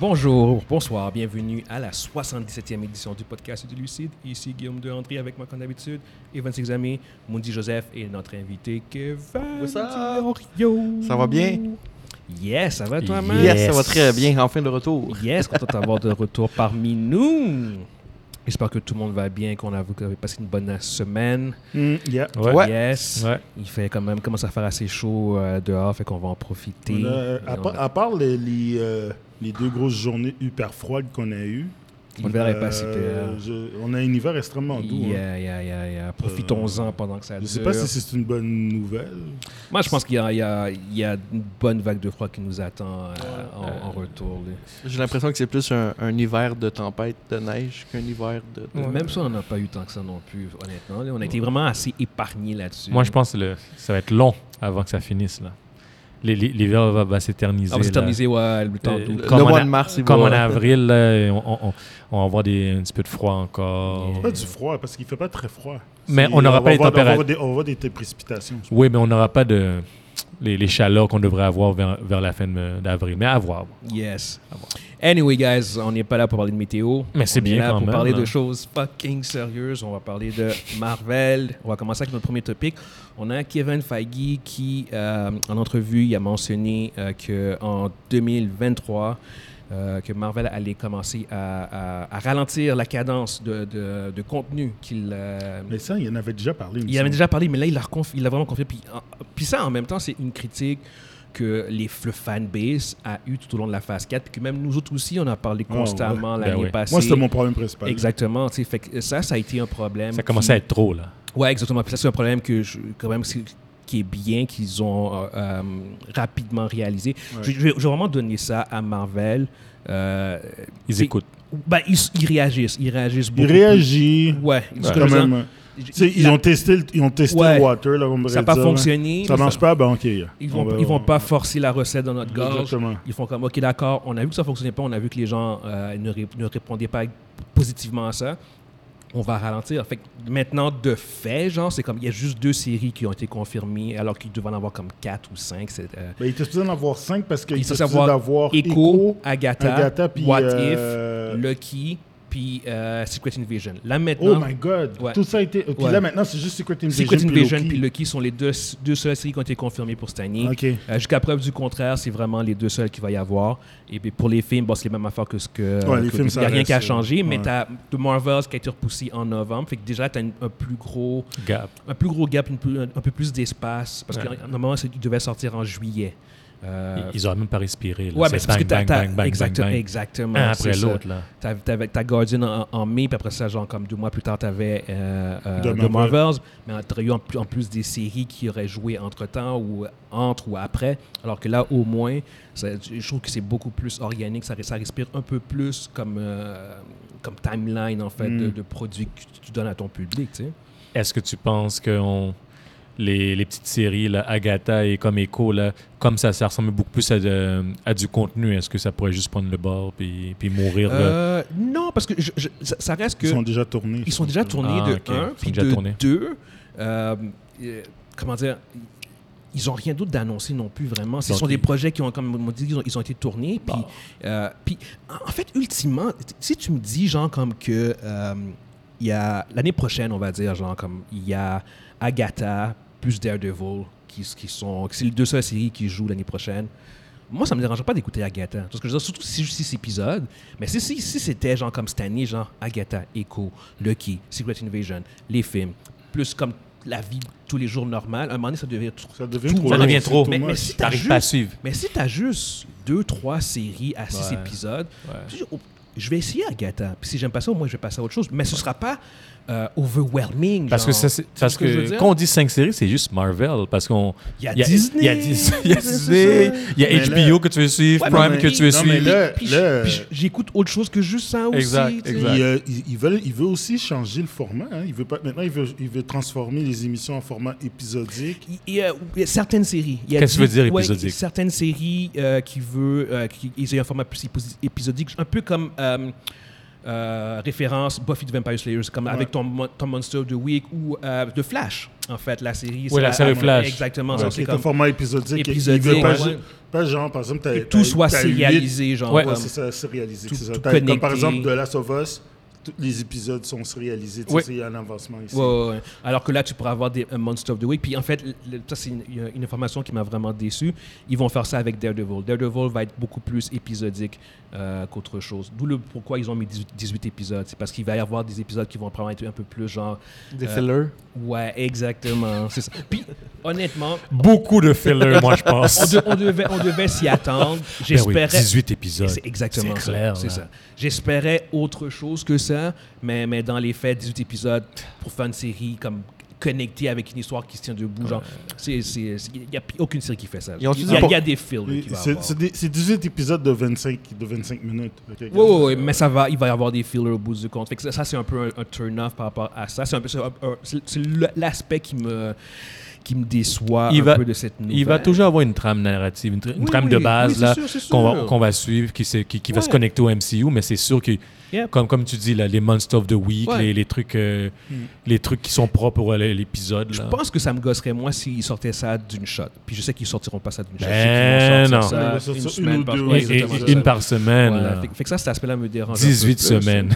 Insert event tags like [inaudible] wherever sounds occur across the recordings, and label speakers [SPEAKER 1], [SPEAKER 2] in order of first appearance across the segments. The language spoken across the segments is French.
[SPEAKER 1] Bonjour, bonsoir, bienvenue à la 77e édition du podcast du Lucide. Ici Guillaume de André avec moi comme d'habitude et 26 amis, Mundi Joseph et notre invité Kevin
[SPEAKER 2] What's up?
[SPEAKER 1] Diorio.
[SPEAKER 2] Ça va bien?
[SPEAKER 1] Yes, ça va toi man?
[SPEAKER 2] Yes, ça va très bien. Enfin de retour.
[SPEAKER 1] Yes, content de t'avoir de retour parmi nous. J'espère que tout le monde va bien, qu'on a, que vous avez passé une bonne semaine.
[SPEAKER 3] Mm,
[SPEAKER 4] yeah.
[SPEAKER 3] Ouais.
[SPEAKER 1] Yes.
[SPEAKER 3] Ouais.
[SPEAKER 1] Il fait quand même, commence à faire assez chaud euh, dehors, fait qu'on va en profiter.
[SPEAKER 4] On a- euh,
[SPEAKER 1] Et
[SPEAKER 4] à,
[SPEAKER 1] on
[SPEAKER 4] part-
[SPEAKER 1] a-
[SPEAKER 4] à part les, les, euh, les deux grosses journées hyper froides qu'on a eues,
[SPEAKER 1] L'hiver est pas si pire.
[SPEAKER 4] euh, je- on a un hiver extrêmement doux. hein.
[SPEAKER 1] Yeah, yeah, yeah, yeah. Profitons-en pendant que ça
[SPEAKER 4] Je
[SPEAKER 1] dure.
[SPEAKER 4] ne sais pas si c'est une bonne nouvelle.
[SPEAKER 1] Moi, je pense qu'il y a, il y a- il y a une bonne vague de froid qui nous attend euh, en, en retour. là.
[SPEAKER 2] J'ai l'impression que c'est plus un, un hiver de tempête, de neige, qu'un hiver de. de-
[SPEAKER 1] Même ça, on n'a pas eu tant que ça non plus, honnêtement. là. On a été vraiment assez épargnés là-dessus. Ah,
[SPEAKER 3] Moi, je pense que le- ça va être long avant que ça finisse. là. L'hi- l'hi- L'hiver va, va s'éterniser.
[SPEAKER 1] Ah, On va
[SPEAKER 3] là.
[SPEAKER 1] s'éterniser ouais, le temps
[SPEAKER 3] Euh,
[SPEAKER 1] d'août.
[SPEAKER 2] Le,
[SPEAKER 3] Comme
[SPEAKER 2] le
[SPEAKER 3] en
[SPEAKER 2] mois
[SPEAKER 3] a-
[SPEAKER 2] de mars, il
[SPEAKER 3] Comme
[SPEAKER 2] va-
[SPEAKER 3] en avril, là, on, on- on- on va avoir des, un petit peu de froid encore.
[SPEAKER 1] Ah,
[SPEAKER 4] Pas du froid, parce qu'il ne fait pas très froid.
[SPEAKER 3] Mais
[SPEAKER 4] C'est-
[SPEAKER 3] on n'aura
[SPEAKER 4] va
[SPEAKER 3] pas les
[SPEAKER 4] avoir- On va
[SPEAKER 3] températures.
[SPEAKER 4] avoir des, on va avoir des précipitations. je pense.
[SPEAKER 3] Oui, mais on n'aura pas de les, les chaleurs qu'on devrait avoir vers, vers la fin de- d'avril. Mais à voir.
[SPEAKER 1] Yes. Anyway, guys, on n'est pas là pour parler de météo.
[SPEAKER 3] Mais c'est
[SPEAKER 1] On
[SPEAKER 3] bien
[SPEAKER 1] est là
[SPEAKER 3] quand
[SPEAKER 1] pour
[SPEAKER 3] même,
[SPEAKER 1] parler
[SPEAKER 3] hein.
[SPEAKER 1] de choses fucking sérieuses. On va parler de
[SPEAKER 3] [laughs]
[SPEAKER 1] Marvel. On va commencer avec notre premier topic. On a Kevin Feige qui, euh, en entrevue, il a mentionné euh, que en 2023, euh, que Marvel allait commencer à, à- à ralentir la cadence de, de- de contenu qu'il euh,
[SPEAKER 4] Mais ça, il en avait déjà parlé. me
[SPEAKER 1] il avait
[SPEAKER 4] semble.
[SPEAKER 1] déjà parlé, mais là, il l'a reconf- il l'a vraiment confié. Puis, en- puis ça, en même temps, c'est une critique que les, le fanbase a eu tout au long de la phase 4, puis que même nous autres aussi, on a parlé
[SPEAKER 4] Ah, ouais.
[SPEAKER 1] constamment
[SPEAKER 3] Ben
[SPEAKER 1] l'année
[SPEAKER 3] oui.
[SPEAKER 1] passée.
[SPEAKER 4] Moi, c'était mon problème principal.
[SPEAKER 1] Exactement. tu sais, Fait que ça, ça a été un problème.
[SPEAKER 3] Ça commence à
[SPEAKER 1] qui-
[SPEAKER 3] être trop. là.
[SPEAKER 1] Ouais, exactement. Puis ça, c'est un problème que je, quand même, c'est- qui est bien qu'ils ont euh, euh, rapidement réalisé. Je, je vais je vais vraiment donner ça à Marvel. Euh,
[SPEAKER 3] Ils
[SPEAKER 1] c'est-
[SPEAKER 3] écoutent.
[SPEAKER 1] Ben, ils, ils réagissent. Ils réagissent beaucoup.
[SPEAKER 4] Il
[SPEAKER 1] plus.
[SPEAKER 4] réagit.
[SPEAKER 1] Ouais, ce que
[SPEAKER 4] Quand
[SPEAKER 1] je veux dire,
[SPEAKER 4] même. Tu sais, ils
[SPEAKER 1] la-
[SPEAKER 4] ont testé, le- ils ont testé
[SPEAKER 1] Ouais.
[SPEAKER 4] le water. Là, on
[SPEAKER 1] ça
[SPEAKER 4] pourrait
[SPEAKER 1] n'a pas
[SPEAKER 4] dire, là.
[SPEAKER 1] fonctionné.
[SPEAKER 4] Ça
[SPEAKER 1] mais
[SPEAKER 4] marche pas? Ben, OK.
[SPEAKER 1] Ils
[SPEAKER 4] On
[SPEAKER 1] vont,
[SPEAKER 4] va-
[SPEAKER 1] ils vont
[SPEAKER 4] on-
[SPEAKER 1] pas forcer la recette dans notre gorge.
[SPEAKER 4] Exactement.
[SPEAKER 1] Ils font comme, OK, d'accord, on a vu que ça fonctionnait pas, on a vu que les gens euh, ne, ré- ne répondaient pas positivement à ça. On va ralentir. Fait que maintenant, de fait, genre, c'est comme, il y a juste deux séries qui ont été confirmées, alors qu'il devait en avoir comme quatre ou cinq. C'est, euh,
[SPEAKER 4] Ben, il était supposé d'en avoir cinq parce qu'il
[SPEAKER 1] il
[SPEAKER 4] était
[SPEAKER 1] faut
[SPEAKER 4] supposé
[SPEAKER 1] savoir
[SPEAKER 4] d'avoir
[SPEAKER 1] Echo, Agatha,
[SPEAKER 4] Agatha, puis,
[SPEAKER 1] What
[SPEAKER 4] euh,
[SPEAKER 1] If, Lucky, puis euh, Secret Invasion. Là,
[SPEAKER 4] Oh
[SPEAKER 1] maintenant,
[SPEAKER 4] my god!
[SPEAKER 1] Ouais.
[SPEAKER 4] Tout ça a été. Puis
[SPEAKER 1] Ouais.
[SPEAKER 4] là maintenant, c'est juste Secret Invasion.
[SPEAKER 1] Secret
[SPEAKER 4] puis
[SPEAKER 1] Invasion
[SPEAKER 4] Loki.
[SPEAKER 1] puis Lucky sont les deux, deux seules séries qui ont été confirmées pour cette année.
[SPEAKER 4] Ok.
[SPEAKER 1] Euh, Jusqu'à preuve du contraire, c'est vraiment les deux seuls qu'il va y avoir. Et puis pour les films, bon, c'est les mêmes affaires que ce que.
[SPEAKER 4] Ouais, les
[SPEAKER 1] que-
[SPEAKER 4] films,
[SPEAKER 1] Il
[SPEAKER 4] ça
[SPEAKER 1] n'y a rien
[SPEAKER 4] reste,
[SPEAKER 1] qui a
[SPEAKER 4] euh,
[SPEAKER 1] changé, mais
[SPEAKER 4] ouais.
[SPEAKER 1] tu as The Marvels qui a été repoussé en novembre. Fait que déjà, tu as un plus gros
[SPEAKER 3] Gap.
[SPEAKER 1] un plus gros gap, une plus- un, un peu plus d'espace. Parce que
[SPEAKER 3] Ouais.
[SPEAKER 1] qu'à un moment, c'est- il devait sortir en juillet. Euh,
[SPEAKER 3] Ils n'auraient même pas respiré. là.
[SPEAKER 1] ouais, mais
[SPEAKER 3] C'est
[SPEAKER 1] c'est parce que
[SPEAKER 3] bang,
[SPEAKER 1] t'as.
[SPEAKER 3] bang,
[SPEAKER 1] t'as-
[SPEAKER 3] bang, bang,
[SPEAKER 1] exacte-
[SPEAKER 3] bang, bang.
[SPEAKER 1] Exactement.
[SPEAKER 3] Un
[SPEAKER 1] c'est
[SPEAKER 3] après
[SPEAKER 1] ça.
[SPEAKER 3] l'autre. là.
[SPEAKER 1] T'avais- T'avais ta Guardian en, en mai, puis après ça, genre comme deux mois plus tard, t'avais euh, euh,
[SPEAKER 4] The
[SPEAKER 1] The
[SPEAKER 4] Marvel.
[SPEAKER 1] Marvels, mais t'aurais eu en, plus- en plus des séries qui auraient joué entre-temps ou entre ou après, alors que là, au moins, ça- je trouve que c'est beaucoup plus organique, ça, ça respire un peu plus comme, euh, comme timeline, en fait,
[SPEAKER 4] Mm.
[SPEAKER 1] de, de produits que tu- tu donnes à ton public, tu sais.
[SPEAKER 3] Est-ce que tu penses que on- les, les petites séries, là, Agatha et comme Echo, là, comme ça, ça ressemble beaucoup plus à, de- à du contenu, est-ce que ça pourrait juste prendre le bord puis, puis mourir là?
[SPEAKER 1] Euh, non, parce que je- je- ça, ça reste que...
[SPEAKER 4] Ils sont déjà tournés.
[SPEAKER 1] Ils sont déjà tournés
[SPEAKER 3] Ah,
[SPEAKER 1] de
[SPEAKER 3] ok.
[SPEAKER 1] 1,
[SPEAKER 3] Ils sont
[SPEAKER 1] puis
[SPEAKER 3] déjà
[SPEAKER 1] de
[SPEAKER 3] tournés.
[SPEAKER 1] 2. Euh, euh, comment dire ils ont rien d'autre d'annoncer non plus vraiment. Ce
[SPEAKER 3] Donc,
[SPEAKER 1] sont des
[SPEAKER 3] ils-
[SPEAKER 1] projets qui ont, comme on dit, ils ont, ils ont été tournés. Puis,
[SPEAKER 3] Bon.
[SPEAKER 1] euh, puis, en en fait, ultimement, t- si tu me dis genre comme que euh, il y a l'année prochaine, on va dire genre comme il y a Agatha plus Daredevil qui, s- qui sont, c'est les deux seules séries qui jouent l'année prochaine. Moi, ça me dérange pas d'écouter Agatha. Parce que je veux dire, surtout si c'est cet épisode. Mais si, si, si c'était genre comme cette année, genre Agatha, Echo, Lucky, Secret Invasion, les films, plus comme la vie tous les jours normale, à un moment donné, ça devient trop.
[SPEAKER 4] Ça devient
[SPEAKER 1] tout-
[SPEAKER 4] trop
[SPEAKER 3] Ça
[SPEAKER 4] long,
[SPEAKER 3] devient
[SPEAKER 4] c'est
[SPEAKER 3] trop.
[SPEAKER 4] too
[SPEAKER 1] Mais, mais
[SPEAKER 4] much.
[SPEAKER 1] si t'as
[SPEAKER 3] T'arrives pas à
[SPEAKER 1] juste,
[SPEAKER 3] suivre.
[SPEAKER 1] mais si t'as juste deux, trois séries à six
[SPEAKER 3] Ouais.
[SPEAKER 1] épisodes,
[SPEAKER 3] Ouais.
[SPEAKER 1] tu dis, oh, je vais essayer Agatha. Puis si j'aime pas ça, au moins je vais passer à autre chose. Mais ce sera pas euh, overwhelming.
[SPEAKER 3] Parce que,
[SPEAKER 1] genre.
[SPEAKER 3] ça, c'est- parce
[SPEAKER 1] ce que je veux
[SPEAKER 3] que
[SPEAKER 1] dire?
[SPEAKER 3] quand on dit 5 séries, c'est juste Marvel. Parce qu'on.
[SPEAKER 1] Il y a Disney,
[SPEAKER 3] Il y a Dis- [laughs] il y a
[SPEAKER 1] c'est
[SPEAKER 3] Disney,
[SPEAKER 1] ça.
[SPEAKER 3] il y a
[SPEAKER 4] Mais là-
[SPEAKER 3] HBO que tu veux suivre,
[SPEAKER 1] Ouais, mais
[SPEAKER 3] Prime
[SPEAKER 1] non,
[SPEAKER 3] que
[SPEAKER 1] mais-
[SPEAKER 3] tu veux
[SPEAKER 4] non, mais
[SPEAKER 3] suivre.
[SPEAKER 4] là-
[SPEAKER 1] Puis-
[SPEAKER 4] le-
[SPEAKER 1] puis j'écoute autre chose que juste ça aussi.
[SPEAKER 3] Exact,
[SPEAKER 1] tu sais.
[SPEAKER 3] exact.
[SPEAKER 4] Ils, euh, ils- ils veulent, ils veulent aussi changer le format. hein. Ils veulent pas, maintenant, ils veulent, ils veulent transformer les émissions en format épisodique.
[SPEAKER 1] Il y a- il y a certaines séries. Il y a
[SPEAKER 3] Qu'est-ce que
[SPEAKER 1] dix-
[SPEAKER 3] tu veux dire,
[SPEAKER 1] ouais,
[SPEAKER 3] épisodique?
[SPEAKER 1] Certaines séries euh, qui veulent euh, qui ils aient un format plus épi- épisodique, un peu comme euh, euh, référence Buffy the Vampire Slayer, comme avec ton, mon- ton Monster of the Week ou euh, de Flash, en fait, la série. c'est
[SPEAKER 3] la série Flash.
[SPEAKER 1] Exactement,
[SPEAKER 4] Ouais,
[SPEAKER 1] ça,
[SPEAKER 4] qui
[SPEAKER 1] c'est
[SPEAKER 4] est un
[SPEAKER 1] comme
[SPEAKER 4] format épisodique. Il-
[SPEAKER 1] épisodique,
[SPEAKER 4] Il veut pas,
[SPEAKER 1] ouais.
[SPEAKER 4] ju- pas genre, par exemple, t'as-
[SPEAKER 1] que tout
[SPEAKER 4] t'as-
[SPEAKER 1] soit
[SPEAKER 4] t'as huit-
[SPEAKER 1] sérialisé, genre.
[SPEAKER 3] Ouais.
[SPEAKER 4] Ouais,
[SPEAKER 1] comme-
[SPEAKER 4] c'est ça, sérialisé.
[SPEAKER 1] tout-
[SPEAKER 4] c'est ça.
[SPEAKER 1] tout
[SPEAKER 4] T'as- Comme par
[SPEAKER 1] connecté.
[SPEAKER 4] exemple, de Last of Us, tous les épisodes sont sérialisés. Tu
[SPEAKER 3] Ouais.
[SPEAKER 4] sais, Il y a un avancement ici.
[SPEAKER 1] Ouais, ouais, ouais. Alors que là, tu pourras avoir des un Monster of the Week. Puis en fait, le- le- ça, c'est une, il y a une information qui m'a vraiment déçu. Ils vont faire ça avec Daredevil. Daredevil va être beaucoup plus épisodique euh, qu'autre chose. D'où le pourquoi ils ont mis 18, 18 épisodes. C'est parce qu'il va y avoir des épisodes qui vont probablement être un peu plus genre.
[SPEAKER 2] Des
[SPEAKER 1] Euh,
[SPEAKER 2] fillers.
[SPEAKER 1] Ouais, exactement. c'est ça. Puis honnêtement,
[SPEAKER 3] Beaucoup de fillers, moi, je
[SPEAKER 1] on,
[SPEAKER 3] pense.
[SPEAKER 1] de- on devait, on devait s'y attendre.
[SPEAKER 3] Ben oui,
[SPEAKER 1] J'espérais.
[SPEAKER 3] 18 épisodes.
[SPEAKER 1] C'est exactement
[SPEAKER 3] C'est
[SPEAKER 1] ça.
[SPEAKER 3] clair,
[SPEAKER 1] C'est
[SPEAKER 3] là.
[SPEAKER 1] ça. J'espérais autre chose que ça, mais, mais dans les faits, 18 épisodes pour faire une série comme connectée avec une histoire qui se tient debout, genre, il n'y a pi- aucune série qui fait ça. Il y,
[SPEAKER 2] Ils ont dit
[SPEAKER 1] a-
[SPEAKER 2] pour-
[SPEAKER 1] y a des films
[SPEAKER 4] Et
[SPEAKER 1] qui va
[SPEAKER 4] C'est
[SPEAKER 1] avoir.
[SPEAKER 4] c'est des- c'est 18 épisodes de 25, de 25 minutes. Ok,
[SPEAKER 1] Oui,
[SPEAKER 4] regarde.
[SPEAKER 1] oui, oui, mais ça va, il va y avoir des fillers au bout du compte. Fait que ça, ça, c'est un peu un, un turn-off par rapport à ça. C'est un peu c'est un- un- c'est- c'est le- l'aspect qui me, qui me déçoit
[SPEAKER 3] Il
[SPEAKER 1] un
[SPEAKER 3] va-
[SPEAKER 1] peu de cette nouvelle.
[SPEAKER 3] Il va toujours avoir une trame narrative, une, tra- une
[SPEAKER 1] Oui,
[SPEAKER 3] trame
[SPEAKER 1] oui,
[SPEAKER 3] de
[SPEAKER 1] oui,
[SPEAKER 3] base
[SPEAKER 1] c'est
[SPEAKER 3] là,
[SPEAKER 1] sûr, c'est sûr.
[SPEAKER 3] qu'on va, qu'on va suivre, qui, se- qui, qui va se
[SPEAKER 1] Ouais.
[SPEAKER 3] connecter au MCU, mais c'est sûr que,
[SPEAKER 1] Yep.
[SPEAKER 3] comme, comme tu dis, là, les Monsters of the Week,
[SPEAKER 1] Ouais. Hmm.
[SPEAKER 3] les, les trucs, euh, les trucs qui sont propres à l'épisode.
[SPEAKER 1] Je
[SPEAKER 3] là.
[SPEAKER 1] pense que ça me gosserait moins s'ils sortaient ça d'une shot. Puis je sais qu'ils sortiront pas ça d'une shot.
[SPEAKER 3] Ben
[SPEAKER 1] Je sais qu'ils vont sortir
[SPEAKER 3] non.
[SPEAKER 1] ça
[SPEAKER 4] Ils vont sortir
[SPEAKER 1] une
[SPEAKER 4] une
[SPEAKER 1] semaine
[SPEAKER 4] ou
[SPEAKER 1] par-
[SPEAKER 4] deux,
[SPEAKER 1] Ouais,
[SPEAKER 3] Et- et-
[SPEAKER 1] exactement.
[SPEAKER 4] c'est
[SPEAKER 3] et une
[SPEAKER 1] Ouais,
[SPEAKER 3] par semaine. là.
[SPEAKER 1] fait, fait que ça, cet aspect-là me dérange. un peu.
[SPEAKER 3] 18
[SPEAKER 2] peu
[SPEAKER 1] [laughs]
[SPEAKER 2] plus.
[SPEAKER 3] semaines.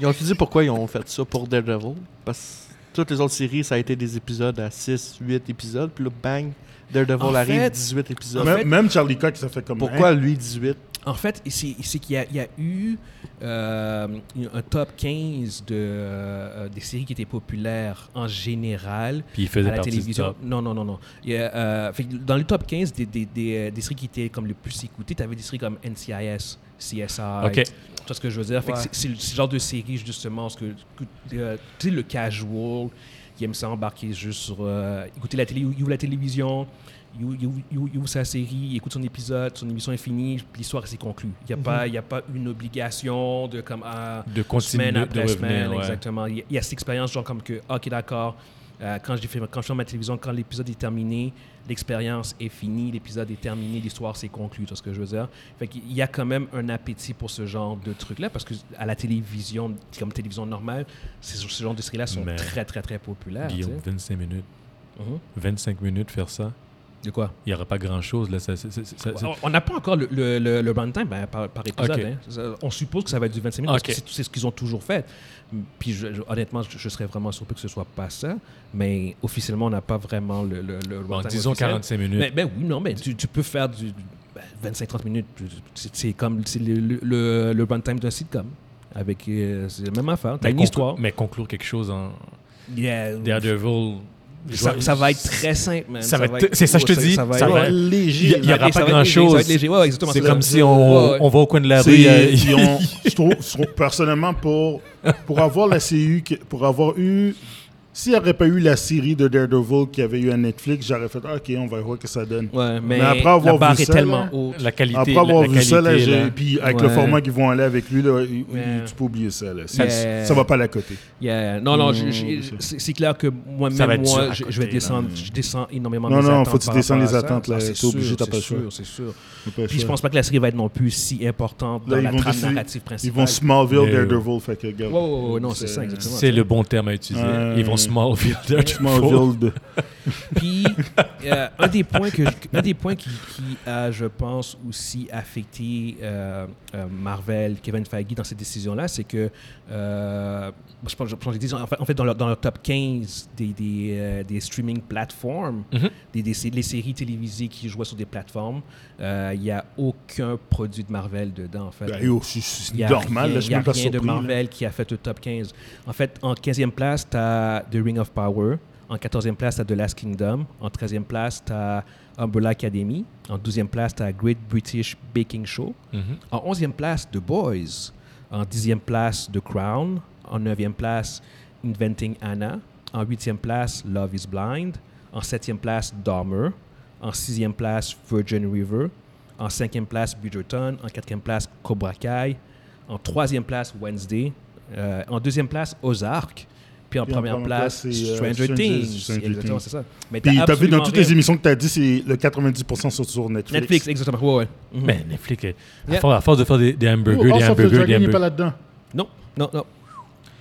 [SPEAKER 2] Ils ont dit pourquoi ils ont fait ça pour Daredevil. Parce que toutes les autres séries, ça a été des épisodes à 6, 8 épisodes. Puis là, bang, Daredevil
[SPEAKER 1] En
[SPEAKER 2] arrive,
[SPEAKER 1] fait-
[SPEAKER 2] 18 épisodes.
[SPEAKER 1] En
[SPEAKER 4] Même,
[SPEAKER 1] fait-
[SPEAKER 4] même Charlie Cox, ça fait comme
[SPEAKER 2] Pourquoi
[SPEAKER 4] hein,
[SPEAKER 2] lui, 18
[SPEAKER 1] En fait, c'est c'est qu'il y, a- il y a eu euh, un top 15 de, euh, des séries qui étaient populaires en général
[SPEAKER 3] Puis il
[SPEAKER 1] à
[SPEAKER 3] faisait
[SPEAKER 1] la
[SPEAKER 3] partie du
[SPEAKER 1] télévision.
[SPEAKER 3] top.
[SPEAKER 1] Non, non, non, non. Il y a, euh, fait que dans le top 15 des, des, des, des séries qui étaient comme le plus écoutées, tu avais des séries comme NCIS, CSI.
[SPEAKER 3] Ok.
[SPEAKER 1] Tu vois ce que je veux dire? Fait que
[SPEAKER 2] Ouais.
[SPEAKER 1] c'est- c'est le ce genre de série, justement, ce que, que, euh, tu sais, le casual qui aime ça embarquer juste sur. euh, écouter la télé, il ouvre la télévision. Il ouvre- il ouvre- il ouvre il ouvre sa série, il écoute son épisode, son émission est finie, puis l'histoire s'est conclue. Il n'y a, pas- il y a pas une obligation de comme ah,
[SPEAKER 3] De continuer
[SPEAKER 1] semaine
[SPEAKER 3] de
[SPEAKER 1] après
[SPEAKER 3] revenir,
[SPEAKER 1] semaine,
[SPEAKER 3] ouais.
[SPEAKER 1] exactement. Il y, a- il y a cette expérience, genre comme que, ah, ok, d'accord, euh, quand, j'ai fait- quand je ferme ma télévision, quand l'épisode est terminé, l'expérience est finie, l'épisode est terminé, l'histoire s'est conclue, tu vois ce que je veux dire. Fait qu'il y a quand même un appétit pour ce genre de truc-là, parce que à la télévision, comme télévision normale, ces- ce genre de séries-là sont
[SPEAKER 3] Mais-
[SPEAKER 1] très, très, très populaires. tu
[SPEAKER 3] Guillaume,
[SPEAKER 1] sais.
[SPEAKER 3] 25 minutes.
[SPEAKER 1] Mhm.
[SPEAKER 3] 25 minutes faire ça.
[SPEAKER 1] De quoi
[SPEAKER 3] Il n'y aurait pas grand-chose. là. Ça- ça- ça- ça- ça-
[SPEAKER 1] Euh, On- On n'a pas encore le, le, le, le runtime ben, par, par épisode.
[SPEAKER 3] Ok.
[SPEAKER 1] hein. Ça- On suppose que ça va être du 25 minutes parce que
[SPEAKER 3] Ok.
[SPEAKER 1] c'est- c'est ce qu'ils ont toujours fait. Puis je- je- honnêtement, je, je serais vraiment surpris que ce soit pas ça. Mais officiellement, on n'a pas vraiment le, le, le
[SPEAKER 3] Bon,
[SPEAKER 1] runtime
[SPEAKER 3] disons
[SPEAKER 1] officiel.
[SPEAKER 3] 45 minutes.
[SPEAKER 1] Mais, ben oui, non, mais tu, tu peux faire du du- ben, 25-30 minutes. Tu- tu- C'est c'est comme c'est le, le, le, le runtime d'un sitcom. Avec, euh, c'est la même affaire. T'as
[SPEAKER 3] Mais
[SPEAKER 1] une
[SPEAKER 3] conclu-
[SPEAKER 1] histoire.
[SPEAKER 3] Mais conclure quelque chose en
[SPEAKER 1] Yeah.
[SPEAKER 3] Daredevil. je
[SPEAKER 1] ça,
[SPEAKER 3] vois-
[SPEAKER 1] ça va être très simple. man.
[SPEAKER 3] Ça va être- c'est ça, je te dis,
[SPEAKER 1] va
[SPEAKER 3] ça
[SPEAKER 1] être-
[SPEAKER 3] va
[SPEAKER 1] ouais.
[SPEAKER 3] être-
[SPEAKER 4] léger.
[SPEAKER 3] Il y
[SPEAKER 1] Ça
[SPEAKER 4] là?
[SPEAKER 3] aura pas
[SPEAKER 1] va être léger,
[SPEAKER 3] grand-chose.
[SPEAKER 1] ça va être léger. Ouais, ouais, exactement,
[SPEAKER 3] C'est
[SPEAKER 1] ça.
[SPEAKER 3] comme si on,
[SPEAKER 1] Ouais, ouais.
[SPEAKER 3] on va au coin de la
[SPEAKER 4] C'est-
[SPEAKER 3] rue. euh,
[SPEAKER 1] [laughs]
[SPEAKER 4] ils ont- je trouve, je trouve- personnellement, pour, pour avoir la CU, que- pour avoir eu. S'il n'y aurait pas eu la série de Daredevil qui avait eu à Netflix, j'aurais fait ah, OK, on va voir ce que ça donne.
[SPEAKER 1] Ouais, mais,
[SPEAKER 4] après avoir
[SPEAKER 1] la barre
[SPEAKER 4] vu
[SPEAKER 1] est
[SPEAKER 4] ça,
[SPEAKER 1] tellement
[SPEAKER 4] là,
[SPEAKER 1] haute.
[SPEAKER 3] la qualité.
[SPEAKER 4] Après
[SPEAKER 3] la-
[SPEAKER 4] avoir
[SPEAKER 3] la
[SPEAKER 4] vu ça, là,
[SPEAKER 3] qualité,
[SPEAKER 4] j'ai-
[SPEAKER 3] là.
[SPEAKER 4] puis avec
[SPEAKER 1] Ouais.
[SPEAKER 4] le format qu'ils vont aller avec lui, là, il-
[SPEAKER 1] Ouais.
[SPEAKER 4] il- tu peux oublier ça. Là.
[SPEAKER 1] Ça-
[SPEAKER 4] C'est- Ça va pas la côté.
[SPEAKER 1] Yeah. Non, non,
[SPEAKER 4] Mmh,
[SPEAKER 1] je- je-
[SPEAKER 4] c'est-
[SPEAKER 1] c'est c'est clair que
[SPEAKER 3] Ça va
[SPEAKER 1] moi-même,
[SPEAKER 3] être
[SPEAKER 1] moi,
[SPEAKER 3] dur à
[SPEAKER 1] je, je vais
[SPEAKER 3] côté,
[SPEAKER 1] descendre, je descends énormément
[SPEAKER 4] Non,
[SPEAKER 1] mes
[SPEAKER 4] non,
[SPEAKER 1] attentes
[SPEAKER 4] faut que tu
[SPEAKER 1] par
[SPEAKER 4] descendes
[SPEAKER 1] rapport
[SPEAKER 4] les
[SPEAKER 1] à ça.
[SPEAKER 4] attentes, là.
[SPEAKER 1] Ah, c'est
[SPEAKER 4] T'es
[SPEAKER 1] sûr,
[SPEAKER 4] obligé, t'as pas
[SPEAKER 1] c'est
[SPEAKER 4] le choix.
[SPEAKER 1] sûr, C'est sûr. Puis je pense pas que la série va être non plus si importante dans
[SPEAKER 4] Là,
[SPEAKER 1] la
[SPEAKER 4] ils, vont
[SPEAKER 1] trame
[SPEAKER 4] décider-
[SPEAKER 1] narrative
[SPEAKER 4] ils
[SPEAKER 1] principale.
[SPEAKER 4] vont Smallville,
[SPEAKER 3] Mais-
[SPEAKER 4] Daredevil, fait que, regarde. Euh,
[SPEAKER 1] Ouais, ouais, ouais, non, c'est ça, exactement.
[SPEAKER 3] [laughs] C'est le bon terme à utiliser.
[SPEAKER 4] Ouais.
[SPEAKER 3] Ils vont Smallville. Daredevil.
[SPEAKER 4] Smallville, de-
[SPEAKER 1] Puis, euh, un des points, que je- un des points qui, qui a, je pense, aussi affecté euh, euh, Marvel, Kevin Feige dans cette décision-là, c'est que, euh, je pense, je pense que j'ai dit, en fait, en fait, dans, leur, dans leur top 15 des, des, euh, des streaming platforms,
[SPEAKER 3] Mhm.
[SPEAKER 1] des, des sé- les séries télévisées qui jouaient sur des plateformes, euh, il n'y a aucun produit de Marvel dedans, en fait.
[SPEAKER 4] Ben, yo, c'est- c'est
[SPEAKER 1] Il n'y a
[SPEAKER 4] normal,
[SPEAKER 1] rien,
[SPEAKER 4] là, je
[SPEAKER 1] il
[SPEAKER 4] suis
[SPEAKER 1] y a
[SPEAKER 4] même pas
[SPEAKER 1] rien de
[SPEAKER 4] surpris, là.
[SPEAKER 1] Marvel qui a fait le top 15. En fait, en 15e place, tu as The Ring of Power. En 14e place, tu as The Last Kingdom. En 13e place, tu as Umbrella Academy. En 12e place, tu as Great British Baking Show.
[SPEAKER 4] Mm-hmm.
[SPEAKER 3] Mhm.
[SPEAKER 1] En 11e place, The Boys. En 10e place, The Crown. En 9e place, Inventing Anna. En 8e place, Love is Blind. En 7e place, Dahmer. En 6e place, Virgin River. En 5e place, Bridgerton. En 4e place, Cobra Kai. En 3e place, Wednesday. Euh, en 2e place, Ozark. Puis en
[SPEAKER 4] Puis en
[SPEAKER 1] première
[SPEAKER 4] première
[SPEAKER 1] place,
[SPEAKER 4] place, c'est, euh,
[SPEAKER 1] Stranger,
[SPEAKER 4] Stranger
[SPEAKER 1] Things.
[SPEAKER 4] Stranger
[SPEAKER 1] Exactement,
[SPEAKER 4] Things.
[SPEAKER 1] c'est ça. Mais
[SPEAKER 4] Puis
[SPEAKER 1] t'as
[SPEAKER 4] t'as vu dans
[SPEAKER 1] absolument
[SPEAKER 4] toutes
[SPEAKER 1] rien.
[SPEAKER 4] les émissions que t'as dit, c'est le 90% sur, sur Netflix.
[SPEAKER 1] Netflix, exactement. Ouais, ouais. Mhm.
[SPEAKER 3] Mais Netflix, euh, à
[SPEAKER 1] Yeah.
[SPEAKER 3] for- à force de faire des, des
[SPEAKER 4] Oh,
[SPEAKER 3] hamburgers, des
[SPEAKER 4] House of the
[SPEAKER 3] hamburgers, des
[SPEAKER 4] Dragon n'est pas
[SPEAKER 3] hamburgers.
[SPEAKER 4] là-dedans.
[SPEAKER 1] Non, non, non.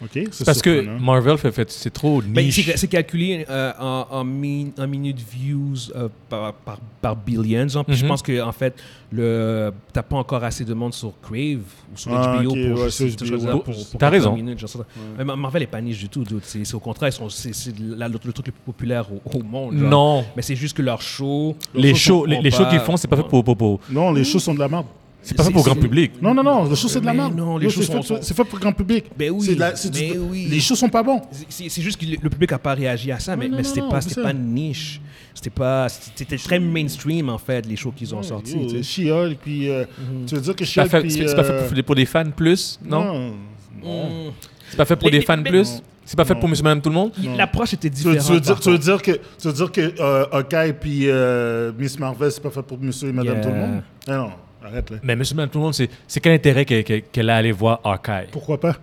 [SPEAKER 4] OK? C'est
[SPEAKER 3] Parce que
[SPEAKER 1] hein.
[SPEAKER 4] surprenant.
[SPEAKER 3] Marvel fait, fait c'est trop
[SPEAKER 1] Mais
[SPEAKER 3] niche.
[SPEAKER 1] Ben, c'est c'est calculé euh, en, en, min- en minute views euh, par, par, par billions. hein. Puis Je
[SPEAKER 3] Mhm.
[SPEAKER 1] pense que en fait, le t'as pas encore assez de monde sur Crave ou sur
[SPEAKER 4] Ah,
[SPEAKER 1] HBO
[SPEAKER 4] ok,
[SPEAKER 1] pour,
[SPEAKER 4] ouais,
[SPEAKER 1] juste-
[SPEAKER 4] sur HBO,
[SPEAKER 1] je veux dire,
[SPEAKER 4] ouais.
[SPEAKER 3] T'as
[SPEAKER 1] 40
[SPEAKER 3] raison.
[SPEAKER 1] minutes, genre ça. Mais Mar- Marvel est pas niche du tout. dude. C'est c'est au contraire, ils sont- c'est c'est la- le, le truc le plus populaire au, au monde. genre.
[SPEAKER 3] Non.
[SPEAKER 1] Mais c'est juste que leurs shows,
[SPEAKER 3] Les
[SPEAKER 1] leurs sont-
[SPEAKER 3] shows, les,
[SPEAKER 1] sont
[SPEAKER 3] les shows qu'ils
[SPEAKER 1] pas-
[SPEAKER 3] font, c'est pas fait pour, pour, pour-
[SPEAKER 4] Non, les choses sont de la merde.
[SPEAKER 3] c'est pas fait
[SPEAKER 1] C'est-
[SPEAKER 3] pour grand
[SPEAKER 1] c'est-
[SPEAKER 3] public.
[SPEAKER 4] Non, non, non, les choses, c'est de la
[SPEAKER 1] Mais
[SPEAKER 4] merde.
[SPEAKER 1] non, les
[SPEAKER 4] Yo,
[SPEAKER 1] choses
[SPEAKER 4] c'est
[SPEAKER 1] sont-
[SPEAKER 4] fait-
[SPEAKER 1] sont-
[SPEAKER 4] C'est fait pour le grand public.
[SPEAKER 1] Ben oui,
[SPEAKER 4] C'est de la- c'est du-
[SPEAKER 1] mais oui.
[SPEAKER 4] Les choses sont pas bonnes.
[SPEAKER 1] C'est- C'est c'est juste que le le public n'a pas réagi à ça, mais,
[SPEAKER 4] non,
[SPEAKER 1] mais
[SPEAKER 4] non,
[SPEAKER 1] c'était
[SPEAKER 4] non,
[SPEAKER 1] pas,
[SPEAKER 4] c'est
[SPEAKER 1] c'était
[SPEAKER 4] ça.
[SPEAKER 1] pas niche. C'était pas, c'était très mainstream en fait les shows qu'ils ont sortis.
[SPEAKER 4] Yo,
[SPEAKER 1] tu sais.
[SPEAKER 4] She-Hulk, puis. euh,
[SPEAKER 1] Mm-hmm.
[SPEAKER 4] Tu veux dire que
[SPEAKER 3] C'est pas
[SPEAKER 4] She-Hulk.
[SPEAKER 3] fait,
[SPEAKER 4] puis,
[SPEAKER 3] c'est- c'est pas fait
[SPEAKER 4] euh,
[SPEAKER 3] pour, pour des fans plus, non?
[SPEAKER 4] Non. non.
[SPEAKER 1] Mm.
[SPEAKER 3] C'est pas fait pour
[SPEAKER 1] Les-
[SPEAKER 3] des fans
[SPEAKER 1] mais-
[SPEAKER 3] plus? C'est pas fait
[SPEAKER 4] Non.
[SPEAKER 3] pour monsieur, madame, tout le monde?
[SPEAKER 1] Il- L'approche était
[SPEAKER 4] Tu veux,
[SPEAKER 1] différente.
[SPEAKER 4] tu veux dire,
[SPEAKER 1] par
[SPEAKER 4] tu veux
[SPEAKER 1] contre.
[SPEAKER 4] dire que, tu veux dire que euh, Hawkeye puis euh, Miss Marvel, c'est pas fait pour monsieur et madame
[SPEAKER 1] Yeah.
[SPEAKER 4] tout le monde? Ah non, arrête là.
[SPEAKER 3] Mais monsieur, madame, tout le monde, c'est c'est quel intérêt qu'elle qu'elle- qu'elle a à aller voir Hawkeye?
[SPEAKER 4] Pourquoi pas?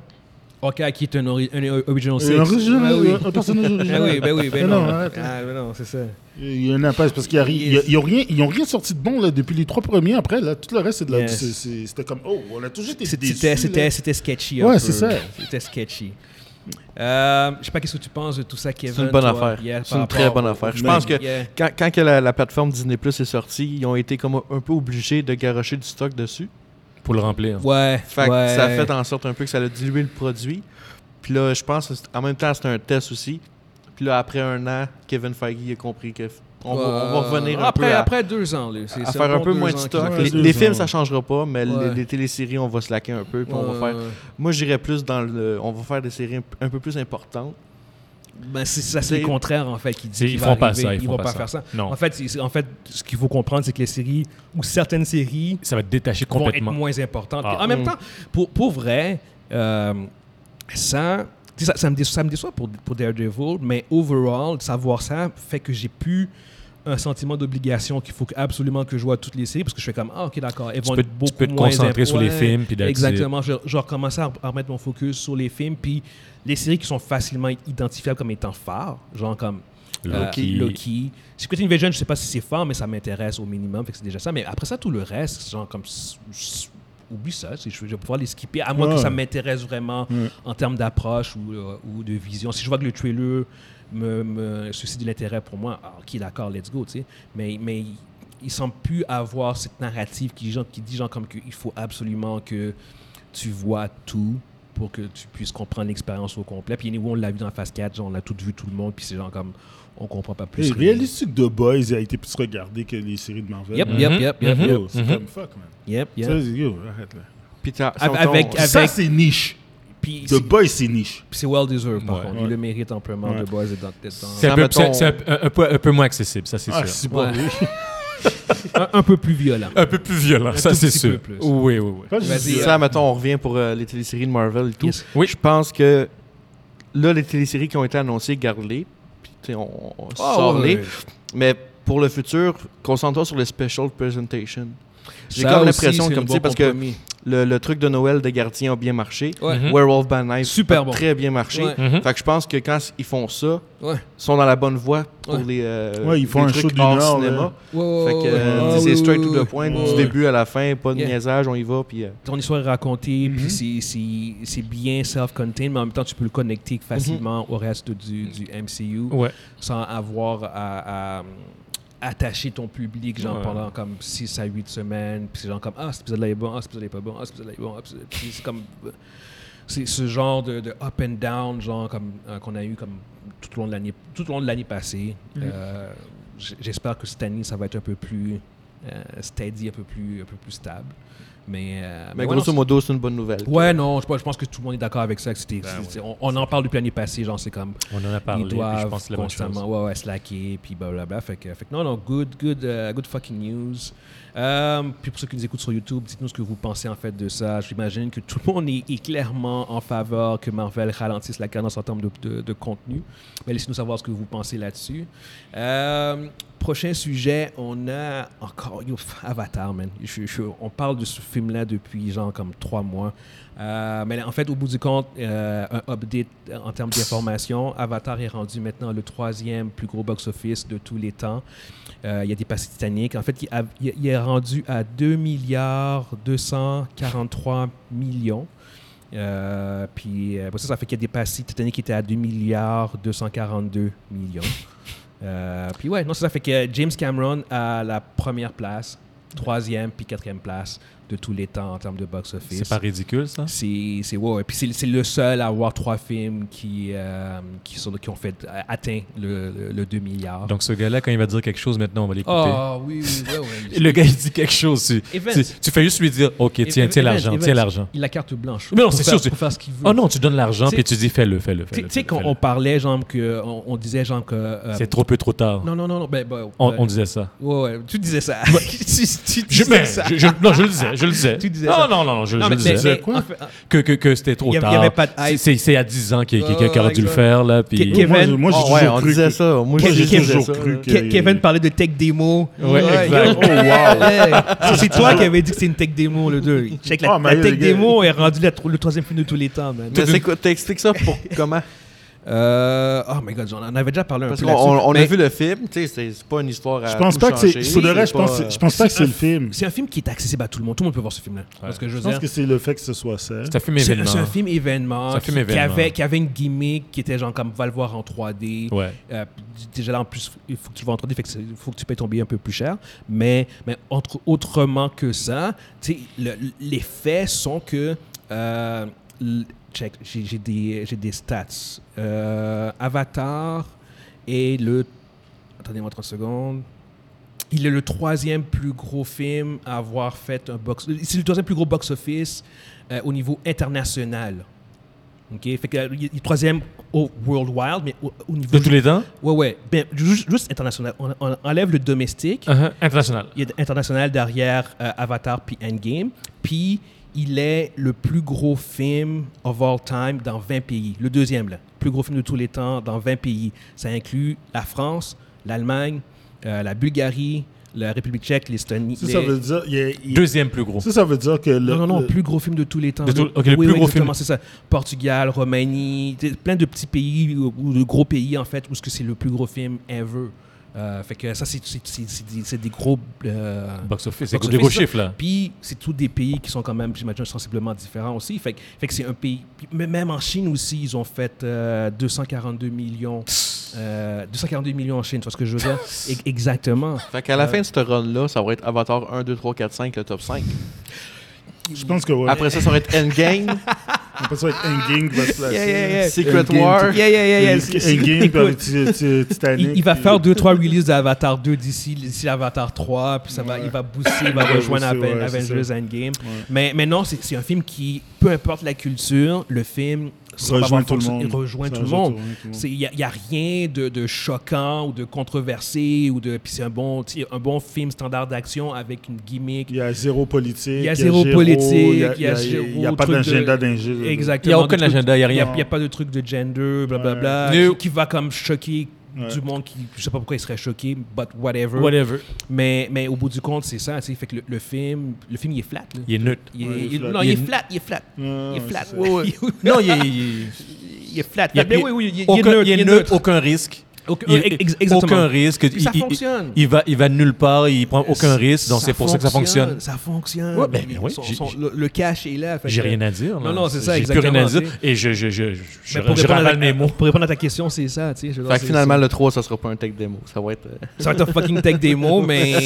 [SPEAKER 1] Ok, qui est un, ori- un o- original six.
[SPEAKER 4] Un original, euh,
[SPEAKER 1] Ah oui.
[SPEAKER 4] un
[SPEAKER 1] [laughs]
[SPEAKER 4] personnage
[SPEAKER 1] Ah
[SPEAKER 4] original.
[SPEAKER 1] oui, ben oui, ben
[SPEAKER 4] Mais non,
[SPEAKER 1] non.
[SPEAKER 4] arrête. hein.
[SPEAKER 1] Ah, ben non, c'est ça.
[SPEAKER 4] Il y en a pas, c'est parce qu'ils n'ont rien, ils ont rien sorti de bon là, depuis les trois premiers après. Là, tout le reste, c'est de la-
[SPEAKER 1] Yes.
[SPEAKER 4] c'est- c'est- c'était comme, oh, on a toujours été
[SPEAKER 1] C'était-
[SPEAKER 4] déçus.
[SPEAKER 1] C'était,
[SPEAKER 4] là.
[SPEAKER 1] c'était, c'était sketchy. un
[SPEAKER 4] Ouais,
[SPEAKER 1] peu.
[SPEAKER 4] c'est ça.
[SPEAKER 1] C'était sketchy. Euh, je sais pas qu'est-ce que tu penses de tout ça, Kevin.
[SPEAKER 2] C'est une bonne
[SPEAKER 1] toi?
[SPEAKER 2] affaire.
[SPEAKER 1] Yeah,
[SPEAKER 2] c'est
[SPEAKER 1] par
[SPEAKER 2] une très
[SPEAKER 1] rapport
[SPEAKER 2] bonne
[SPEAKER 1] au-
[SPEAKER 2] affaire. Je
[SPEAKER 1] Mais-
[SPEAKER 2] pense que
[SPEAKER 1] Yeah.
[SPEAKER 2] quand, quand que la, la plateforme Disney Plus est sortie, ils ont été comme un, un peu obligés de garocher du stock dessus.
[SPEAKER 3] Pour le remplir.
[SPEAKER 1] Ouais.
[SPEAKER 2] Fait que
[SPEAKER 1] ouais.
[SPEAKER 2] ça a fait en sorte un peu que ça a dilué le produit. Puis là, je pense que c'est- en même temps, c'était un test aussi. Puis là, après un an, Kevin Feige a compris que f- on, va, on va revenir un
[SPEAKER 1] après,
[SPEAKER 2] peu à,
[SPEAKER 1] après deux ans. Là. C'est-
[SPEAKER 2] à
[SPEAKER 1] c'est
[SPEAKER 2] faire un
[SPEAKER 1] encore
[SPEAKER 2] peu
[SPEAKER 1] deux
[SPEAKER 2] moins de
[SPEAKER 1] ans qu'ils
[SPEAKER 2] stock.
[SPEAKER 1] ont
[SPEAKER 4] Ouais,
[SPEAKER 2] Les,
[SPEAKER 1] fait
[SPEAKER 4] deux
[SPEAKER 2] les
[SPEAKER 1] ça.
[SPEAKER 2] films,
[SPEAKER 4] ans.
[SPEAKER 2] ça changera pas, mais les-
[SPEAKER 1] Ouais.
[SPEAKER 2] les, téléséries, on va se laquer un peu. Puis on va
[SPEAKER 1] Ouais,
[SPEAKER 2] faire.
[SPEAKER 1] ouais.
[SPEAKER 2] Moi, j'irais plus dans le. On va faire des séries un, p- un peu plus importantes.
[SPEAKER 1] Ben, c'est ça, c'est
[SPEAKER 2] C'est-
[SPEAKER 1] le contraire en fait qui dit.
[SPEAKER 3] C'est-
[SPEAKER 1] qu'il
[SPEAKER 3] ils
[SPEAKER 1] va
[SPEAKER 3] font pas
[SPEAKER 1] arriver,
[SPEAKER 3] ça, ils font
[SPEAKER 1] vont
[SPEAKER 3] pas
[SPEAKER 1] pas
[SPEAKER 3] ça.
[SPEAKER 1] faire ça.
[SPEAKER 3] Non.
[SPEAKER 1] En fait, c'est- c'est- en fait, ce qu'il faut comprendre, c'est que les séries ou certaines séries
[SPEAKER 3] Ça va te détacher
[SPEAKER 1] vont être
[SPEAKER 3] complètement.
[SPEAKER 1] moins importantes.
[SPEAKER 3] Ah.
[SPEAKER 1] Puis en même temps, pour, pour vrai, euh, ça, tu sais, ça, ça me déçoit, ça me déçoit pour, pour Daredevil, mais overall, de savoir ça fait que j'ai pu un sentiment d'obligation qu'il faut que- absolument que je vois toutes les séries parce que je fais comme ah ok d'accord elles
[SPEAKER 3] Tu
[SPEAKER 1] vont
[SPEAKER 3] peux-
[SPEAKER 1] être
[SPEAKER 3] tu
[SPEAKER 1] beaucoup
[SPEAKER 3] peux te
[SPEAKER 1] moins
[SPEAKER 3] concentrer sur les
[SPEAKER 1] impo-
[SPEAKER 3] films, puis that's it.
[SPEAKER 1] exactement je, je recommence à, à remettre mon focus sur les films puis les séries qui sont facilement identifiables comme étant phares genre comme euh,
[SPEAKER 3] Loki.
[SPEAKER 1] Loki. Loki. Secret Invasion, je sais pas si c'est fort, mais ça m'intéresse au minimum, fait que c'est déjà ça. Mais après ça, tout le reste, genre comme s- s- oublie ça, c'est- je vais pouvoir les skipper, à moins
[SPEAKER 4] Ouais.
[SPEAKER 1] que ça m'intéresse vraiment en termes d'approche ou, euh, ou de vision. Si je vois que le trailer me, me suscite de l'intérêt pour moi, ah, ok, d'accord, let's go, tu sais. Mais, mais ils semblent plus avoir cette narrative qui, genre- qui dit genre comme qu'il faut absolument que tu vois tout pour que tu puisses comprendre l'expérience au complet. Puis anyway, on l'a vu dans Phase 4, genre, on a tout vu tout le monde, puis c'est genre comme, on comprend pas plus.
[SPEAKER 4] Hey,
[SPEAKER 1] rien.
[SPEAKER 4] réalistique de Boys a été plus regardé que les séries de Marvel.
[SPEAKER 1] Yep,
[SPEAKER 2] Mm-hmm.
[SPEAKER 4] man.
[SPEAKER 1] yep, yep, yep,
[SPEAKER 3] Mhm.
[SPEAKER 1] yep, Mm-hmm.
[SPEAKER 4] Yo, C'est
[SPEAKER 3] Mhm.
[SPEAKER 4] comme fuck, man.
[SPEAKER 1] yep, yep.
[SPEAKER 4] Ça, c'est- yo, arrête là.
[SPEAKER 2] Puis t'as-
[SPEAKER 1] Avec-
[SPEAKER 2] son ton-
[SPEAKER 1] avec- avec-
[SPEAKER 4] Ça, c'est niche.
[SPEAKER 1] Puis
[SPEAKER 4] The
[SPEAKER 1] c'est-
[SPEAKER 4] Boys, c'est niche.
[SPEAKER 1] c'est well deserved, par
[SPEAKER 3] Ouais.
[SPEAKER 1] contre. Il le mérite amplement,
[SPEAKER 4] Ouais.
[SPEAKER 1] de base, d'être dans- d'être
[SPEAKER 3] C'est
[SPEAKER 1] dans-
[SPEAKER 3] un,
[SPEAKER 2] Ça,
[SPEAKER 3] peu,
[SPEAKER 2] mettons-
[SPEAKER 3] c'est- c'est un- un- un peu- un peu moins accessible, ça c'est
[SPEAKER 4] Ah,
[SPEAKER 3] sûr.
[SPEAKER 4] c'est bon.
[SPEAKER 1] un, un peu plus violent.
[SPEAKER 2] Euh,
[SPEAKER 3] Un peu plus violent, ça
[SPEAKER 1] tout
[SPEAKER 3] c'est
[SPEAKER 1] petit peu
[SPEAKER 3] sûr.
[SPEAKER 1] plus.
[SPEAKER 3] Oui, oui, oui.
[SPEAKER 1] Vas-y.
[SPEAKER 2] Ça, mettons, on revient pour euh, les téléséries de Marvel et tout.
[SPEAKER 1] Yes.
[SPEAKER 3] Oui.
[SPEAKER 2] Je pense que là, les téléséries qui ont été annoncées, garde-les. Puis, tu sais, on, on
[SPEAKER 1] Ah,
[SPEAKER 2] sort-les. Mais pour le futur, concentre-toi sur les special presentation. J'ai
[SPEAKER 1] Ça
[SPEAKER 2] comme
[SPEAKER 1] aussi,
[SPEAKER 2] l'impression,
[SPEAKER 1] c'est
[SPEAKER 2] comme
[SPEAKER 1] un
[SPEAKER 2] tu sais,
[SPEAKER 1] bon
[SPEAKER 2] parce que
[SPEAKER 1] compromis.
[SPEAKER 2] le, le truc de Noël des gardiens a bien marché.
[SPEAKER 1] Ouais.
[SPEAKER 3] Mhm.
[SPEAKER 2] Werewolf by Night
[SPEAKER 1] Super
[SPEAKER 2] a
[SPEAKER 1] bon.
[SPEAKER 2] très bien marché.
[SPEAKER 1] Ouais.
[SPEAKER 3] Mhm.
[SPEAKER 2] Fait que je pense que quand ils font ça,
[SPEAKER 1] Ouais.
[SPEAKER 2] ils sont dans la bonne voie pour
[SPEAKER 1] Ouais.
[SPEAKER 2] les, euh,
[SPEAKER 4] Ouais, ils font
[SPEAKER 2] les
[SPEAKER 4] un
[SPEAKER 2] trucs
[SPEAKER 4] show d'une
[SPEAKER 2] hors
[SPEAKER 4] heure,
[SPEAKER 2] cinéma.
[SPEAKER 4] là.
[SPEAKER 1] Ouais, ouais,
[SPEAKER 2] Fait que
[SPEAKER 1] ouais,
[SPEAKER 2] euh,
[SPEAKER 1] ouais.
[SPEAKER 2] tu sais,
[SPEAKER 1] Ah,
[SPEAKER 2] c'est straight
[SPEAKER 1] oui,
[SPEAKER 2] to the
[SPEAKER 1] oui,
[SPEAKER 2] point,
[SPEAKER 1] oui.
[SPEAKER 2] du
[SPEAKER 1] Ouais.
[SPEAKER 2] début à la fin, pas de
[SPEAKER 1] Yeah. Ah,
[SPEAKER 2] niaisage, on y va. Puis, euh,
[SPEAKER 1] ton histoire est racontée, puis c'est-
[SPEAKER 2] Mm-hmm.
[SPEAKER 1] c'est- c'est bien self-contained, mais en même temps, tu peux le connecter facilement
[SPEAKER 2] Mm-hmm.
[SPEAKER 1] au reste du, du MCU
[SPEAKER 3] Ouais.
[SPEAKER 1] sans avoir à, à, euh, attacher ton public genre,
[SPEAKER 3] Ouais.
[SPEAKER 1] pendant comme 6 à 8 semaines. Puis c'est genre comme Ah, cet épisode-là est bon, ah, cet épisode-là est pas bon, ah, cet épisode-là est bon. ah, cet- Puis c'est comme. euh, C'est ce genre de, de up and down genre comme euh, qu'on a eu comme tout au long de l'année tout au long de l'année passée. Euh, j- J'espère que cette année ça va être un peu plus euh, steady, un peu plus un peu plus stable. Mais, euh,
[SPEAKER 2] mais
[SPEAKER 1] ouais, non,
[SPEAKER 2] grosso modo, c'est une bonne nouvelle.
[SPEAKER 1] Ouais, non, je pense, je pense que tout le monde est d'accord avec ça. que c'était- c'était- on, on en parle depuis l'année passée, genre, c'est comme.
[SPEAKER 3] On en a parlé,
[SPEAKER 1] ils
[SPEAKER 3] puis
[SPEAKER 1] doivent
[SPEAKER 3] je pense que c'est la bonne
[SPEAKER 1] constamment,
[SPEAKER 3] chose.
[SPEAKER 1] ouais, ouais, slacker, puis blablabla. Fait que, fait que non, non, good, good, euh, good fucking news. Euh, puis pour ceux qui nous écoutent sur YouTube, dites-nous ce que vous pensez en fait de ça. J'imagine que tout le monde est, est clairement en faveur que Marvel ralentisse la cadence en termes de, de- de contenu. Mais laissez-nous savoir ce que vous pensez là-dessus. Euh, prochain sujet, on a encore yo, pff, Avatar, man. Je- je- on parle de ce film-là depuis genre comme trois mois. Euh, mais en fait, au bout du compte, euh, un update en termes d'information. Avatar est rendu maintenant le troisième plus gros box-office de tous les temps. Euh, il a dépassé Titanic. En fait, il, a- il- il est rendu à 2 milliards 243 millions. Euh, puis euh, ça, ça fait qu'il a dépassé Titanic qui était à 2 milliards 242 millions. Euh, puis ouais, non, ça, ça fait que James Cameron a la première place, troisième puis quatrième place de tous les temps en termes de box-office.
[SPEAKER 3] C'est hein? pas ridicule, ça?
[SPEAKER 1] C'est c'est wow. Et puis c'est c'est le seul à avoir trois films qui euh, qui, sont, qui ont fait euh, atteint le, le, le 2 milliards.
[SPEAKER 3] Donc, ce gars-là, quand il va dire quelque chose, maintenant, on va l'écouter.
[SPEAKER 1] Ah oui, oui, oui, oui.
[SPEAKER 3] Le gars, il dit quelque chose. Tu,
[SPEAKER 1] Evans.
[SPEAKER 3] tu- tu fais juste lui dire OK, tiens, tiens
[SPEAKER 1] Evans,
[SPEAKER 3] l'argent,
[SPEAKER 1] Evans,
[SPEAKER 3] tiens l'argent.
[SPEAKER 1] Il a carte blanche.
[SPEAKER 3] Mais non,
[SPEAKER 1] Pour
[SPEAKER 3] c'est
[SPEAKER 1] faire-
[SPEAKER 3] sûr, tu-
[SPEAKER 1] Pour faire ce qu'il veut.
[SPEAKER 3] Oh non, tu donnes l'argent,
[SPEAKER 1] Tu-
[SPEAKER 3] puis tu dis fais-le, fais-le,
[SPEAKER 1] Tu
[SPEAKER 3] fais-le.
[SPEAKER 1] tu sais,
[SPEAKER 3] fais-le,
[SPEAKER 1] qu'on on
[SPEAKER 3] fais-le.
[SPEAKER 1] parlait, genre, que on, on disait, genre, que. euh,
[SPEAKER 3] C'est trop peu, trop tard.
[SPEAKER 1] Non, non, non, non. Ben, ben,
[SPEAKER 3] On,
[SPEAKER 1] euh,
[SPEAKER 3] on disait ça.
[SPEAKER 1] Ouais, ouais, tu disais ça. [laughs] tu, tu disais
[SPEAKER 3] Je, mais,
[SPEAKER 1] ça.
[SPEAKER 3] je- je- non, je le disais, je le disais.
[SPEAKER 1] Tu disais
[SPEAKER 3] non,
[SPEAKER 1] ça.
[SPEAKER 3] non, non, non, je,
[SPEAKER 1] Non,
[SPEAKER 3] je
[SPEAKER 1] mais-
[SPEAKER 3] le disais.
[SPEAKER 1] mais-
[SPEAKER 4] Quoi?
[SPEAKER 1] en fait, en-
[SPEAKER 3] que que, que c'était trop
[SPEAKER 1] Il y avait-
[SPEAKER 3] tard.
[SPEAKER 1] il y avait pas de hype.
[SPEAKER 3] C'est- c'est c'est à 10 ans qu'il qu'il- qu'il- qu'il aurait dû
[SPEAKER 1] Oh
[SPEAKER 3] le
[SPEAKER 1] my God.
[SPEAKER 3] faire, là, puis...
[SPEAKER 1] Ke- Ke- Kevin-
[SPEAKER 4] Moi, j'ai- moi, j'ai
[SPEAKER 2] Oh,
[SPEAKER 4] toujours
[SPEAKER 2] ouais, on
[SPEAKER 4] cru
[SPEAKER 2] disait
[SPEAKER 4] que-
[SPEAKER 2] ça. Moi,
[SPEAKER 1] Ke-
[SPEAKER 2] j'ai
[SPEAKER 1] Kevin-
[SPEAKER 2] toujours cru que... Oh,
[SPEAKER 1] Ke- Kevin parlait de tech démo.
[SPEAKER 3] Ouais, exact.
[SPEAKER 1] yo. Hey, ça, c'est toi qui avais dit que c'est une tech démo, le
[SPEAKER 2] [laughs]
[SPEAKER 1] 2. Check la,
[SPEAKER 4] Oh, mais
[SPEAKER 1] la
[SPEAKER 4] les
[SPEAKER 1] tech
[SPEAKER 4] gars-
[SPEAKER 1] démo est rendue la tro- le troisième film de tous les temps, man.
[SPEAKER 2] Mais c'est quoi- T'expliques ça
[SPEAKER 4] [laughs]
[SPEAKER 2] pour comment?
[SPEAKER 1] Euh, oh my god, j'en- on avait déjà parlé un
[SPEAKER 2] Parce
[SPEAKER 1] peu
[SPEAKER 2] qu'on
[SPEAKER 1] là-dessus.
[SPEAKER 2] on- on a
[SPEAKER 1] Mais
[SPEAKER 2] vu le film, tu sais, c'est c'est pas une histoire à
[SPEAKER 4] Je pense
[SPEAKER 2] tout
[SPEAKER 4] pas que c'est.
[SPEAKER 2] changer,
[SPEAKER 4] Pour de vrai,
[SPEAKER 2] c'est
[SPEAKER 4] je pense,
[SPEAKER 2] pas, euh,
[SPEAKER 4] je pense pas que c'est le film.
[SPEAKER 1] C'est un film qui est accessible à tout le monde. Tout le monde peut voir ce film-là. Parce que je veux
[SPEAKER 4] Je pense
[SPEAKER 1] dire,
[SPEAKER 4] que c'est le fait que ce soit ça.
[SPEAKER 3] C'est un film
[SPEAKER 1] c'est
[SPEAKER 3] événement.
[SPEAKER 1] c'est un film événement,
[SPEAKER 3] C'est un film
[SPEAKER 1] qui-
[SPEAKER 3] événement.
[SPEAKER 1] Qui, avait, qui avait une gimmick qui était genre comme va le voir en 3D.
[SPEAKER 3] Ouais.
[SPEAKER 1] Euh, déjà là, en plus, il faut que tu vas en 3D, fait que c'est- il faut que tu payes ton billet un peu plus cher. Mais, mais entre, autrement que ça, tu sais, le- les faits sont que. euh, l- check, j'ai j'ai des, j'ai des stats. Euh, Avatar est le. Attendez-moi 30 secondes. Il est le troisième plus gros film à avoir fait un box. C'est le troisième plus gros box-office euh, au niveau international. OK? Fait que, euh, il est troisième au worldwide, mais au, au niveau.
[SPEAKER 3] De tous les temps?
[SPEAKER 1] Ouais, ouais. Ben, ju- juste, international. On, on enlève le domestique.
[SPEAKER 3] Uh-huh. International.
[SPEAKER 1] Il est international derrière euh, Avatar puis Endgame. Puis il est le plus gros film of all time dans 20 pays. Le deuxième, là. Plus gros film de tous les temps dans 20 pays. Ça inclut la France, l'Allemagne, euh, la Bulgarie, la République tchèque, l'Estonie.
[SPEAKER 4] Ça,
[SPEAKER 1] les-
[SPEAKER 4] ça veut dire. il y a- il-
[SPEAKER 3] Deuxième plus gros.
[SPEAKER 4] Ça, ça veut dire que le.
[SPEAKER 1] non, non, non,
[SPEAKER 4] le-
[SPEAKER 1] plus gros film de tous les temps.
[SPEAKER 3] De tout- ok, le plus gros
[SPEAKER 1] exactement,
[SPEAKER 3] film.
[SPEAKER 1] c'est ça. Portugal, Roumanie, t- plein de petits pays ou ou de gros pays, en fait, où ce que c'est le plus gros film ever. Euh, fait que ça, c'est c'est- c'est- c'est des, c'est des gros... euh,
[SPEAKER 3] Box office, c'est
[SPEAKER 1] box
[SPEAKER 3] des gros
[SPEAKER 1] office, là.
[SPEAKER 3] chiffres, là.
[SPEAKER 1] Puis, c'est tous des pays qui sont quand même, j'imagine, sensiblement différents aussi. Fait, que- fait que c'est un pays... puis m- Même en Chine aussi, ils ont fait euh, 242 millions. euh, 242 millions en Chine, tu vois ce que je
[SPEAKER 3] [laughs]
[SPEAKER 1] veux dire? E- Exactement.
[SPEAKER 2] Fait qu'à la fin de ce run-là, ça va être Avatar 1, 2, 3, 4, 5, le top 5.
[SPEAKER 4] Je pense que ouais.
[SPEAKER 2] Après ça, ça va être
[SPEAKER 4] [laughs]
[SPEAKER 2] Endgame.
[SPEAKER 4] Après ça, avec Endgame va se placer.
[SPEAKER 1] Yeah, yeah, yeah.
[SPEAKER 2] Secret
[SPEAKER 4] Endgame,
[SPEAKER 2] War.
[SPEAKER 1] Yeah, yeah, yeah, yeah.
[SPEAKER 4] Endgame, puis avec Ti- Ti- Titanic.
[SPEAKER 1] Il, il va
[SPEAKER 4] puis-
[SPEAKER 1] faire 2-3 releases d'Avatar 2 d'ici d'ici Avatar 3, puis ça va,
[SPEAKER 4] Ouais.
[SPEAKER 1] il va booster,
[SPEAKER 4] [laughs]
[SPEAKER 1] il va
[SPEAKER 4] Ouais,
[SPEAKER 1] rejoindre
[SPEAKER 4] booster,
[SPEAKER 1] Aven-
[SPEAKER 4] ouais, c'est
[SPEAKER 1] Avengers Endgame. Mais, mais non, c'est c'est un film qui, peu importe la culture, le film ça va
[SPEAKER 4] Rejoint
[SPEAKER 1] avoir
[SPEAKER 4] tout le
[SPEAKER 1] fonctionné-
[SPEAKER 4] monde.
[SPEAKER 1] rejoint
[SPEAKER 4] Ça
[SPEAKER 1] tout le
[SPEAKER 4] rejoint
[SPEAKER 1] monde.
[SPEAKER 4] tout le monde, tout le monde.
[SPEAKER 1] C'est- Il n'y a, rien de, de choquant ou de controversé, ou de, puis c'est un bon, tu sais, un bon film standard d'action avec une gimmick.
[SPEAKER 4] Il y a zéro politique.
[SPEAKER 1] Il y a zéro politique, il y a zéro
[SPEAKER 4] Il n'y a pas
[SPEAKER 1] truc de-
[SPEAKER 4] d'agenda d'ingé.
[SPEAKER 1] Exactement.
[SPEAKER 3] Il y a aucun
[SPEAKER 1] des trucs-
[SPEAKER 3] agenda, il y a rien.
[SPEAKER 1] Il n'y a pas de truc de gender, blablabla,
[SPEAKER 3] Ouais.
[SPEAKER 1] qui, qui va comme choquer
[SPEAKER 4] Ouais.
[SPEAKER 1] du monde qui, je sais pas pourquoi il serait choqué, but whatever.
[SPEAKER 3] Whatever.
[SPEAKER 1] Mais, mais au bout du compte, c'est ça. tu sais, Fait que le, le film, le film, il est flat. là.
[SPEAKER 3] Il est neutre.
[SPEAKER 1] Il est,
[SPEAKER 4] Ouais, il est
[SPEAKER 1] il-
[SPEAKER 4] flat.
[SPEAKER 1] non, il est flat, il est flat.
[SPEAKER 4] Ouais,
[SPEAKER 1] il est
[SPEAKER 4] ouais,
[SPEAKER 1] flat.
[SPEAKER 4] c'est ça.
[SPEAKER 1] ouais, ouais.
[SPEAKER 3] non, il est- Ah. il est...
[SPEAKER 1] [laughs] il est flat.
[SPEAKER 3] Il [laughs] y a-
[SPEAKER 1] Mais
[SPEAKER 3] il-
[SPEAKER 1] oui, oui, il, il est
[SPEAKER 3] Aucun,
[SPEAKER 1] neutre.
[SPEAKER 3] il est neutre, aucun risque.
[SPEAKER 1] Aucun-
[SPEAKER 3] Il-
[SPEAKER 1] ex- exactement.
[SPEAKER 3] Aucun risque.
[SPEAKER 1] Puis ça
[SPEAKER 3] Il- il-
[SPEAKER 1] fonctionne.
[SPEAKER 3] Il, va, il va nulle part, il prend aucun risque, donc c'est pour ça que ça fonctionne.
[SPEAKER 1] Ça fonctionne.
[SPEAKER 3] Ouais, ben, ben ouais,
[SPEAKER 1] Son-
[SPEAKER 3] j'ai-
[SPEAKER 1] son-
[SPEAKER 3] j'ai-
[SPEAKER 1] le, le cash est là. fait
[SPEAKER 3] J'ai
[SPEAKER 1] que-
[SPEAKER 3] rien à dire.
[SPEAKER 1] Non,
[SPEAKER 3] là.
[SPEAKER 1] non, c'est ça,
[SPEAKER 3] J'ai plus rien à
[SPEAKER 1] exactement,
[SPEAKER 3] dire. Et je, je, je, je, je,
[SPEAKER 1] Mais pour,
[SPEAKER 3] je
[SPEAKER 1] répondre à,
[SPEAKER 3] ravale mes mots.
[SPEAKER 1] pour répondre à ta question, c'est ça. tu sais, je veux dire,
[SPEAKER 2] Fait que
[SPEAKER 1] c'est-
[SPEAKER 2] finalement, le 3, ça sera pas un tech démo. Ça va être. euh,
[SPEAKER 1] Ça va être un fucking tech démo, mais. et-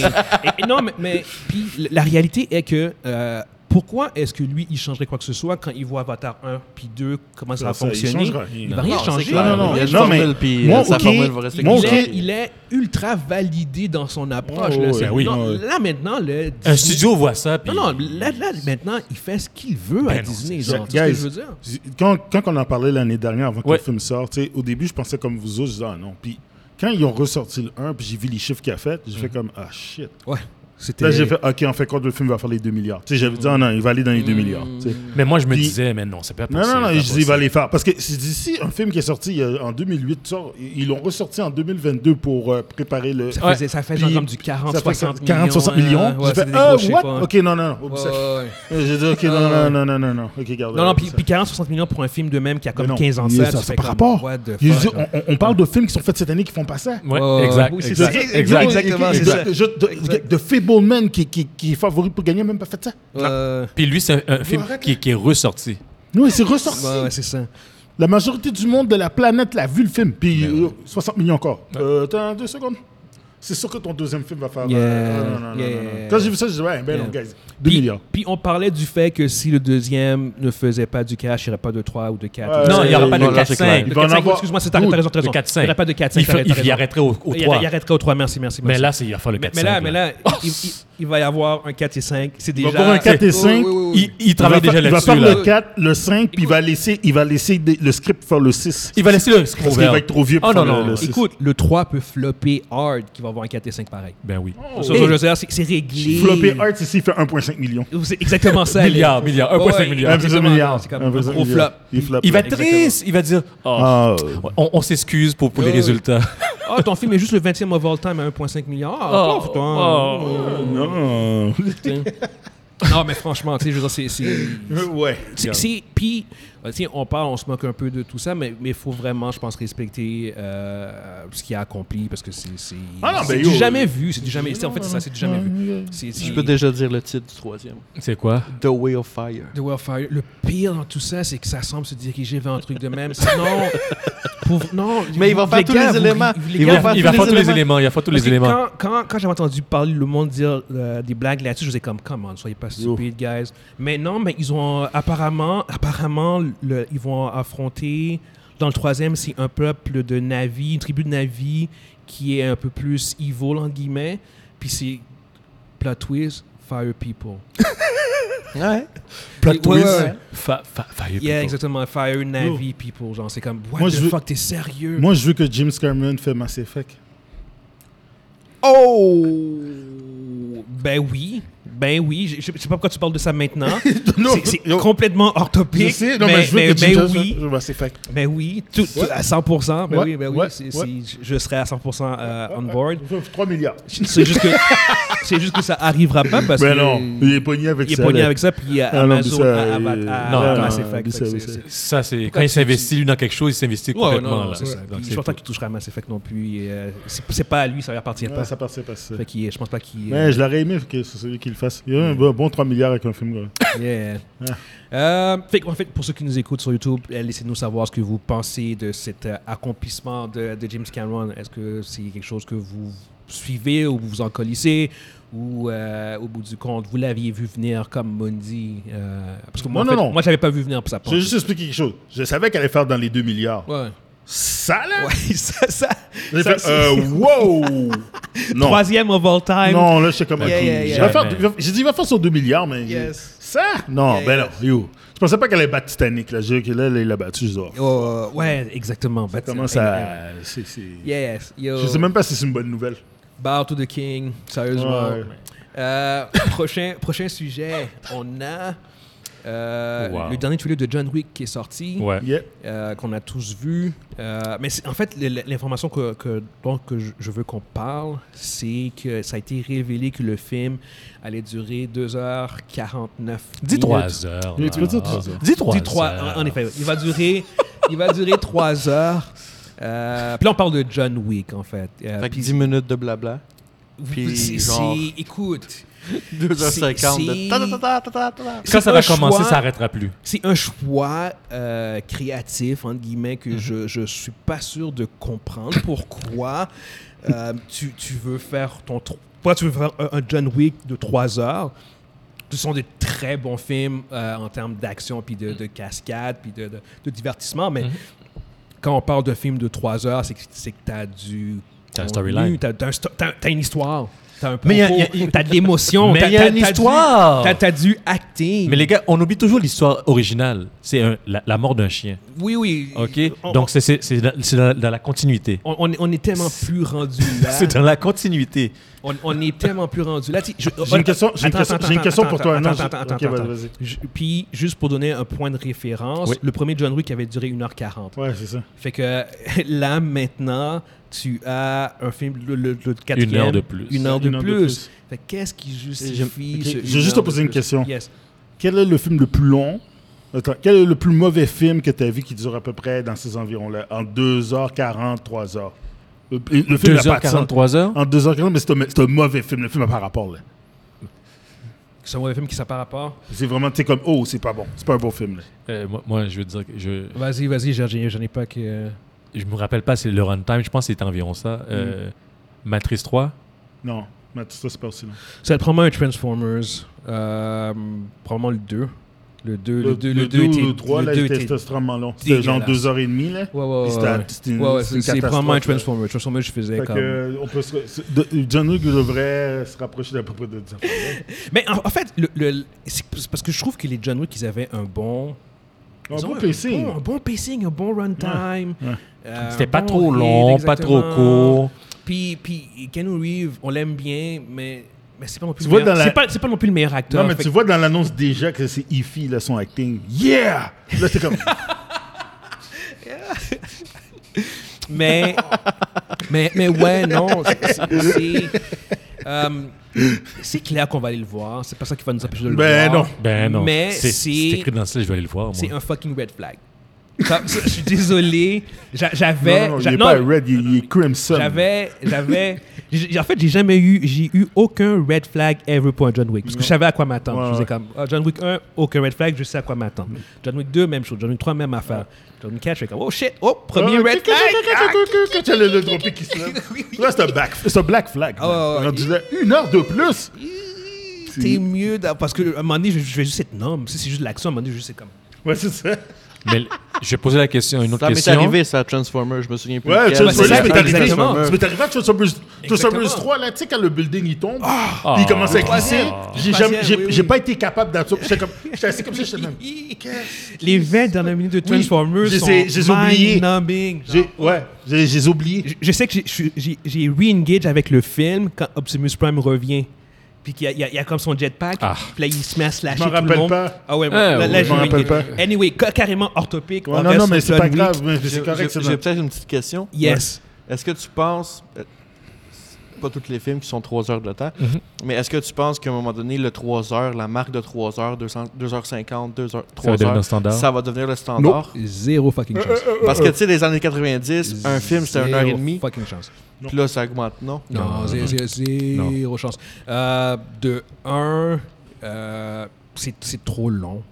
[SPEAKER 1] et non, mais. mais- puis l- la réalité est que. euh, pourquoi est-ce que lui, il changerait quoi que ce soit quand il voit Avatar 1 puis 2, comment ça va
[SPEAKER 4] Ça, il
[SPEAKER 1] fonctionner
[SPEAKER 4] changera rien.
[SPEAKER 1] Il va
[SPEAKER 3] Non,
[SPEAKER 1] rien
[SPEAKER 2] non, c'est
[SPEAKER 1] changer.
[SPEAKER 2] clair,
[SPEAKER 4] Non, non,
[SPEAKER 2] Il y a une
[SPEAKER 4] non, mais
[SPEAKER 2] formule, puis
[SPEAKER 4] moi,
[SPEAKER 2] euh, sa
[SPEAKER 4] ok,
[SPEAKER 2] formule va rester
[SPEAKER 4] moi,
[SPEAKER 2] comme
[SPEAKER 1] Il,
[SPEAKER 2] ça.
[SPEAKER 4] ok.
[SPEAKER 1] est, il est ultra validé dans son approche.
[SPEAKER 4] Oh,
[SPEAKER 1] là,
[SPEAKER 4] ouais,
[SPEAKER 1] C'est-
[SPEAKER 3] oui.
[SPEAKER 1] non,
[SPEAKER 4] Ouais.
[SPEAKER 1] là, maintenant, le
[SPEAKER 3] Un
[SPEAKER 1] Disney-
[SPEAKER 3] studio voit ça. Puis...
[SPEAKER 1] Non, non, là, là, maintenant, il fait ce qu'il veut à
[SPEAKER 3] Ben non,
[SPEAKER 1] Disney.
[SPEAKER 3] c'est
[SPEAKER 1] genre,
[SPEAKER 4] ça.
[SPEAKER 1] tu sais ce que
[SPEAKER 4] Guys.
[SPEAKER 1] je veux dire?
[SPEAKER 4] J- Quand, quand on en parlait l'année dernière avant que
[SPEAKER 3] Ouais.
[SPEAKER 4] le film sorte, tu sais, au début, je pensais comme vous autres, je disais ah non. Puis quand ils ont ressorti le 1, puis j'ai vu les chiffres qu'il a fait, j'ai
[SPEAKER 1] Mm-hmm.
[SPEAKER 4] fait comme ah shit.
[SPEAKER 1] Ouais. C'était.
[SPEAKER 4] Là, j'ai fait ok, en fait, quand le film va faire les 2 milliards. Tu sais, j'avais dit ah non, il va aller dans les 2 milliards. tu sais.
[SPEAKER 1] Mm-hmm.
[SPEAKER 3] Mais moi, je me
[SPEAKER 4] Puis-
[SPEAKER 3] disais, mais non, c'est pas
[SPEAKER 4] Non,
[SPEAKER 3] possible.
[SPEAKER 4] non, non,
[SPEAKER 3] pas
[SPEAKER 4] je dis il
[SPEAKER 3] possible.
[SPEAKER 4] va les faire. Parce que c'est d'ici un film qui est sorti il y a- en 2008, sort, ils ils l'ont ressorti en 2022 pour euh, préparer le.
[SPEAKER 1] Ça faisait, ça faisait genre
[SPEAKER 4] Puis-
[SPEAKER 1] comme du 40,
[SPEAKER 4] ça fait
[SPEAKER 1] 60 millions.
[SPEAKER 4] 40, 60 millions.
[SPEAKER 1] hein, ouais,
[SPEAKER 4] J'ai
[SPEAKER 1] c'était
[SPEAKER 4] fait,
[SPEAKER 1] des
[SPEAKER 4] ah,
[SPEAKER 1] gros chiffres,
[SPEAKER 4] what?
[SPEAKER 1] hein.
[SPEAKER 4] Ok, non, non, non. oublie
[SPEAKER 1] Ouais,
[SPEAKER 4] ça.
[SPEAKER 1] ouais, ouais.
[SPEAKER 4] J'ai dit, ok, non, non, non, non, non, non. Ok, garde
[SPEAKER 1] Non, non, puis,
[SPEAKER 4] ça.
[SPEAKER 1] puis 40-60 millions pour un film de même qui a
[SPEAKER 4] Mais
[SPEAKER 1] comme
[SPEAKER 4] non,
[SPEAKER 1] 15 ans de
[SPEAKER 4] mais
[SPEAKER 1] ça,
[SPEAKER 4] ça,
[SPEAKER 1] tu
[SPEAKER 4] ça
[SPEAKER 1] fais
[SPEAKER 4] par
[SPEAKER 1] comme,
[SPEAKER 4] rapport.
[SPEAKER 1] what the
[SPEAKER 4] Je veux
[SPEAKER 1] fuck,
[SPEAKER 4] dire,
[SPEAKER 1] hein.
[SPEAKER 4] on, on- on parle de films qui sont faits cette année qui font pas ça.
[SPEAKER 3] Ouais,
[SPEAKER 1] Ouais, ouais,
[SPEAKER 3] exact.
[SPEAKER 1] oui, c'est
[SPEAKER 3] exact,
[SPEAKER 1] ça.
[SPEAKER 3] exact.
[SPEAKER 1] Exactement,
[SPEAKER 4] De-
[SPEAKER 1] c'est ça.
[SPEAKER 4] je- de-
[SPEAKER 1] Exact.
[SPEAKER 4] De Fableman qui, qui, qui est favori pour gagner, a même pas fait ça.
[SPEAKER 1] Euh,
[SPEAKER 3] Puis lui, c'est un, un film
[SPEAKER 4] arrête,
[SPEAKER 3] qui, qui est ressorti.
[SPEAKER 4] Oui, c'est ressorti.
[SPEAKER 1] Ouais, ouais, c'est ça.
[SPEAKER 4] La majorité du monde de la planète l'a vu le film. Puis
[SPEAKER 1] Ben oui.
[SPEAKER 4] euh, 60 millions encore. Euh, T'as deux secondes. C'est sûr que ton deuxième film va faire. euh,
[SPEAKER 1] Yeah.
[SPEAKER 4] non, non, non, non,
[SPEAKER 1] Yeah.
[SPEAKER 4] non. Quand j'ai vu ça, j'ai dit, ouais, ben
[SPEAKER 1] Yeah.
[SPEAKER 4] non, guys. 2
[SPEAKER 1] Puis,
[SPEAKER 4] milliards.
[SPEAKER 1] puis on parlait du fait que si le deuxième ne faisait pas du cash, il n'y aurait pas de 3 ou de 4.
[SPEAKER 4] Ouais.
[SPEAKER 3] Non, il n'y aura pas de
[SPEAKER 2] Non, là, c'est clair.
[SPEAKER 3] 4-5.
[SPEAKER 1] De
[SPEAKER 4] Il va en
[SPEAKER 1] 4-5,
[SPEAKER 4] avoir-
[SPEAKER 1] Excuse-moi, c'est t'as t'as
[SPEAKER 4] Dude,
[SPEAKER 1] raison, t'as raison.
[SPEAKER 3] de 4-5.
[SPEAKER 1] Il n'y aurait pas de 4-5.
[SPEAKER 3] Il, fa- il y arrêterait au, au
[SPEAKER 1] Il y aurait-
[SPEAKER 3] 3.
[SPEAKER 1] il arrêterait au 3, merci, merci.
[SPEAKER 3] Mais
[SPEAKER 1] merci.
[SPEAKER 3] là, c'est- il va falloir le
[SPEAKER 1] mais,
[SPEAKER 3] 4-5.
[SPEAKER 1] mais là, mais là, il, il- il va y avoir un 4 et 5. C'est déjà.
[SPEAKER 4] avoir un 4 et 5.
[SPEAKER 1] Oui, oui, oui, oui.
[SPEAKER 3] il, il travaille
[SPEAKER 4] il va
[SPEAKER 3] déjà
[SPEAKER 4] faire- il va
[SPEAKER 3] là-dessus.
[SPEAKER 4] faire
[SPEAKER 3] là.
[SPEAKER 4] le 4, le 5, puis il va laisser, il va laisser des- le script faire le 6.
[SPEAKER 3] Il va laisser le script
[SPEAKER 4] Parce qu'il va être trop vieux pour
[SPEAKER 3] Oh non,
[SPEAKER 4] faire
[SPEAKER 3] non.
[SPEAKER 4] le- le
[SPEAKER 3] il-
[SPEAKER 4] six.
[SPEAKER 1] Écoute, le 3 peut flopper hard qui va avoir un 4 et 5 pareil.
[SPEAKER 3] Ben oui.
[SPEAKER 1] Ça, ça, je veux dire, c'est c'est réglé.
[SPEAKER 4] Floppy Arts ici, il fait 1,5 million.
[SPEAKER 1] C'est exactement ça.
[SPEAKER 3] Milliard,
[SPEAKER 1] les-
[SPEAKER 3] milliard, 1,5
[SPEAKER 1] Ouais,
[SPEAKER 3] milliard.
[SPEAKER 1] exactement,
[SPEAKER 4] 1,5 milliard.
[SPEAKER 1] non, C'est comme un
[SPEAKER 4] 1,5
[SPEAKER 1] gros flop.
[SPEAKER 4] milliard. Il flop.
[SPEAKER 3] Il va être
[SPEAKER 1] Exactement.
[SPEAKER 3] triste. Il va dire oh,
[SPEAKER 4] Ah, euh,
[SPEAKER 3] on, on s'excuse pour, pour les
[SPEAKER 1] Oh.
[SPEAKER 3] résultats.
[SPEAKER 1] Ah, ton film est juste le 20e of all time à 1,5 milliard. Ah,
[SPEAKER 3] Oh,
[SPEAKER 1] pauvre, toi.
[SPEAKER 3] oh.
[SPEAKER 4] non.
[SPEAKER 3] ah.
[SPEAKER 1] Non, mais franchement, tu sais, je veux dire, c'est- c'est.
[SPEAKER 4] ouais.
[SPEAKER 1] C'est- c'est- Puis, euh, tu sais, on parle, on se moque un peu de tout ça, mais il faut vraiment, je pense, respecter euh, ce qu'il a accompli parce que c'est c'est-
[SPEAKER 4] Ah non,
[SPEAKER 1] c'est
[SPEAKER 4] ben,
[SPEAKER 1] du
[SPEAKER 4] yo,
[SPEAKER 1] jamais vu. C'est du jamais c'est- En fait, c'est ça, c'est du jamais vu. C'est- c'est-
[SPEAKER 2] Je peux déjà dire le titre du troisième.
[SPEAKER 3] C'est quoi?
[SPEAKER 2] The Way of Fire.
[SPEAKER 1] The Wildfire. Le pire dans tout ça, c'est que ça semble se diriger vers un truc de même. C'est- [laughs] Non, pour- non.
[SPEAKER 2] Mais il va
[SPEAKER 1] vous-
[SPEAKER 2] faire tous les
[SPEAKER 1] gars, vous-
[SPEAKER 2] éléments.
[SPEAKER 1] les
[SPEAKER 2] Il
[SPEAKER 1] gars,
[SPEAKER 2] va
[SPEAKER 3] Il va,
[SPEAKER 2] faire
[SPEAKER 3] il va
[SPEAKER 2] tous
[SPEAKER 3] faire
[SPEAKER 2] les
[SPEAKER 3] tous les
[SPEAKER 2] éléments.
[SPEAKER 3] éléments. Il va faire tous
[SPEAKER 1] Parce
[SPEAKER 3] les
[SPEAKER 1] que
[SPEAKER 3] éléments.
[SPEAKER 1] Quand, quand, quand j'avais entendu parler le monde dire euh, des blagues là-dessus, je disais comme, come on, soyez pas stupide, guys. Mais non, mais ils ont euh, apparemment, apparemment, le- ils vont affronter. Dans le troisième, c'est un peuple de Navi, une tribu de Navi qui est un peu plus evil, entre guillemets. Puis c'est plot twist, fire people.
[SPEAKER 2] Ouais.
[SPEAKER 1] Plot twist.
[SPEAKER 3] Fa- fa- fa-
[SPEAKER 1] Yeah, exactement, fire Navi people. Genre, c'est comme, what
[SPEAKER 4] Moi,
[SPEAKER 1] the
[SPEAKER 4] je veux-
[SPEAKER 1] fuck, t'es sérieux?
[SPEAKER 4] Moi, je veux que James Cameron fait Mass Effect.
[SPEAKER 1] Oh! Ben oui, ben oui. Je, je- je sais pas pourquoi tu parles de ça maintenant.
[SPEAKER 4] [laughs] Non,
[SPEAKER 1] C'est- c'est
[SPEAKER 4] yo,
[SPEAKER 1] complètement hors topic.
[SPEAKER 4] Je sais, non, mais, je veux
[SPEAKER 1] mais-
[SPEAKER 4] que James
[SPEAKER 1] mais
[SPEAKER 4] Cameron
[SPEAKER 1] oui,
[SPEAKER 4] fasse Mass Effect.
[SPEAKER 1] mais oui, tout, tout à 100%. Ben
[SPEAKER 4] Ouais,
[SPEAKER 1] oui, ben oui.
[SPEAKER 4] ouais,
[SPEAKER 1] c'est-
[SPEAKER 4] ouais.
[SPEAKER 1] c'est- je serais à 100% euh, on board.
[SPEAKER 4] 3 milliards.
[SPEAKER 1] C'est juste que [laughs] c'est juste que ça arrivera pas parce
[SPEAKER 4] Ben
[SPEAKER 1] que
[SPEAKER 4] non, il est pogné avec
[SPEAKER 1] il est
[SPEAKER 4] ça.
[SPEAKER 1] pogné
[SPEAKER 4] là.
[SPEAKER 1] avec ça puis il y a
[SPEAKER 4] Ah non,
[SPEAKER 1] Amazon
[SPEAKER 4] mais
[SPEAKER 1] à,
[SPEAKER 4] ça,
[SPEAKER 1] à-
[SPEAKER 4] il-
[SPEAKER 1] à-
[SPEAKER 3] Non,
[SPEAKER 1] à
[SPEAKER 3] non,
[SPEAKER 1] Mass
[SPEAKER 4] non,
[SPEAKER 1] Effect.
[SPEAKER 4] mais
[SPEAKER 1] fait que
[SPEAKER 4] ça,
[SPEAKER 1] c'est-
[SPEAKER 4] ça.
[SPEAKER 1] c'est-
[SPEAKER 3] Ça, c'est quand
[SPEAKER 1] Pourquoi
[SPEAKER 3] il
[SPEAKER 1] tu-
[SPEAKER 3] s'investit lui dans quelque chose, il s'investit
[SPEAKER 1] Ouais,
[SPEAKER 3] complètement.
[SPEAKER 1] non, non,
[SPEAKER 3] là.
[SPEAKER 1] c'est ça.
[SPEAKER 3] Donc,
[SPEAKER 1] Puis
[SPEAKER 3] c'est
[SPEAKER 1] Je pense pas
[SPEAKER 3] fou.
[SPEAKER 1] qu'il touchera à Mass Effect non plus. et, euh, c'est c'est pas à lui, ça lui appartient
[SPEAKER 4] Ouais,
[SPEAKER 1] pas.
[SPEAKER 4] Ça passait pas ça.
[SPEAKER 1] Fait qu'il- je pense pas qu'il.
[SPEAKER 4] Mais je l'aurais aimé que c'est celui qui le fasse. Il y a un bon bon 3 milliards avec un film. gros.
[SPEAKER 1] Yeah.
[SPEAKER 4] Ah.
[SPEAKER 1] Euh, fait, qu'en fait, pour ceux qui nous écoutent sur YouTube, euh, laissez-nous savoir ce que vous pensez de cet euh, accomplissement de, de James Cameron. Est-ce que c'est quelque chose que vous suivez ou vous vous en colissez ou euh, au bout du compte, vous l'aviez vu venir comme Mundi euh, Parce que moi, en
[SPEAKER 4] Non, non,
[SPEAKER 1] fait,
[SPEAKER 4] non.
[SPEAKER 1] moi, je l'avais pas vu venir pour ça.
[SPEAKER 4] Je vais juste expliquer quelque chose. Je savais qu'elle allait faire dans les 2 milliards.
[SPEAKER 1] Ouais.
[SPEAKER 4] Ça là
[SPEAKER 1] Ouais, [laughs] ça, ça.
[SPEAKER 4] J'ai
[SPEAKER 1] ça,
[SPEAKER 4] fait,
[SPEAKER 1] c'est-
[SPEAKER 4] euh,
[SPEAKER 1] [laughs]
[SPEAKER 4] wow Non.
[SPEAKER 1] Troisième of all time.
[SPEAKER 4] Non, là, je suis comme
[SPEAKER 1] Yeah,
[SPEAKER 4] ok.
[SPEAKER 1] yeah,
[SPEAKER 4] Il
[SPEAKER 1] yeah.
[SPEAKER 4] va faire- il va- J'ai dit, il va faire son 2 milliards, mais.
[SPEAKER 1] Yes.
[SPEAKER 4] Ça Non,
[SPEAKER 1] Yeah,
[SPEAKER 4] ben
[SPEAKER 1] yeah.
[SPEAKER 4] non, yo. Je pensais pas qu'elle allait battre Titanic, là. Je que là, elle l'a battu, je dis, oh,
[SPEAKER 1] Oh, ouais, exactement.
[SPEAKER 4] ça
[SPEAKER 1] Bah,
[SPEAKER 4] commence
[SPEAKER 1] c'est-
[SPEAKER 4] à. c'est- c'est-
[SPEAKER 1] Yes, yo.
[SPEAKER 4] Je sais même pas si c'est une bonne nouvelle.
[SPEAKER 1] Bow to the King, sérieusement.
[SPEAKER 4] Ouais.
[SPEAKER 1] Euh, [coughs] prochain, prochain sujet, on a euh,
[SPEAKER 3] Wow.
[SPEAKER 1] le dernier trailer de John Wick qui est sorti,
[SPEAKER 3] Ouais.
[SPEAKER 4] Yeah.
[SPEAKER 1] euh, qu'on a tous vu. Euh, mais c'est- en fait, le- le- l'information que, que- dont que je- je veux qu'on parle, c'est que ça a été révélé que le film allait durer 2h49.
[SPEAKER 3] Dis
[SPEAKER 1] minutes.
[SPEAKER 3] 3 heures.
[SPEAKER 4] Mais tu peux
[SPEAKER 3] là.
[SPEAKER 4] dire trois heures.
[SPEAKER 3] Dis 3
[SPEAKER 1] Dis trois- en- en effet, il va durer, il va durer 3 heures. Euh, puis là, on parle de John Wick, en fait. Euh,
[SPEAKER 2] Fait que
[SPEAKER 1] puis-
[SPEAKER 2] 10 minutes de blabla. puis
[SPEAKER 1] c'est-
[SPEAKER 2] genre-
[SPEAKER 1] c'est- écoute, c'est-
[SPEAKER 2] 2h50 de ta- ta- ta- ta- ta- ta- ta.
[SPEAKER 3] Quand
[SPEAKER 1] c'est
[SPEAKER 3] ça va
[SPEAKER 1] un
[SPEAKER 3] commencer,
[SPEAKER 1] choix-
[SPEAKER 3] ça n'arrêtera plus.
[SPEAKER 1] C'est un choix euh, créatif, entre guillemets, que je, je suis pas sûr de comprendre pourquoi euh, tu, tu veux faire ton... tro- Pourquoi tu veux faire un, un John Wick de 3 heures ce sont des très bons films euh, en termes d'action, puis de, de cascade, puis de, de- de divertissement, mais
[SPEAKER 3] Mm-hmm.
[SPEAKER 1] quand on parle de films de 3 heures, c'est que c'est que t'as du...
[SPEAKER 3] T'as un
[SPEAKER 1] contenu,
[SPEAKER 3] storyline.
[SPEAKER 1] T'as t'as un sto- t'as- t'as une histoire. T'as un
[SPEAKER 3] Mais y a-
[SPEAKER 1] propos,
[SPEAKER 3] y a- y a-
[SPEAKER 1] t'as de [laughs] l'émotion.
[SPEAKER 3] Mais
[SPEAKER 1] t'as-
[SPEAKER 3] y a
[SPEAKER 1] t'as-
[SPEAKER 3] une
[SPEAKER 1] t'as du-
[SPEAKER 3] histoire.
[SPEAKER 1] t'as- T'as du acting.
[SPEAKER 3] Mais les gars, on oublie toujours l'histoire originale. C'est un- la, la mort d'un chien.
[SPEAKER 1] Oui, oui.
[SPEAKER 3] OK?
[SPEAKER 1] On-
[SPEAKER 3] Donc, c'est- c'est c'est dans, c'est dans- dans la continuité.
[SPEAKER 1] on, on est, on est tellement plus [laughs] rendu là.
[SPEAKER 3] [laughs] C'est dans la continuité.
[SPEAKER 1] on, on est tellement plus rendu là. Tu- je-
[SPEAKER 4] J'ai une question- j'ai une
[SPEAKER 1] Attends,
[SPEAKER 4] question-
[SPEAKER 1] attends,
[SPEAKER 4] j'ai une question
[SPEAKER 1] attends,
[SPEAKER 4] pour toi.
[SPEAKER 1] Attends,
[SPEAKER 4] Non,
[SPEAKER 1] attends,
[SPEAKER 4] j'ai-
[SPEAKER 1] attends,
[SPEAKER 4] ok,
[SPEAKER 1] attends.
[SPEAKER 4] vas-y, vas-y.
[SPEAKER 1] Je- Puis, juste pour donner un point de référence,
[SPEAKER 3] Oui.
[SPEAKER 1] le premier John Wick avait duré 1h40.
[SPEAKER 4] Ouais, c'est ça.
[SPEAKER 1] Fait que [laughs] là, maintenant, tu as un film, le, le, le quatrième.
[SPEAKER 3] Une heure de plus.
[SPEAKER 1] Une heure de,
[SPEAKER 4] Une heure de
[SPEAKER 1] plus.
[SPEAKER 4] plus.
[SPEAKER 1] Fait que qu'est-ce qui
[SPEAKER 4] J'aime-
[SPEAKER 1] justifie.
[SPEAKER 4] ok,
[SPEAKER 1] ce
[SPEAKER 4] je vais
[SPEAKER 1] une
[SPEAKER 4] juste te
[SPEAKER 1] heure de
[SPEAKER 4] poser une
[SPEAKER 1] plus?
[SPEAKER 4] question.
[SPEAKER 1] Yes.
[SPEAKER 4] Quel est le film le plus long Attends, quel est le plus mauvais film que tu as vu qui dure à peu près dans ces environs-là En 2h40, 3h. Le, le film n'a pas de sens.
[SPEAKER 3] 2h43 heures?
[SPEAKER 4] En 2h40, mais c'est un, c'est un mauvais film. Le film n'a pas rapport. Là.
[SPEAKER 1] C'est un mauvais film qui s'appare à part.
[SPEAKER 4] C'est vraiment, tu comme, oh, c'est pas bon. C'est pas un bon film. Là.
[SPEAKER 3] Euh, moi, moi, je veux dire que je,
[SPEAKER 1] Vas-y, vas-y, j'en ai, j'en ai pas que.
[SPEAKER 3] je me rappelle pas, c'est le runtime, je pense que c'est environ ça. Euh, Matrice 3,
[SPEAKER 4] Non, mais tout ça, c'est pas aussi long.
[SPEAKER 1] C'est probablement un Transformers. euh, probablement le 2. Le 2, le 2,
[SPEAKER 4] le
[SPEAKER 1] le 2
[SPEAKER 4] deux
[SPEAKER 1] était.
[SPEAKER 4] ou le 3, là, il
[SPEAKER 1] deux
[SPEAKER 4] était
[SPEAKER 1] était-
[SPEAKER 4] extrêmement long. C'était genre
[SPEAKER 1] dégueulasse.
[SPEAKER 4] deux heures et demie, là.
[SPEAKER 1] Ouais, ouais,
[SPEAKER 4] Puis
[SPEAKER 1] ouais.
[SPEAKER 4] c'était-
[SPEAKER 1] ouais.
[SPEAKER 4] c'était une-
[SPEAKER 1] Ouais, ouais,
[SPEAKER 4] c'est une
[SPEAKER 1] c'est- c'est probablement un
[SPEAKER 4] catastrophe,
[SPEAKER 1] Transformer. Transformer, je faisais
[SPEAKER 4] Fait
[SPEAKER 1] comme.
[SPEAKER 4] que, euh, on peut se, se- de- John Wick devrait se rapprocher d'à peu près de ça.
[SPEAKER 1] Mais en, en fait, le, le- c'est c'est parce que je trouve que les John Wick, ils avaient un bon.
[SPEAKER 4] Un
[SPEAKER 1] ils ont
[SPEAKER 4] bon pacing.
[SPEAKER 1] bon- Un bon pacing, un bon runtime.
[SPEAKER 4] Ouais, ouais.
[SPEAKER 1] euh,
[SPEAKER 3] c'était
[SPEAKER 1] un
[SPEAKER 3] pas
[SPEAKER 1] bon
[SPEAKER 3] trop
[SPEAKER 1] rythme,
[SPEAKER 3] long, pas trop
[SPEAKER 1] exactement.
[SPEAKER 3] court.
[SPEAKER 1] Puis, puis Ken Reeves, on l'aime bien, mais, mais c'est pas non plus
[SPEAKER 4] Tu
[SPEAKER 1] le
[SPEAKER 4] vois,
[SPEAKER 1] meilleur-
[SPEAKER 4] dans la-
[SPEAKER 1] c'est pas- c'est pas non plus le meilleur acteur.
[SPEAKER 4] Non, mais
[SPEAKER 1] Fait
[SPEAKER 4] tu
[SPEAKER 1] que-
[SPEAKER 4] vois dans l'annonce déjà que c'est Ify, là, son acting. Yeah! Là, t'es
[SPEAKER 1] [laughs]
[SPEAKER 4] comme.
[SPEAKER 1] mais, mais, mais ouais, non. c'est- c'est- C'est euh, c'est clair qu'on va aller le voir. C'est pas ça qui va nous empêcher de le
[SPEAKER 4] Ben
[SPEAKER 1] voir.
[SPEAKER 4] non.
[SPEAKER 3] Ben non,
[SPEAKER 1] Mais
[SPEAKER 3] c'est
[SPEAKER 1] c'est-
[SPEAKER 3] c'est écrit dans ça, je vais aller le voir. moi.
[SPEAKER 1] C'est un fucking red flag. Ça- ça- je suis désolé. J'a- J'avais.
[SPEAKER 4] non, non, non,
[SPEAKER 1] Ben,
[SPEAKER 4] il
[SPEAKER 1] j'a-
[SPEAKER 4] est
[SPEAKER 1] non,
[SPEAKER 4] pas red, il, il est crimson.
[SPEAKER 1] J'avais, j'avais, j'ai- en fait, j'ai jamais eu, j'ai eu aucun red flag ever pour un John Wick, parce que je savais à quoi m'attendre.
[SPEAKER 4] Ouais,
[SPEAKER 1] je faisais
[SPEAKER 4] ouais.
[SPEAKER 1] comme, ah, John Wick 1, aucun red flag, je sais à quoi m'attendre. John Wick 2, même chose. John Wick 3, même affaire. John Wick 4, je fais comme, oh shit, oh, premier red flag. Ah,
[SPEAKER 4] Tu as le, le droppé qui
[SPEAKER 1] [laughs]
[SPEAKER 4] se lève. Là, c'est un, back- c'est un black flag.
[SPEAKER 1] Ah, ouais, ouais.
[SPEAKER 4] On disait une heure de plus.
[SPEAKER 1] T'es mieux, d'a- parce que à un moment donné, je, je vais juste être norme. Si c'est juste l'action, à un moment donné, je vais juste être comme,
[SPEAKER 4] Ouais, c'est ça.
[SPEAKER 3] Mais l- je posais la question, une autre
[SPEAKER 2] Ça m'est
[SPEAKER 3] question.
[SPEAKER 2] arrivé, ça, Transformer, je me souviens plus.
[SPEAKER 4] Ouais,
[SPEAKER 2] lequel.
[SPEAKER 4] Transformers,
[SPEAKER 1] c'est ça,
[SPEAKER 4] mais
[SPEAKER 1] c'est
[SPEAKER 4] t'es arrivé.
[SPEAKER 1] exactement.
[SPEAKER 4] Tu m'es arrivé à Transformers, Transformers 3, là, tu sais, quand le building il tombe, puis il commence à glisser.
[SPEAKER 1] Ah.
[SPEAKER 4] J'ai
[SPEAKER 1] Le
[SPEAKER 4] jamais-
[SPEAKER 1] troisième,
[SPEAKER 4] j'ai-
[SPEAKER 1] oui, oui.
[SPEAKER 4] j'ai pas été capable d'absorber. J'étais comme- j'étais assis comme ça, j'étais même.
[SPEAKER 1] les 20 dernières minutes de Transformers
[SPEAKER 4] je
[SPEAKER 1] sont
[SPEAKER 4] sais, je les ai oubliés.
[SPEAKER 1] mind-numbing. Genre,
[SPEAKER 4] J'ai- Ouais, j'ai j'ai oublié.
[SPEAKER 1] je- je sais que j'ai- je suis- j'ai j'ai re-engage avec le film quand Optimus Prime revient. Puis qu'il y, a- il y a- il y a comme son jetpack.
[SPEAKER 3] Ah.
[SPEAKER 1] Puis là, il se met à slasher
[SPEAKER 4] Je m'en
[SPEAKER 1] tout le
[SPEAKER 4] rappelle
[SPEAKER 1] monde.
[SPEAKER 4] pas.
[SPEAKER 1] Ah ouais, ouais,
[SPEAKER 3] Ah
[SPEAKER 1] là,
[SPEAKER 3] ouais,
[SPEAKER 1] là,
[SPEAKER 3] je
[SPEAKER 1] j'ai
[SPEAKER 4] m'en rappelle
[SPEAKER 1] re-engagé.
[SPEAKER 4] pas.
[SPEAKER 1] Anyway, ca- carrément hors topic.
[SPEAKER 4] Ouais,
[SPEAKER 1] on
[SPEAKER 4] non,
[SPEAKER 1] reste
[SPEAKER 4] non, mais
[SPEAKER 1] sur John
[SPEAKER 4] c'est pas
[SPEAKER 1] Wick.
[SPEAKER 4] grave. mais
[SPEAKER 2] J'ai
[SPEAKER 4] C'est correct. c'est
[SPEAKER 2] j'ai- j'ai
[SPEAKER 4] bon.
[SPEAKER 2] peut-être une petite question.
[SPEAKER 1] Yes.
[SPEAKER 2] Est-ce que tu penses. euh, c'est Pas tous les films qui sont 3 heures de temps,
[SPEAKER 3] Mm-hmm.
[SPEAKER 2] mais est-ce que tu penses qu'à un moment donné, le 3 heures, la marque de 3 heures, 200 2h50, 2h, 3
[SPEAKER 3] devenir
[SPEAKER 2] heures,
[SPEAKER 3] le standard.
[SPEAKER 2] ça va devenir le standard?
[SPEAKER 1] Zéro fucking chance.
[SPEAKER 4] Euh,
[SPEAKER 2] Parce que, tu sais, les années 90, un film, c'était 1 heure et
[SPEAKER 1] Zéro
[SPEAKER 2] demie,
[SPEAKER 1] fucking chance.
[SPEAKER 2] puis là, ça augmente, non?
[SPEAKER 1] Non,
[SPEAKER 3] Non,
[SPEAKER 1] zé-
[SPEAKER 3] non,
[SPEAKER 1] zé- zéro, chance. Euh, de un, euh, c'est c'est trop long.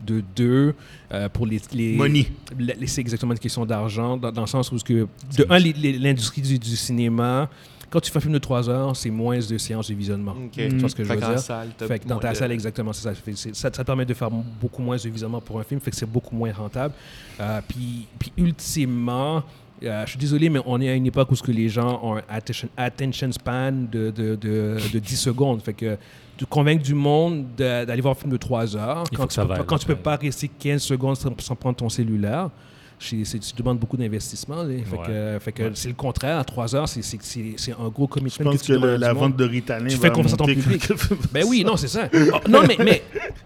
[SPEAKER 1] De deux, euh, pour les. les
[SPEAKER 4] Money.
[SPEAKER 1] la- les- C'est exactement une question d'argent, dans, dans le sens où, ce que, de un, les- les- l'industrie du, du cinéma, quand tu fais un film de trois heures, c'est moins de séances de visionnement.
[SPEAKER 2] Mm, Ok.
[SPEAKER 1] Tu vois ce que je
[SPEAKER 2] Fait
[SPEAKER 1] veux
[SPEAKER 2] qu'en
[SPEAKER 1] dire?
[SPEAKER 2] salle, t'as
[SPEAKER 1] Fait que dans
[SPEAKER 2] moins
[SPEAKER 1] ta
[SPEAKER 2] de-
[SPEAKER 1] salle, exactement, c'est ça. Fait que c'est- ça. ça te permet de faire beaucoup moins de visionnement pour un film, fait que c'est beaucoup moins rentable. Euh, puis, puis ultimement, euh, je suis désolé, mais on est à une époque où ce que les gens ont un attention, attention span de, de, de, de 10 secondes. Fait que tu convaincre du monde de- d'aller voir un film de 3 heures
[SPEAKER 3] Il faut
[SPEAKER 1] quand
[SPEAKER 3] que
[SPEAKER 1] tu
[SPEAKER 3] ça
[SPEAKER 1] peux
[SPEAKER 3] vaille
[SPEAKER 1] pas-
[SPEAKER 3] la
[SPEAKER 1] quand tu peux
[SPEAKER 3] peine.
[SPEAKER 1] pas rester 15 secondes sans, sans prendre ton cellulaire. c'est- c'est- Tu demandes beaucoup d'investissement. là. Fait
[SPEAKER 3] Ouais.
[SPEAKER 1] que, euh, fait que c'est le contraire. À 3 heures, c'est- c'est- c'est c'est un gros
[SPEAKER 4] Je
[SPEAKER 1] commitment.
[SPEAKER 4] pense
[SPEAKER 1] tu
[SPEAKER 4] que
[SPEAKER 1] demandes
[SPEAKER 4] le-
[SPEAKER 1] à du
[SPEAKER 4] la
[SPEAKER 1] monde.
[SPEAKER 4] vente de Ritalin.
[SPEAKER 1] Tu
[SPEAKER 4] va
[SPEAKER 1] fais confiance à ton
[SPEAKER 4] monter.
[SPEAKER 1] public. Ben oui, non, c'est ça. Oh, non, mais. Mais,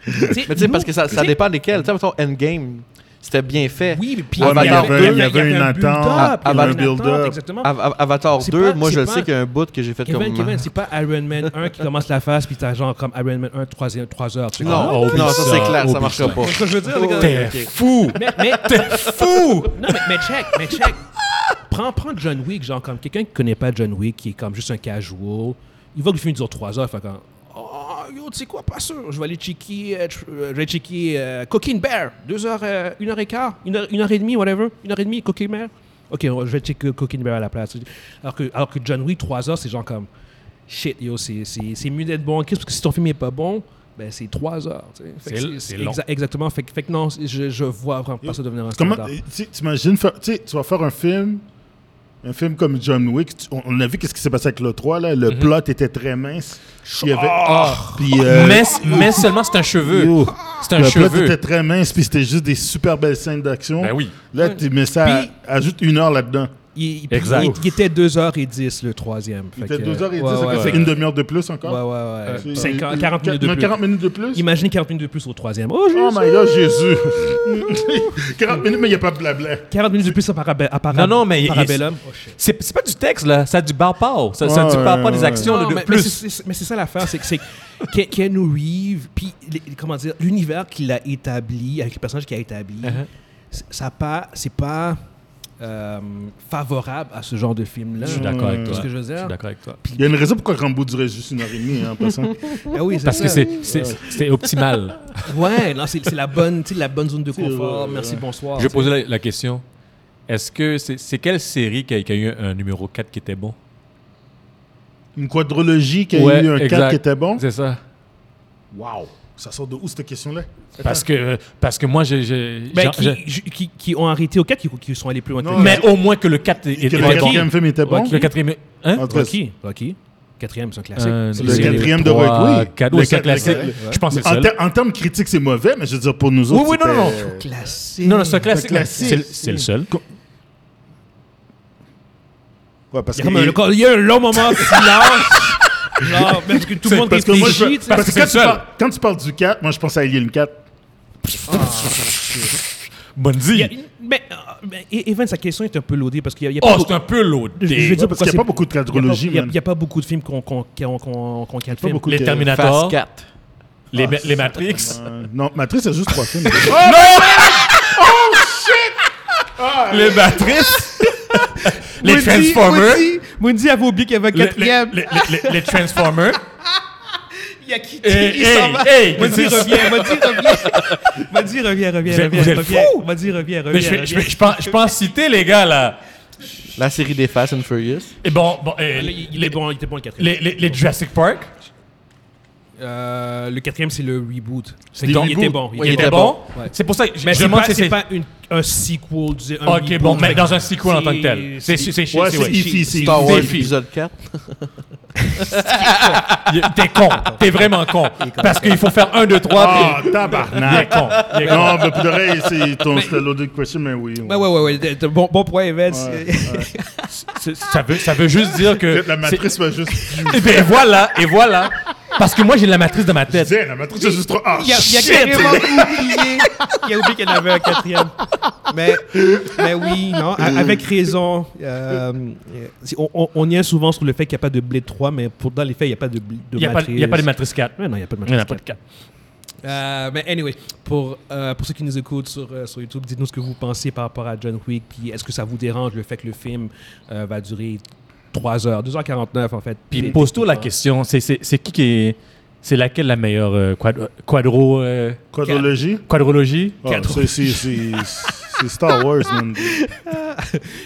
[SPEAKER 2] Mais tu sais, parce que ça, ça dépend desquels. Tu sais, mettons, Endgame, c'était bien fait.
[SPEAKER 1] Oui, mais puis
[SPEAKER 2] Ouais, mais il y avait- il y
[SPEAKER 4] avait une
[SPEAKER 1] un
[SPEAKER 4] attente,
[SPEAKER 1] build-up, il y
[SPEAKER 2] avant
[SPEAKER 1] avait
[SPEAKER 2] le
[SPEAKER 1] une
[SPEAKER 4] build-up.
[SPEAKER 1] attente, Exactement.
[SPEAKER 2] Av- Av- Avatar
[SPEAKER 1] C'est
[SPEAKER 2] 2,
[SPEAKER 1] pas-
[SPEAKER 2] moi,
[SPEAKER 1] c'est
[SPEAKER 2] je
[SPEAKER 1] pas-
[SPEAKER 2] sais qu'il y a un bout que j'ai fait
[SPEAKER 1] Kevin,
[SPEAKER 2] comme... euh,
[SPEAKER 1] Kevin, c'est pas Iron Man 1 qui commence la phase, puis t'as genre comme Iron Man 1, 3 3 heures. Tu sais,
[SPEAKER 2] Non,
[SPEAKER 1] comme-
[SPEAKER 3] Oh, oublie
[SPEAKER 2] non, ça,
[SPEAKER 3] ça,
[SPEAKER 2] c'est clair, ça
[SPEAKER 3] oublie
[SPEAKER 2] marchera
[SPEAKER 3] ça.
[SPEAKER 2] pas.
[SPEAKER 1] C'est ce que je veux dire, les gars.
[SPEAKER 3] T'es
[SPEAKER 2] Ok.
[SPEAKER 3] Eh, fou!
[SPEAKER 1] Mais, mais t'es fou! Non, mais, mais check, mais check. Prends, prends John Wick, genre comme quelqu'un qui connaît pas John Wick, qui est comme juste un casual. Il voit que le film dure 3 heures, fait comme Oh, yo, tu sais quoi, pas sûr. Je vais aller checker, euh, tr- euh, je vais checker euh, Cocaine Bear. 2 heures, 1 heure et quart, 1 heure, une heure et demie, whatever. 1 heure et demie, Cocaine Bear. Ok, on- je vais checker Cocaine Bear à la place. Alors que, alors que John Wick, 3 heures, c'est genre comme Shit, yo, c'est- c'est c'est mieux d'être bon en crise parce que si ton film est pas bon, ben c'est 3 heures. tu sais. Fait que
[SPEAKER 3] C'est- c'est long.
[SPEAKER 1] exactement. Fait, que- fait que non, je, je vois vraiment pas ça devenir un
[SPEAKER 4] Comment,
[SPEAKER 1] standard.
[SPEAKER 4] euh, tu sais, t'imagines, faire- tu sais, tu vas faire un film, un film comme John Wick. tu- on, on a vu qu'est-ce qui s'est passé avec le 3, là.
[SPEAKER 1] Mm-hmm.
[SPEAKER 4] Le plot était très mince. Il y avait,
[SPEAKER 1] Ah.
[SPEAKER 4] puis, euh,
[SPEAKER 3] mais, mais seulement c'est un cheveu.
[SPEAKER 4] yo,
[SPEAKER 3] C'est un
[SPEAKER 4] le plot
[SPEAKER 3] cheveu.
[SPEAKER 4] était très mince, puis c'était juste des super belles scènes d'action.
[SPEAKER 3] Ben oui.
[SPEAKER 4] Là, tu mets ça,
[SPEAKER 1] Puis-
[SPEAKER 4] ajoute une heure là-dedans.
[SPEAKER 1] Il, il-
[SPEAKER 3] Exact.
[SPEAKER 1] il- il était 2h10 le troisième.
[SPEAKER 4] Il
[SPEAKER 1] Fait
[SPEAKER 4] était
[SPEAKER 1] que, euh,
[SPEAKER 4] 2h10,
[SPEAKER 1] ouais,
[SPEAKER 4] ça
[SPEAKER 1] ouais,
[SPEAKER 4] fait
[SPEAKER 1] ouais.
[SPEAKER 4] une demi-heure de plus encore.
[SPEAKER 1] Ouais, ouais, ouais.
[SPEAKER 4] C'est-
[SPEAKER 1] Cinq-
[SPEAKER 4] euh,
[SPEAKER 1] 40 minutes de
[SPEAKER 4] mais
[SPEAKER 1] plus.
[SPEAKER 4] 40 minutes de plus?
[SPEAKER 1] Imagine 40 minutes de plus au troisième. Oh,
[SPEAKER 4] Oh
[SPEAKER 1] Jésus!
[SPEAKER 4] my god, Jésus! [laughs] 40 minutes, mais il n'y a pas de blabla.
[SPEAKER 1] 40 minutes de plus à Parabellum.
[SPEAKER 3] Non, non, mais il-
[SPEAKER 1] Parabellum. Oh,
[SPEAKER 3] C'est c'est pas du texte, là. Ça a du bar-pow. Ça, ça a
[SPEAKER 4] Ouais,
[SPEAKER 3] du
[SPEAKER 4] ouais,
[SPEAKER 3] bar-pow des
[SPEAKER 4] ouais.
[SPEAKER 3] actions là,
[SPEAKER 1] Non,
[SPEAKER 3] de
[SPEAKER 1] mais, mais
[SPEAKER 3] plus.
[SPEAKER 1] c'est- c'est- mais c'est ça l'affaire, c'est que c'est Ken- Ken Reeves, puis les- comment dire, l'univers qu'il a établi avec les personnages qu'il a établi,
[SPEAKER 3] Uh-huh.
[SPEAKER 1] c'est- ça a pas, c'est pas, euh, favorable à ce genre de film-là.
[SPEAKER 3] Je suis d'accord avec toi.
[SPEAKER 1] ce que je veux
[SPEAKER 3] Je
[SPEAKER 1] dire?
[SPEAKER 3] suis d'accord avec toi.
[SPEAKER 4] Il y a une raison pourquoi Rambo durait juste une heure et demie, hein, en passant.
[SPEAKER 1] Ah oui, c'est
[SPEAKER 3] Parce
[SPEAKER 1] ça.
[SPEAKER 3] que
[SPEAKER 4] euh,
[SPEAKER 3] c'est- c'est
[SPEAKER 4] [laughs]
[SPEAKER 3] c'était optimal.
[SPEAKER 1] Ouais, non, c'est c'est la bonne, tu sais, la bonne zone de
[SPEAKER 4] ouais,
[SPEAKER 1] confort.
[SPEAKER 4] ouais.
[SPEAKER 1] Merci, bonsoir.
[SPEAKER 3] Je vais
[SPEAKER 1] tu sais.
[SPEAKER 3] poser la, la question. Est-ce que c'est c'est quelle série qui a, qui a eu un numéro 4 qui était bon?
[SPEAKER 4] Une quadrologie qui a
[SPEAKER 3] Ouais,
[SPEAKER 4] eu un 4
[SPEAKER 3] exact.
[SPEAKER 4] qui était bon.
[SPEAKER 3] C'est ça.
[SPEAKER 4] Wow! Ça sort de où cette question-là?
[SPEAKER 3] Parce que, parce que moi, j'ai- j'ai...
[SPEAKER 1] Ben,
[SPEAKER 3] j'ai-
[SPEAKER 1] qui,
[SPEAKER 3] j'ai-
[SPEAKER 1] ju- qui, qui ont arrêté au 4, qui, qui sont allés plus loin.
[SPEAKER 4] Non,
[SPEAKER 1] que
[SPEAKER 3] Mais au moins que le 4 est-
[SPEAKER 4] Que
[SPEAKER 3] était
[SPEAKER 4] le
[SPEAKER 3] bon.
[SPEAKER 4] quatrième film était bon?
[SPEAKER 3] Ouais, Le quatrième... Hein?
[SPEAKER 4] En tout cas,
[SPEAKER 1] Rocky. Rocky. Quatrième, c'est un classique.
[SPEAKER 3] Un,
[SPEAKER 1] C'est
[SPEAKER 4] le
[SPEAKER 1] une série.
[SPEAKER 4] quatrième de
[SPEAKER 3] trois,
[SPEAKER 4] Rocky, oui.
[SPEAKER 3] quatre-
[SPEAKER 4] Le
[SPEAKER 3] ouais, c'est un
[SPEAKER 4] quatre- le
[SPEAKER 3] classique.
[SPEAKER 4] quatre-
[SPEAKER 3] Je pense que c'est
[SPEAKER 4] en,
[SPEAKER 3] le seul.
[SPEAKER 4] ter- en termes critiques, c'est mauvais, mais je veux dire, pour nous
[SPEAKER 3] Oui,
[SPEAKER 4] autres.
[SPEAKER 3] oui, non, non,
[SPEAKER 4] c'était-
[SPEAKER 1] Classique.
[SPEAKER 3] Non, non, c'est un classique.
[SPEAKER 4] classique.
[SPEAKER 3] C'est le- C'est le seul.
[SPEAKER 4] Ouais, parce
[SPEAKER 1] Il y
[SPEAKER 4] que,
[SPEAKER 1] a comme un- le- Il y a un long moment de
[SPEAKER 4] [laughs]
[SPEAKER 1] silence. Genre, parce que tout le monde
[SPEAKER 4] parce que moi, je-
[SPEAKER 1] réfléchit. tu sais.
[SPEAKER 4] parce que
[SPEAKER 3] c'est
[SPEAKER 4] quand,
[SPEAKER 3] le
[SPEAKER 4] tu
[SPEAKER 3] seul.
[SPEAKER 4] parles, quand tu parles du 4, moi, je pense à Alien 4.
[SPEAKER 3] Bonne
[SPEAKER 1] Il y a-
[SPEAKER 3] vie.
[SPEAKER 1] Mais, euh, mais Evan, sa question est un peu loadée parce qu'il y a- il y a
[SPEAKER 3] Oh,
[SPEAKER 1] pas-
[SPEAKER 3] c'est un peu lourd.
[SPEAKER 1] Je- je veux dire
[SPEAKER 4] parce qu'il
[SPEAKER 1] pourquoi
[SPEAKER 4] y a pas
[SPEAKER 1] c'est-
[SPEAKER 4] beaucoup de
[SPEAKER 1] il y a pas-
[SPEAKER 4] quadrologie,
[SPEAKER 1] il y a-
[SPEAKER 4] man.
[SPEAKER 1] Il n'y a, pas beaucoup de films qu'on qu'on- qu'on- qu'on- qu'on qualifie.
[SPEAKER 4] beaucoup.
[SPEAKER 3] Les
[SPEAKER 4] que-
[SPEAKER 2] Fast
[SPEAKER 3] Terminator,
[SPEAKER 2] 4.
[SPEAKER 3] les, les Matrix.
[SPEAKER 4] Euh, non, Matrice, c'est juste trois films.
[SPEAKER 3] [laughs] Les Matrices, les Transformers.
[SPEAKER 1] Mundi, Mundi avait oublié qu'il y avait un
[SPEAKER 3] les- les-
[SPEAKER 1] quatrième.
[SPEAKER 3] les- les- les- les Transformers.
[SPEAKER 1] Il a quitté,
[SPEAKER 3] Hey,
[SPEAKER 1] il s'en
[SPEAKER 3] hey,
[SPEAKER 1] va.
[SPEAKER 3] hey,
[SPEAKER 1] Mundi
[SPEAKER 3] Eh, c'est-
[SPEAKER 1] revient, Mundi revient. Mundi revient, revient,
[SPEAKER 3] Vous êtes-
[SPEAKER 1] revient.
[SPEAKER 3] vous êtes
[SPEAKER 1] revient.
[SPEAKER 3] fous.
[SPEAKER 1] Mundi revient, revient.
[SPEAKER 3] Mais je, vais-
[SPEAKER 1] revient.
[SPEAKER 3] je, vais- je pense, je pense citer les gars là.
[SPEAKER 2] La série des Fast and Furious.
[SPEAKER 3] Et bon, bon euh,
[SPEAKER 1] Il,
[SPEAKER 3] les,
[SPEAKER 1] il est bon, il était bon le quatrième.
[SPEAKER 3] les, les- les Jurassic Park,
[SPEAKER 1] Euh, le quatrième, c'est le reboot. C'est
[SPEAKER 3] donc-
[SPEAKER 1] il était bon.
[SPEAKER 2] Ouais,
[SPEAKER 3] il
[SPEAKER 2] il
[SPEAKER 3] était
[SPEAKER 2] était
[SPEAKER 3] bon.
[SPEAKER 1] bon. Ouais.
[SPEAKER 3] C'est pour ça que je
[SPEAKER 1] Mais
[SPEAKER 3] je
[SPEAKER 1] c'est
[SPEAKER 3] me demande
[SPEAKER 1] pas,
[SPEAKER 3] si
[SPEAKER 1] c'est
[SPEAKER 3] c'est.
[SPEAKER 1] pas une- un sequel. du- un
[SPEAKER 3] Ok, bon,
[SPEAKER 1] reboot,
[SPEAKER 3] mais
[SPEAKER 1] fait
[SPEAKER 3] dans un
[SPEAKER 1] que
[SPEAKER 3] sequel en tant que tel.
[SPEAKER 1] c'est-
[SPEAKER 3] C'est c'est
[SPEAKER 4] Ouais,
[SPEAKER 3] chiant,
[SPEAKER 4] c'est
[SPEAKER 3] c'est ouais.
[SPEAKER 4] Ifi, c'est
[SPEAKER 2] Star Wars,
[SPEAKER 4] Ifi.
[SPEAKER 3] filles.
[SPEAKER 2] épisode 4.
[SPEAKER 3] T'es con. T'es vraiment con. Parce qu'il faut faire 1, 2, 3.
[SPEAKER 4] Oh, tabarnak!
[SPEAKER 3] Con. Il est con.
[SPEAKER 4] Non, mais pour de vrai, c'est ton c'était loaded question, mais oui.
[SPEAKER 1] Ouais, ouais, ouais, ouais. de- de- Bon, bon point, Evans.
[SPEAKER 4] Ouais,
[SPEAKER 1] [laughs]
[SPEAKER 3] C'est- Ça veut, ça veut juste dire que.
[SPEAKER 4] La matrice va juste.
[SPEAKER 3] c'est- Et ben voilà, et voilà. Parce que moi, j'ai la matrice dans ma
[SPEAKER 4] Je
[SPEAKER 3] tête.
[SPEAKER 4] disais, la matrice, c'est juste trois. Ah,
[SPEAKER 1] Il a, il a
[SPEAKER 4] shit!
[SPEAKER 1] carrément oublié. Il a oublié qu'il y en avait un quatrième. Mais, mais oui, non, a- avec raison. Euh, si- on, on, on y est souvent sur le fait qu'il n'y a pas de Blade 3, mais pour, dans les faits, il n'y a pas de, bl- de
[SPEAKER 3] Il n'y a, pas-
[SPEAKER 1] matrice.
[SPEAKER 3] il y a pas de matrice 4.
[SPEAKER 1] Ouais, non, il n'y a pas de
[SPEAKER 3] Il n'y en a
[SPEAKER 1] matrice.
[SPEAKER 3] pas de 4.
[SPEAKER 1] Euh, mais anyway, pour, euh, pour ceux qui nous écoutent sur, euh, sur YouTube, dites-nous ce que vous pensez par rapport à John Wick. Puis est-ce que ça vous dérange le fait que le film euh, va durer 3 heures, 2h49 en fait.
[SPEAKER 3] Puis
[SPEAKER 1] Et-
[SPEAKER 3] pose-toi la question, c'est- c'est c'est qui qui est... C'est laquelle la meilleure euh, quad- quadro, euh,
[SPEAKER 4] Quadrologie?
[SPEAKER 3] quadrologie?
[SPEAKER 4] Ah, c'est- c'est- C'est c'est Star Wars, man.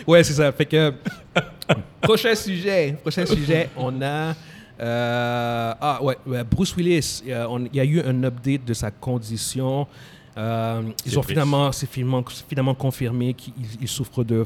[SPEAKER 1] Ouais, c'est ça. Fait que. [laughs] prochain sujet. Prochain sujet. On a. euh, ah, ouais. ouais, Bruce Willis. euh, on- Il y a eu un update de sa condition. Euh, ils ont
[SPEAKER 3] triste.
[SPEAKER 1] finalement, c'est finalement, c'est finalement confirmé qu'il il souffre de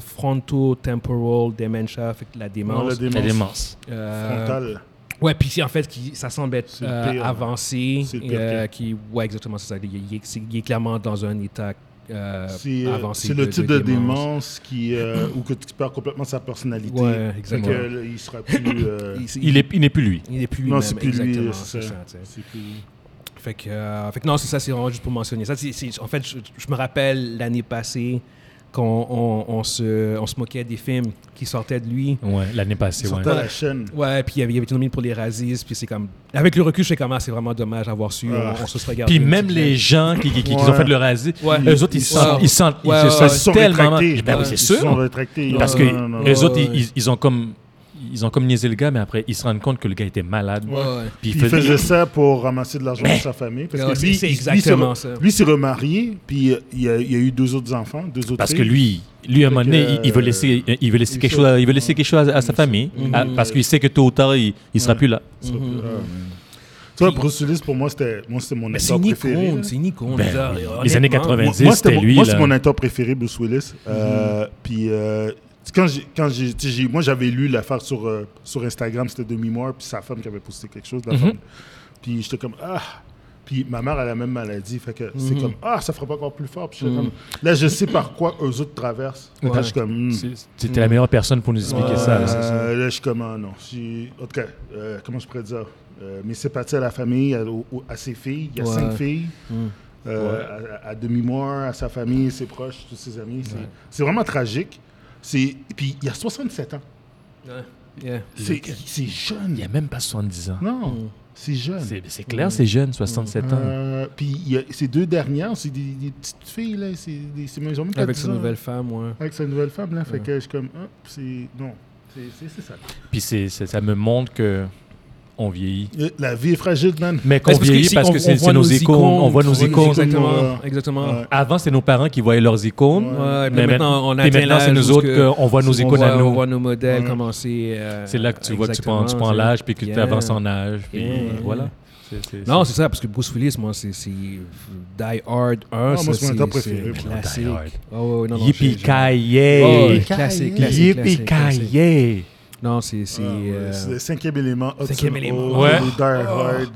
[SPEAKER 1] frontotemporal dementia, fait que la
[SPEAKER 4] Non,
[SPEAKER 1] démence.
[SPEAKER 4] la
[SPEAKER 3] Elle est
[SPEAKER 4] démence
[SPEAKER 3] immense.
[SPEAKER 1] Euh,
[SPEAKER 4] frontale.
[SPEAKER 1] Ouais, puis c'est- en fait, qui, ça semble être
[SPEAKER 4] C'est le
[SPEAKER 1] euh,
[SPEAKER 4] pire, hein.
[SPEAKER 1] avancé.
[SPEAKER 4] C'est le pire
[SPEAKER 1] euh,
[SPEAKER 4] cas.
[SPEAKER 1] qui, ouais, exactement, c'est ça. Il, il est, c'est- il est clairement dans un état euh,
[SPEAKER 4] C'est euh,
[SPEAKER 1] avancé.
[SPEAKER 4] c'est le type de démence qui, euh, où que tu perds complètement sa personnalité.
[SPEAKER 1] Ouais,
[SPEAKER 4] Fait
[SPEAKER 1] exactement.
[SPEAKER 4] que, là, il sera plus. euh,
[SPEAKER 3] Il n'est il n'est plus lui.
[SPEAKER 1] Il n'est plus
[SPEAKER 4] non,
[SPEAKER 1] lui-même,
[SPEAKER 4] c'est plus
[SPEAKER 1] exactement,
[SPEAKER 4] lui.
[SPEAKER 1] c'est
[SPEAKER 4] C'est ça.
[SPEAKER 1] ça, tu sais.
[SPEAKER 4] C'est plus-
[SPEAKER 1] fait que, euh, fait que non, c'est ça, c'est vraiment juste pour mentionner ça. C'est- c'est- en fait, je, je me rappelle l'année passée qu'on on, on se, on se moquait des films qui sortaient de lui.
[SPEAKER 3] Ouais, l'année passée, ouais.
[SPEAKER 4] Sortez à la chaîne.
[SPEAKER 1] Ouais, puis il avait, il avait été nominé pour les Razzies, puis c'est comme... Avec le recul, je sais comment c'est vraiment dommage d'avoir su,
[SPEAKER 4] Ah.
[SPEAKER 1] on, on se serait gardé.
[SPEAKER 3] Puis
[SPEAKER 1] une
[SPEAKER 3] même
[SPEAKER 1] petite
[SPEAKER 3] les gens qui, qui, qui ont
[SPEAKER 4] Ouais.
[SPEAKER 3] fait le rasé,
[SPEAKER 1] Ouais.
[SPEAKER 3] eux autres, ils,
[SPEAKER 1] Ils
[SPEAKER 3] se sentent,
[SPEAKER 1] sont-
[SPEAKER 3] ils se sentent,
[SPEAKER 1] Ouais,
[SPEAKER 3] ils se
[SPEAKER 1] ouais, ouais.
[SPEAKER 3] sentent
[SPEAKER 4] Ils sont
[SPEAKER 3] tellement...
[SPEAKER 4] rétractés.
[SPEAKER 3] Ben oui, c'est
[SPEAKER 4] Ils
[SPEAKER 3] sûr.
[SPEAKER 4] sont rétractés.
[SPEAKER 3] Parce
[SPEAKER 4] Non,
[SPEAKER 3] que
[SPEAKER 4] non, non, non.
[SPEAKER 3] eux autres,
[SPEAKER 1] Ouais,
[SPEAKER 3] ils,
[SPEAKER 1] ouais.
[SPEAKER 3] ils- ils ont comme... Ils ont comme niaisé le gars, mais après, ils se rendent compte que le gars était malade.
[SPEAKER 1] Ouais, ouais.
[SPEAKER 3] Puis
[SPEAKER 4] Puis il faisait ça pour ramasser de
[SPEAKER 3] Ben,
[SPEAKER 4] l'argent pour sa famille.
[SPEAKER 3] Ah,
[SPEAKER 4] Parce
[SPEAKER 1] Ouais,
[SPEAKER 4] que
[SPEAKER 1] c'est-
[SPEAKER 4] lui,
[SPEAKER 1] c'est
[SPEAKER 4] il- lui,
[SPEAKER 1] exactement
[SPEAKER 4] s'est
[SPEAKER 1] ça.
[SPEAKER 4] re- Lui s'est remarié, puis euh, il a, il a eu deux autres enfants, deux autres
[SPEAKER 3] Parce que
[SPEAKER 4] filles.
[SPEAKER 3] lui, lui à un moment donné, il-
[SPEAKER 1] euh,
[SPEAKER 3] il veut laisser, euh, il veut laisser quelque chose, à- il veut
[SPEAKER 1] Mm.
[SPEAKER 3] laisser quelque chose à, à sa famille, à- parce qu'il sait que tôt ou tard, il, il
[SPEAKER 1] Mm.
[SPEAKER 3] sera plus là. Mhm.
[SPEAKER 4] Tu vois, Bruce Willis, pour moi, c'était moi, c'était mon
[SPEAKER 1] Mais c'est
[SPEAKER 4] acteur
[SPEAKER 1] une
[SPEAKER 4] préféré.
[SPEAKER 1] icône,
[SPEAKER 4] là.
[SPEAKER 1] c'est une icône.
[SPEAKER 3] Ben,
[SPEAKER 1] ça,
[SPEAKER 3] les
[SPEAKER 1] honnêtement.
[SPEAKER 3] années 80.
[SPEAKER 4] Moi,
[SPEAKER 3] 90,
[SPEAKER 4] moi, c'était
[SPEAKER 3] c'était
[SPEAKER 4] mon-
[SPEAKER 3] lui,
[SPEAKER 4] moi,
[SPEAKER 3] là. Mm-hmm.
[SPEAKER 4] c'est mon acteur préféré, Bruce Willis. Euh, Puis, euh, quand j'ai- quand j'ai, tu sais, j'ai- moi, j'avais lu l'affaire sur, euh, sur Instagram, c'était de mémoire, puis sa femme qui avait posté quelque chose. la femme. Puis, j'étais comme, ah! Puis, ma mère a la même maladie, fait que c'est comme, ah, ça fera pas encore plus fort. Puis, j'étais comme, là, je sais par quoi eux autres traversent. Là, je suis comme, hmm.
[SPEAKER 3] C'était
[SPEAKER 1] Mm.
[SPEAKER 3] la meilleure personne pour nous expliquer ça. là.
[SPEAKER 4] Euh, là, je suis comme, ah, non. Je suis- en tout cas, euh, comment je pourrais dire Euh, Mes sympathies à la famille, à, au- au- à ses filles. Il y a
[SPEAKER 1] Ouais. Hum.
[SPEAKER 4] cinq filles. Euh, À, à demi-mort, à sa famille, ses proches, tous ses amis. C'est c'est vraiment tragique. C'est- Puis il y a 67 ans.
[SPEAKER 1] Yeah.
[SPEAKER 4] C'est c'est jeune.
[SPEAKER 3] Il n'y a même pas 70 ans.
[SPEAKER 1] Hum.
[SPEAKER 4] Non. C'est jeune.
[SPEAKER 3] C'est c'est
[SPEAKER 1] Mm.
[SPEAKER 3] clair, c'est jeune, 67 ans.
[SPEAKER 4] Euh, puis il y a- ces deux dernières, c'est des, des petites filles, là. C'est des, c'est- ils ont même pas
[SPEAKER 1] Avec
[SPEAKER 4] 10
[SPEAKER 1] sa
[SPEAKER 4] ans,
[SPEAKER 1] nouvelle femme, ouais. Ben,
[SPEAKER 4] là. Avec sa nouvelle femme, là. Fait
[SPEAKER 1] Ouais.
[SPEAKER 4] que je suis comme, ah, c'est. Non. C'est- C'est c'est ça.
[SPEAKER 3] Puis c'est- c'est- ça me montre que on vieillit.
[SPEAKER 4] Euh, La vie est fragile, man.
[SPEAKER 3] Mais qu'on
[SPEAKER 1] Parce que
[SPEAKER 3] vieillit
[SPEAKER 1] ici,
[SPEAKER 3] parce
[SPEAKER 1] on-
[SPEAKER 3] que
[SPEAKER 1] on
[SPEAKER 3] c'est
[SPEAKER 1] voit
[SPEAKER 3] c'est nos
[SPEAKER 1] nos
[SPEAKER 3] icônes, on voit nos
[SPEAKER 4] voit nos
[SPEAKER 3] icônes.
[SPEAKER 4] icônes.
[SPEAKER 1] Exactement,
[SPEAKER 4] Ouais.
[SPEAKER 1] exactement.
[SPEAKER 4] Ouais.
[SPEAKER 3] Avant, c'est nos parents qui voyaient leurs icônes.
[SPEAKER 1] Ouais,
[SPEAKER 3] Mais
[SPEAKER 1] mais maintenant, on a
[SPEAKER 3] Puis maintenant, c'est nous autres qu'on voit nos
[SPEAKER 1] on
[SPEAKER 3] icônes
[SPEAKER 1] voit,
[SPEAKER 3] à
[SPEAKER 1] on
[SPEAKER 3] nous. Mm.
[SPEAKER 1] voit nos modèles
[SPEAKER 4] Ouais.
[SPEAKER 1] commencer. euh,
[SPEAKER 3] C'est là que tu vois que tu prends, tu
[SPEAKER 1] exactement,
[SPEAKER 3] prends
[SPEAKER 1] c'est-
[SPEAKER 3] l'âge, puis que tu
[SPEAKER 1] Yeah.
[SPEAKER 3] avances en âge. Puis
[SPEAKER 1] Yeah, yeah.
[SPEAKER 3] voilà. C'est- c'est-
[SPEAKER 1] Non,
[SPEAKER 3] c'est-
[SPEAKER 1] c'est ça, parce que Bruce Willis, moi, c'est c'est Die Hard 1.
[SPEAKER 4] moi,
[SPEAKER 1] ça,
[SPEAKER 4] c'est mon acteur préféré, moi.
[SPEAKER 1] Classique.
[SPEAKER 3] Die Hard.
[SPEAKER 1] Oh, ouais, non, non, j'ai- j'ai- Oh,
[SPEAKER 3] Yippee-ki-yay!
[SPEAKER 1] classique, classique, classique, classique.
[SPEAKER 3] Yippee-ki-yay!
[SPEAKER 1] Non, c'est. c'est,
[SPEAKER 4] Ah, ouais,
[SPEAKER 1] euh,
[SPEAKER 4] c'est le cinquième élément. Hudson
[SPEAKER 1] Cinquième élément.
[SPEAKER 4] Hawk,
[SPEAKER 3] Ouais. Oh.
[SPEAKER 4] les Die Hard.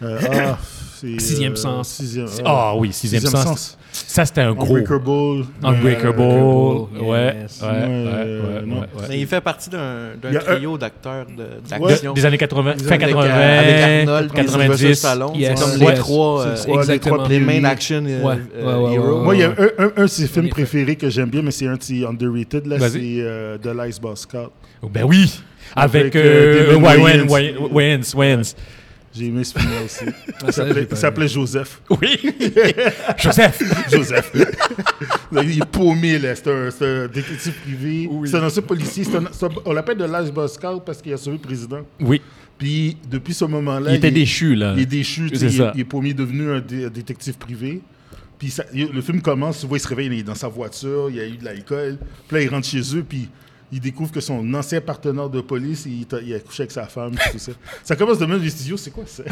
[SPEAKER 4] Euh, ah, c'est,
[SPEAKER 1] Sixième
[SPEAKER 4] euh,
[SPEAKER 1] sens.
[SPEAKER 4] Sixième,
[SPEAKER 3] Ah oui, sixième sens. Ça, c'était un gros.
[SPEAKER 4] Unbreakable.
[SPEAKER 3] Unbreakable.
[SPEAKER 1] Unbreakable,
[SPEAKER 3] Ouais,
[SPEAKER 1] yes.
[SPEAKER 3] ouais,
[SPEAKER 4] Euh,
[SPEAKER 3] ouais, ouais,
[SPEAKER 4] non.
[SPEAKER 3] ouais, ouais.
[SPEAKER 2] Mais il fait partie d'un d'un
[SPEAKER 4] Il y a un-
[SPEAKER 2] trio d'acteurs de-
[SPEAKER 3] De-
[SPEAKER 2] d'action.
[SPEAKER 3] Des années 80,
[SPEAKER 4] Des
[SPEAKER 3] fin
[SPEAKER 4] années-
[SPEAKER 2] Avec,
[SPEAKER 3] 80,
[SPEAKER 2] euh, avec Arnold, 90.
[SPEAKER 3] 90.
[SPEAKER 2] Stallone,
[SPEAKER 1] Yes.
[SPEAKER 2] c'est comme
[SPEAKER 1] Ouais.
[SPEAKER 2] les trois,
[SPEAKER 1] C'est-
[SPEAKER 2] euh,
[SPEAKER 1] c'est-
[SPEAKER 2] les
[SPEAKER 1] exactement.
[SPEAKER 2] trois- les main
[SPEAKER 4] Ouais.
[SPEAKER 2] action euh,
[SPEAKER 1] Ouais,
[SPEAKER 2] euh,
[SPEAKER 1] ouais, ouais,
[SPEAKER 2] heroes.
[SPEAKER 1] ouais,
[SPEAKER 4] Moi, il y a
[SPEAKER 1] Ouais.
[SPEAKER 4] un, un, un de ses films
[SPEAKER 1] Ouais.
[SPEAKER 4] préférés que j'aime bien, mais c'est un petit underrated, là,
[SPEAKER 3] Vas-y.
[SPEAKER 4] c'est euh, The Lice Boss Cop.
[SPEAKER 3] Oh, Ben oui! Avec
[SPEAKER 4] Avec, euh,
[SPEAKER 3] euh,
[SPEAKER 4] Damon
[SPEAKER 3] Wayans,
[SPEAKER 4] Wayans.
[SPEAKER 3] Wayans, Wayans, Wayans.
[SPEAKER 4] J'ai aimé ce film-là
[SPEAKER 3] [laughs]
[SPEAKER 4] aussi.
[SPEAKER 1] Ah,
[SPEAKER 4] Il
[SPEAKER 1] ça, j'ai
[SPEAKER 4] s'appelait-
[SPEAKER 1] pas
[SPEAKER 4] il s'appelait Joseph. [laughs]
[SPEAKER 3] Oui! Joseph!
[SPEAKER 4] Joseph. [laughs] Là, il est paumé, là. C'est un, c'est un détective privé. C'est un ancien policier. C'est un- c'est un- on l'appelle The Lice Boss Cop parce qu'il a sauvé le président.
[SPEAKER 3] Oui,
[SPEAKER 4] Puis, depuis ce moment-là.
[SPEAKER 3] il était
[SPEAKER 4] est-
[SPEAKER 3] déchu, là.
[SPEAKER 4] Il est déchu, tu sais,
[SPEAKER 3] Euh, C'est
[SPEAKER 4] il,
[SPEAKER 3] ça.
[SPEAKER 4] est- il est paumé devenu un, dé- un détective privé. Puis ça- il- le film commence, tu vois, il se réveille, il est dans sa voiture, il a eu de l'alcool. Puis là, il rentre chez eux, puis il découvre que son ancien partenaire de police, il, t'a- il a couché avec sa femme, puis tout ça.
[SPEAKER 3] [laughs]
[SPEAKER 4] Ça commence de même, les studios, c'est quoi ça?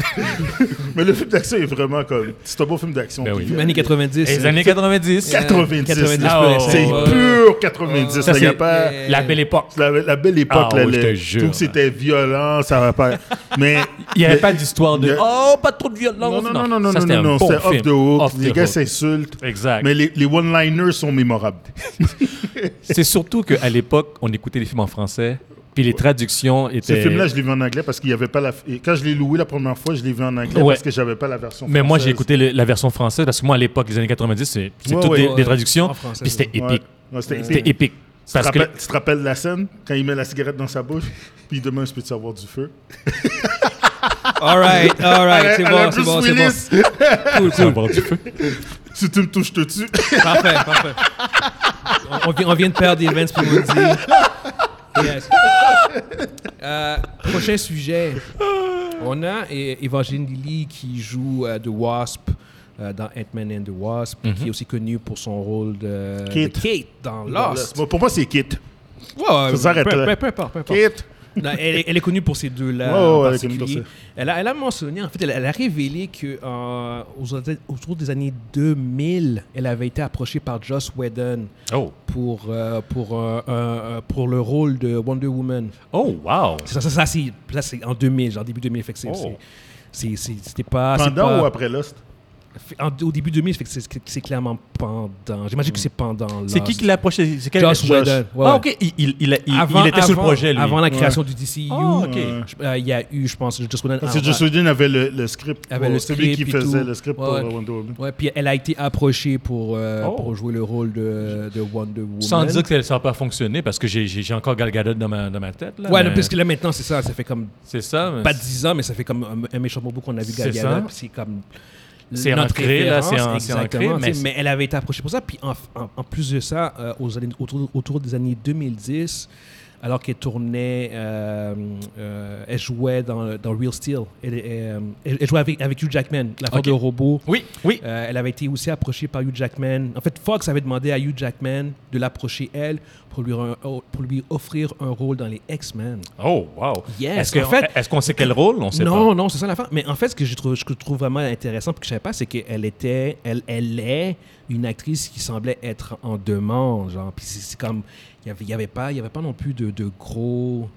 [SPEAKER 4] Mais le film d'action est vraiment comme. C'est un beau film d'action.
[SPEAKER 3] Ben oui.
[SPEAKER 4] Puis, euh,
[SPEAKER 1] Années 90.
[SPEAKER 3] Les
[SPEAKER 1] c'est-
[SPEAKER 3] années 90.
[SPEAKER 4] 90.
[SPEAKER 1] 90,
[SPEAKER 4] là.
[SPEAKER 3] ouais,
[SPEAKER 4] c'est
[SPEAKER 3] ouais.
[SPEAKER 4] pur 90.
[SPEAKER 3] Ça,
[SPEAKER 4] là, il y a
[SPEAKER 3] c'est-
[SPEAKER 4] pas-
[SPEAKER 1] euh,
[SPEAKER 3] La belle époque.
[SPEAKER 4] la, la belle époque,
[SPEAKER 3] Ah,
[SPEAKER 4] là,
[SPEAKER 3] ouais, je
[SPEAKER 4] le-
[SPEAKER 3] te
[SPEAKER 4] je trouve
[SPEAKER 3] jure.
[SPEAKER 4] que c'était violent, ça va
[SPEAKER 3] [laughs]
[SPEAKER 4] pas. Mais
[SPEAKER 3] Il n'y avait
[SPEAKER 4] mais-
[SPEAKER 3] pas d'histoire de
[SPEAKER 4] le-
[SPEAKER 3] Oh, pas trop de violence.
[SPEAKER 4] Non, non, non, non,
[SPEAKER 3] ça,
[SPEAKER 4] non,
[SPEAKER 3] c'était
[SPEAKER 4] non,
[SPEAKER 3] un
[SPEAKER 4] non,
[SPEAKER 3] bon
[SPEAKER 4] c'est off
[SPEAKER 3] film.
[SPEAKER 4] the hook.
[SPEAKER 3] Off
[SPEAKER 4] les
[SPEAKER 3] the
[SPEAKER 4] gars
[SPEAKER 3] hook.
[SPEAKER 4] s'insultent.
[SPEAKER 3] Exact.
[SPEAKER 4] Mais les, les one-liners sont mémorables.
[SPEAKER 3] C'est surtout qu'à l'époque, on écoutait les films en français, puis les traductions
[SPEAKER 4] Ce
[SPEAKER 3] étaient.
[SPEAKER 4] film-là, je l'ai vu en anglais parce qu'il y avait pas la. et Quand je l'ai loué la première fois, je l'ai vu en anglais
[SPEAKER 3] Ouais.
[SPEAKER 4] parce que j'avais pas la version.
[SPEAKER 3] Mais moi,
[SPEAKER 4] française.
[SPEAKER 3] j'ai écouté le- la version française parce que moi, à l'époque, les années 90, c'est c'est
[SPEAKER 4] Ouais,
[SPEAKER 3] toutes
[SPEAKER 4] ouais,
[SPEAKER 3] des,
[SPEAKER 1] ouais.
[SPEAKER 3] des traductions.
[SPEAKER 1] En français,
[SPEAKER 3] Puis c'était
[SPEAKER 4] Ouais.
[SPEAKER 3] épique.
[SPEAKER 4] Ouais, c'était épique.
[SPEAKER 3] C'était épique.
[SPEAKER 4] Tu te,
[SPEAKER 3] Parce que
[SPEAKER 4] rappelles, tu te rappelles la scène quand il met la cigarette dans sa bouche, [laughs] puis il demande je peux te savoir du feu.
[SPEAKER 1] [laughs] All right, all right, c'est
[SPEAKER 4] À la
[SPEAKER 1] bon, c'est
[SPEAKER 4] Bruce
[SPEAKER 1] bon, c'est bon.
[SPEAKER 4] Willis,
[SPEAKER 1] Cool,
[SPEAKER 3] Ça va
[SPEAKER 1] cool.
[SPEAKER 3] avoir du feu.
[SPEAKER 4] si tu me touches, je te tue.
[SPEAKER 1] Parfait, parfait. On, on vient, on vient de perdre des events, puis on le dit. Yes. Euh, prochain sujet. On a euh, Evangeline Lilly qui joue euh, The Wasp euh, dans Ant-Man and the Wasp, qui est aussi connue pour son rôle de de
[SPEAKER 4] Mm-hmm. Kate.
[SPEAKER 1] dans Lost.
[SPEAKER 4] Moi, Pour moi, c'est Kit.
[SPEAKER 1] Ouais, ouais,
[SPEAKER 4] Ça s'arrête
[SPEAKER 1] peu,
[SPEAKER 4] là.
[SPEAKER 1] peu- peu importe, peu importe.
[SPEAKER 4] Kit.
[SPEAKER 1] Non, elle, est- elle est connue pour ces deux-là.
[SPEAKER 4] Ouais, ouais,
[SPEAKER 1] en
[SPEAKER 4] ouais, elle est connue pour
[SPEAKER 1] particulier. Elle a, elle a mentionné, en fait, elle, elle a révélé que euh, aux- autour des années 2000, elle avait été approchée par Joss Whedon
[SPEAKER 3] Oh.
[SPEAKER 1] pour, euh, pour, euh, euh, pour le rôle de Wonder Woman.
[SPEAKER 3] Oh, wow.
[SPEAKER 1] Ça, ça, ça, c'est- ça, c'est en 2000, genre début 2000. Fait que c'est-
[SPEAKER 3] Oh.
[SPEAKER 1] c'est- c'est- c'est- C'était pas. ah, c'est
[SPEAKER 4] Pendant
[SPEAKER 1] pas-
[SPEAKER 4] ou après Lost
[SPEAKER 1] fait- en- au début 2000, fait que c'est- c'est clairement pendant. J'imagine que c'est pendant.
[SPEAKER 3] C'est qui qui l'a approché C'est quel-
[SPEAKER 1] Joss
[SPEAKER 3] Josh.
[SPEAKER 1] Whedon. Ouais, ouais.
[SPEAKER 3] Ah, ok. Il, il, il, il- il était sur le
[SPEAKER 1] avant-
[SPEAKER 3] projet, lui.
[SPEAKER 1] Avant la création du DCU.
[SPEAKER 3] Oh,
[SPEAKER 4] Ouais.
[SPEAKER 3] ok.
[SPEAKER 1] Je- euh, Il y a eu, je pense, Joss Whedon.
[SPEAKER 4] Parce que
[SPEAKER 1] en-
[SPEAKER 4] Ah, Joss Whedon avait le, le script.
[SPEAKER 1] Ah, Avait le
[SPEAKER 4] pour- celui
[SPEAKER 1] script
[SPEAKER 4] qui
[SPEAKER 1] et
[SPEAKER 4] faisait
[SPEAKER 1] tout.
[SPEAKER 4] le script
[SPEAKER 1] Ouais,
[SPEAKER 4] pour
[SPEAKER 1] ouais.
[SPEAKER 4] euh, Wonder Woman.
[SPEAKER 1] Ouais, puis elle a été approchée pour, euh,
[SPEAKER 3] Oh.
[SPEAKER 1] pour jouer le rôle de, de Wonder Woman.
[SPEAKER 3] Sans dire que ça n'a pas fonctionné parce que j'ai- j'ai j'ai encore Gal Gadot dans ma, dans ma tête. Là,
[SPEAKER 1] Ouais,
[SPEAKER 3] mais
[SPEAKER 1] non, parce que là maintenant, c'est ça, ça fait comme
[SPEAKER 3] C'est ça. mais
[SPEAKER 1] pas 10 ans, mais ça fait comme un, un méchant bobo qu'on a vu
[SPEAKER 3] C'est
[SPEAKER 1] Gal
[SPEAKER 3] ça.
[SPEAKER 1] Gadot, puis c'est comme
[SPEAKER 3] C'est
[SPEAKER 1] notre
[SPEAKER 3] ancré, là, c'est
[SPEAKER 1] référence,
[SPEAKER 3] en- c'est ancré,
[SPEAKER 1] exactement,
[SPEAKER 3] mais
[SPEAKER 1] tu sais, mais, elle avait été approchée pour ça, puis en, en- en plus de ça, euh, aux années- autour, autour des années 2010, alors qu'elle tournait, euh, euh, elle jouait dans, dans Real Steel, elle, elle- elle- elle jouait avec, avec Hugh Jackman, la forme
[SPEAKER 3] Ok.
[SPEAKER 1] de robot.
[SPEAKER 3] Oui, oui.
[SPEAKER 1] Euh, elle avait été aussi approchée par Hugh Jackman. En fait, Fox avait demandé à Hugh Jackman de l'approcher, elle, pour lui, un- pour lui offrir un rôle dans les X-Men.
[SPEAKER 3] Oh, wow.
[SPEAKER 1] Yes,
[SPEAKER 3] Est-ce que-
[SPEAKER 1] en fait-
[SPEAKER 3] est-ce qu'on sait quel rôle On sait
[SPEAKER 1] non,
[SPEAKER 3] pas.
[SPEAKER 1] non, c'est ça la fin. Mais en fait, ce que je trouve, ce que je trouve vraiment intéressant, puis que je savais pas, c'est qu'elle était, elle, elle est une actrice qui semblait être en demande, genre. Puis c'est c'est comme, il y avait, il y avait pas, il y avait pas non plus de, de gros,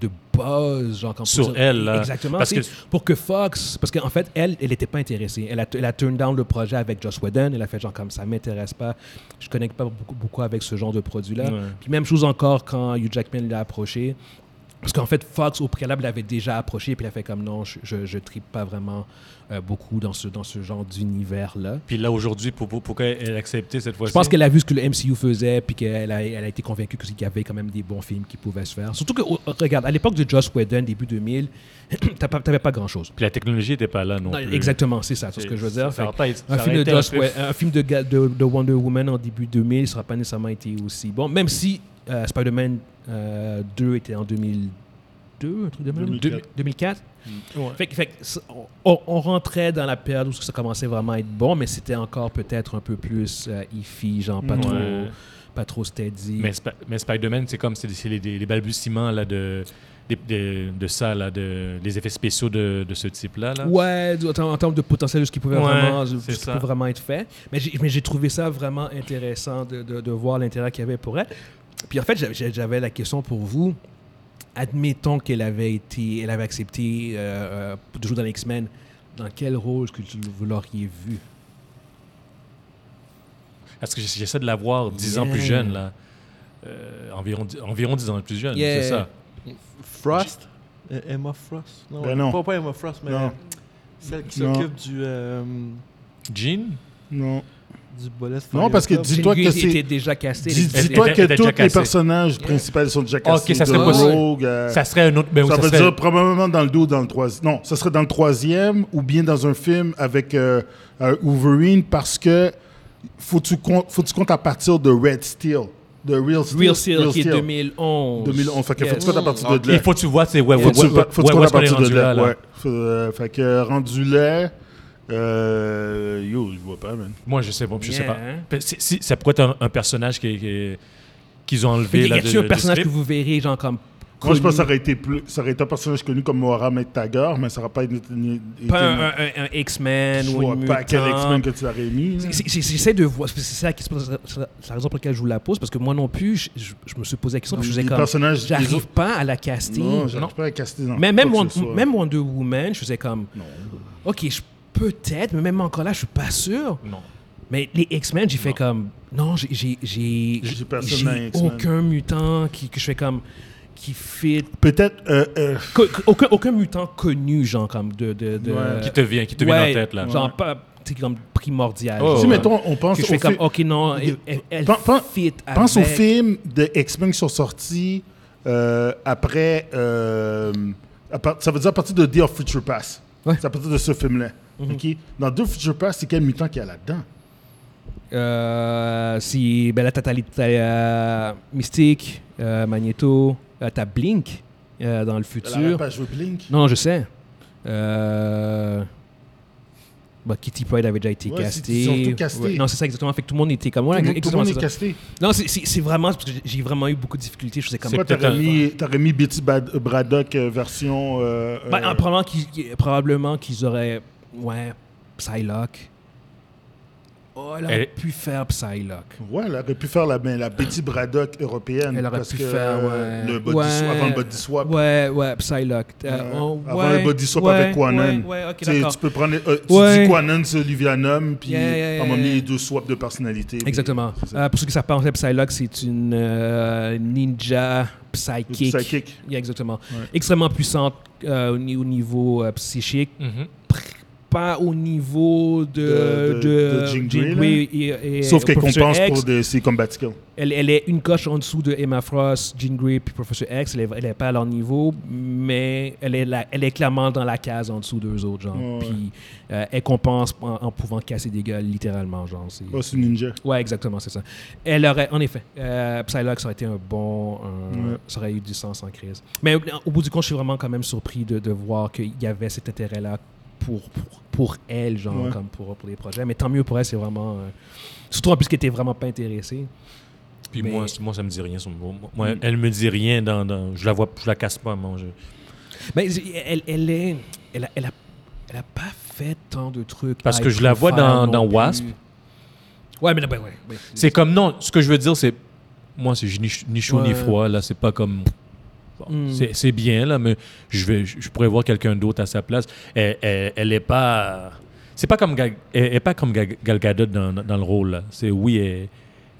[SPEAKER 1] de buzz, genre. Quand
[SPEAKER 3] Sur elle, là.
[SPEAKER 1] Exactement.
[SPEAKER 3] Parce
[SPEAKER 1] tu sais,
[SPEAKER 3] que-
[SPEAKER 1] pour que Fox, parce qu'en fait, elle, elle n'était pas intéressée. Elle a, elle a turned down le projet avec Joss Whedon. Elle a fait genre comme ça m'intéresse pas. Je connecte pas beaucoup, beaucoup avec ce genre de produit là.
[SPEAKER 3] Ouais.
[SPEAKER 1] Puis même chose encore quand Hugh Jackman l'a approché. Parce qu'en fait, Fox, au préalable, l'avait déjà approché, puis il a fait comme non, je, je, je tripe pas vraiment euh, beaucoup dans ce, dans ce genre d'univers-là.
[SPEAKER 3] Puis là, aujourd'hui, pour, pour- pourquoi elle a accepté cette fois-ci
[SPEAKER 1] Je pense qu'elle a vu ce que le MCU faisait, puis qu'elle a, elle a été convaincue que- qu'il y avait quand même des bons films qui pouvaient se faire. Surtout que, oh, regarde, à l'époque de Joss Whedon, début 2000, [clears throat] t'as pas- t'avais pas grand-chose.
[SPEAKER 3] Puis la technologie n'était pas là non,
[SPEAKER 1] Non,
[SPEAKER 3] plus.
[SPEAKER 1] Exactement, c'est ça, c'est ce que je veux dire.
[SPEAKER 3] Ça
[SPEAKER 1] Fait
[SPEAKER 3] aurait pas été-
[SPEAKER 1] un
[SPEAKER 3] ça
[SPEAKER 1] film,
[SPEAKER 3] aurait
[SPEAKER 1] de
[SPEAKER 3] été un
[SPEAKER 1] Joss
[SPEAKER 3] peu-
[SPEAKER 1] Whe- un film de, ga- de- de Wonder Woman en début 2000 ne sera pas nécessairement été aussi bon, même si euh, Spider-Man euh, 2 était en 2002, un truc de même,
[SPEAKER 4] 2004.
[SPEAKER 1] deux- 2004.
[SPEAKER 3] Mm.
[SPEAKER 1] Fait, que- fait que ça- on, on rentrait dans la période où ça commençait vraiment à être bon, mais c'était encore peut-être un peu plus euh, hi-fi, genre pas,
[SPEAKER 4] Ouais.
[SPEAKER 1] trop, pas trop steady.
[SPEAKER 3] Mm. Mais, Sp- mais Spider-Man, c'est comme c'est c'est les, les- les balbutiements là, de, des- de, de ça, là, de, des effets spéciaux de, de ce type-là. Là.
[SPEAKER 1] Ouais, du- en, termes- en termes de potentiel de ce qui pouvait,
[SPEAKER 3] Ouais,
[SPEAKER 1] vraiment, de
[SPEAKER 3] c'est
[SPEAKER 1] ce qui
[SPEAKER 3] ça.
[SPEAKER 1] pouvait vraiment être fait. Mais j'ai- mais j'ai trouvé ça vraiment intéressant de, de- de voir l'intérêt qu'il y avait pour elle. Puis en fait, j'avais- j'avais j'avais la question pour vous. Admettons qu'elle avait été, elle avait accepté euh, euh, de jouer dans les X-Men. Dans quel rôle est-ce que tu- vous l'auriez vu
[SPEAKER 3] Parce que j'ess- j'essaie de la voir 10 ans
[SPEAKER 1] Yeah.
[SPEAKER 3] plus jeune, là. Euh, environ, dix- environ 10 ans plus jeune,
[SPEAKER 1] Yeah.
[SPEAKER 3] c'est ça.
[SPEAKER 2] Frost Euh, Emma Frost Non,
[SPEAKER 4] Ben non.
[SPEAKER 2] Pas, pas Emma Frost, mais
[SPEAKER 4] Non.
[SPEAKER 2] celle qui
[SPEAKER 4] Non.
[SPEAKER 2] s'occupe du, euh,
[SPEAKER 3] Jean
[SPEAKER 4] Non.
[SPEAKER 2] du bolet.
[SPEAKER 4] Non, parce que
[SPEAKER 2] Fireclub.
[SPEAKER 4] dis-toi
[SPEAKER 1] Jean
[SPEAKER 4] que
[SPEAKER 1] Grey était
[SPEAKER 4] c'est.
[SPEAKER 1] déjà casté.
[SPEAKER 4] dis-
[SPEAKER 3] était-
[SPEAKER 4] Dis-toi
[SPEAKER 3] était-
[SPEAKER 4] que
[SPEAKER 3] était déjà
[SPEAKER 4] tous les
[SPEAKER 3] cassée.
[SPEAKER 4] personnages principaux sont déjà cassés.
[SPEAKER 3] ça
[SPEAKER 4] de
[SPEAKER 3] serait possible.
[SPEAKER 4] Rogue, euh,
[SPEAKER 3] Ça serait un autre. Ben, oui,
[SPEAKER 4] Ça
[SPEAKER 3] ça
[SPEAKER 4] veut
[SPEAKER 3] serait-
[SPEAKER 4] dire probablement dans le 2 ou dans le 3 Non, ça serait dans le troisième ou bien dans un film avec euh, euh, Wolverine parce que faut que tu comptes, faut que tu comptes à partir de Red Steel. De Real Steel.
[SPEAKER 1] Real Steel,
[SPEAKER 4] Real
[SPEAKER 1] qui est
[SPEAKER 4] Steel.
[SPEAKER 1] 2011.
[SPEAKER 4] 2011. Fait que faut que tu comptes à partir de là.
[SPEAKER 3] Il faut que tu vois, c'est. Ouais, ouais,
[SPEAKER 4] Faut que tu
[SPEAKER 3] ouais, ouais,
[SPEAKER 4] faut que tu
[SPEAKER 3] ouais,
[SPEAKER 4] comptes à
[SPEAKER 3] ouais,
[SPEAKER 4] partir
[SPEAKER 3] on est
[SPEAKER 4] de
[SPEAKER 3] rendu
[SPEAKER 4] là.
[SPEAKER 3] là.
[SPEAKER 4] ouais. Faut, euh, Fait que euh, rendu là, euh, yo, je vois pas, man.
[SPEAKER 3] Moi, je sais pas. Je sais
[SPEAKER 1] Yeah,
[SPEAKER 3] pas.
[SPEAKER 1] hein.
[SPEAKER 3] Ben, c'est- c'est- ça pourrait être un, un personnage qui- qui- qu'ils ont enlevé.
[SPEAKER 1] Mais y
[SPEAKER 3] là,
[SPEAKER 1] a-t-il
[SPEAKER 3] de-
[SPEAKER 1] un
[SPEAKER 3] du
[SPEAKER 1] personnage que
[SPEAKER 3] script?
[SPEAKER 1] vous verrez, genre comme.
[SPEAKER 4] Moi, je pense
[SPEAKER 1] connu?
[SPEAKER 4] que ça aurait été plus, ça aurait été un personnage connu comme Mohamed Tagore, mais ça aurait pas été, été-
[SPEAKER 1] Pas un, un- un- un X-Men ou
[SPEAKER 4] Ouais,
[SPEAKER 1] une
[SPEAKER 4] pas quel
[SPEAKER 1] mutant.
[SPEAKER 4] X-Men que tu aurais mis. là.
[SPEAKER 1] C'est- c'est- c'est- J'essaie de voir, c'est c'est la, question- c'est la- c'est la raison pour laquelle je vous la pose, parce que moi non plus, je, je- je me suis posé la question, puis je
[SPEAKER 4] Les
[SPEAKER 1] faisais comme,
[SPEAKER 4] personnages, les
[SPEAKER 1] j'arrive
[SPEAKER 4] autres-
[SPEAKER 1] pas à la casting.
[SPEAKER 4] Non,
[SPEAKER 3] Non.
[SPEAKER 4] j'arrive pas à caster dans
[SPEAKER 1] mais même,
[SPEAKER 4] quoi
[SPEAKER 1] Wonder,
[SPEAKER 4] que ce soit.
[SPEAKER 1] même Wonder Woman, je faisais comme, ok, je peut-être, mais même encore là, je suis pas sûr.
[SPEAKER 3] Non.
[SPEAKER 1] Mais les X-Men, j'ai fait comme, non, j'ai- j'ai j'ai-
[SPEAKER 4] J'ai personne dans les
[SPEAKER 1] j'ai
[SPEAKER 4] X-Men.
[SPEAKER 1] aucun mutant qui, que je fais comme, qui fit,
[SPEAKER 4] Peut-être. euh, euh,
[SPEAKER 1] co- co- aucun, aucun mutant connu, genre comme de... de, de-
[SPEAKER 4] Ouais.
[SPEAKER 3] Qui te vient, qui te vient
[SPEAKER 1] Euh, Ouais,
[SPEAKER 3] en tête, là.
[SPEAKER 1] Genre pas, tu sais, comme primordial.
[SPEAKER 3] Oh,
[SPEAKER 1] genre.
[SPEAKER 4] si,
[SPEAKER 3] ouais.
[SPEAKER 4] mettons, on pense.
[SPEAKER 1] Que je fais
[SPEAKER 4] au fi-
[SPEAKER 1] comme, oh, ok, non, elle, elle- elle
[SPEAKER 4] Pen- pen-
[SPEAKER 1] fit
[SPEAKER 4] pense aux
[SPEAKER 1] avec-
[SPEAKER 4] films de X-Men qui sont sortis euh, après. euh, à part- ça veut dire à partir de Day of Future Past.
[SPEAKER 1] Ouais. Mhm.
[SPEAKER 4] C'est à partir de ce film-là. OK? Dans Day of Future Past, c'est quel mutant qu'il y a là-dedans
[SPEAKER 1] Euh, si, ben là, t'as, t'as les- t'as, euh, Mystique, euh, Magneto, euh, t'as Blink euh, dans le
[SPEAKER 4] Elle a
[SPEAKER 1] futur.
[SPEAKER 4] pas joué Blink.
[SPEAKER 1] Non, je sais. Euh, bah, Kitty Pryde avait déjà été
[SPEAKER 4] Ouais,
[SPEAKER 1] castée.
[SPEAKER 4] ils ont tout casté.
[SPEAKER 1] Ouais, non, c'est ça exactement. Fait que tout le monde était comme moi.
[SPEAKER 4] Tout le monde- tout le
[SPEAKER 1] exactement,
[SPEAKER 4] monde
[SPEAKER 1] c'est ça.
[SPEAKER 4] est casté.
[SPEAKER 1] Non, c'est, c'est- c'est vraiment parce que j'ai- j'ai vraiment eu beaucoup de difficultés. Je faisais comme
[SPEAKER 3] C'est
[SPEAKER 4] Pourquoi
[SPEAKER 3] peut-être
[SPEAKER 4] t'aurais
[SPEAKER 3] un-
[SPEAKER 4] mis, t'aurais mis Betty Bad- Braddock euh, version. euh,
[SPEAKER 1] Ben,
[SPEAKER 4] euh,
[SPEAKER 1] en probablement qu'ils- qu'ils- probablement qu'ils auraient. Ouais, Psylocke. Oh, elle aurait
[SPEAKER 3] Elle-
[SPEAKER 1] pu faire Psylocke.
[SPEAKER 4] Ouais, elle aurait pu faire la, ben, la Betty Braddock européenne.
[SPEAKER 1] Elle aurait
[SPEAKER 4] parce
[SPEAKER 1] pu
[SPEAKER 4] que,
[SPEAKER 1] faire.
[SPEAKER 4] euh,
[SPEAKER 1] Ouais.
[SPEAKER 4] le body
[SPEAKER 1] Ouais.
[SPEAKER 4] swap, avant le body swap.
[SPEAKER 1] Ouais, ouais, Psylocke. Euh,
[SPEAKER 4] Euh,
[SPEAKER 1] on-
[SPEAKER 4] avant
[SPEAKER 1] ouais,
[SPEAKER 4] le body swap
[SPEAKER 1] ouais,
[SPEAKER 4] avec Quanon.
[SPEAKER 1] Ouais, ouais, ok,
[SPEAKER 4] Tu sais,
[SPEAKER 1] d'accord.
[SPEAKER 4] tu peux prendre. euh, tu
[SPEAKER 1] Ouais.
[SPEAKER 4] dis Quanon, c'est Livianum, puis
[SPEAKER 1] Yeah, yeah, yeah,
[SPEAKER 4] à un moment donné,
[SPEAKER 1] yeah.
[SPEAKER 4] les deux swaps de personnalité. puis
[SPEAKER 1] Exactement.
[SPEAKER 4] c'est ça.
[SPEAKER 1] Euh, pour ceux qui ne savent pas, en fait, Psylocke, c'est une euh, ninja psychic.
[SPEAKER 4] Psychic.
[SPEAKER 1] Yeah, exactement.
[SPEAKER 4] Ouais.
[SPEAKER 1] Extrêmement puissante euh, au ni- au niveau euh, psychique.
[SPEAKER 3] Mhm.
[SPEAKER 1] Pas au niveau de.
[SPEAKER 4] De- de- de Jean Grey, là.
[SPEAKER 1] Grey et- et-
[SPEAKER 4] Sauf qu'elle
[SPEAKER 1] Professeur
[SPEAKER 4] compense
[SPEAKER 1] X.
[SPEAKER 4] pour des, ses combat skills.
[SPEAKER 1] Elle, elle est une coche en dessous de Emma Frost, Jean Grey puis Professor X. Elle est, elle est pas à leur niveau, mais elle est, là- elle est clairement dans la case en dessous d'eux autres, genre.
[SPEAKER 4] Ouais, ouais.
[SPEAKER 1] Puis euh, elle compense en, en pouvant casser des gueules, littéralement, genre. c'est-
[SPEAKER 4] Oh, c'est une ninja.
[SPEAKER 1] Ouais, exactement, c'est ça. Elle aurait, en effet, euh, Psylocke, ça aurait été un bon. un- Ça aurait eu du sens en crise. Mais au, au bout du compte, je suis vraiment quand même surpris de, de voir qu'il y avait cet intérêt-là pour, pour, pour elle, genre,
[SPEAKER 4] Ouais.
[SPEAKER 1] comme pour, pour les projets. Mais tant mieux pour elle, c'est vraiment. euh, surtout en plus qu'elle était vraiment pas intéressée.
[SPEAKER 3] Puis
[SPEAKER 1] Mais- Mm.
[SPEAKER 3] moi, c- moi, ça me dit rien. son- Moi, moi, elle me dit rien. Dans, dans- je la vois, je la casse pas. Moi, je-
[SPEAKER 1] Mais j- elle, elle est. Elle a, elle, a, elle a pas fait tant de trucs.
[SPEAKER 3] Parce
[SPEAKER 1] I
[SPEAKER 3] que je la vois
[SPEAKER 1] profile
[SPEAKER 3] dans-
[SPEAKER 1] non
[SPEAKER 3] dans
[SPEAKER 1] plus.
[SPEAKER 3] Wasp.
[SPEAKER 1] Ouais, mais non, ben ouais. ouais.
[SPEAKER 3] C'est comme non. Ce que je veux dire, c'est moi, c'est ni, ch- ni chaud ni
[SPEAKER 1] Ouais.
[SPEAKER 3] froid. Là, c'est pas comme. Bon,
[SPEAKER 1] Mm.
[SPEAKER 3] c'est- C'est bien là, mais je vais, je je pourrais voir quelqu'un d'autre à sa place. Elle, elle, elle est pas. C'est pas comme Gal- elle, elle est pas comme Gal, Gal Gadot dans, dans- dans le rôle. là. C'est oui, elle,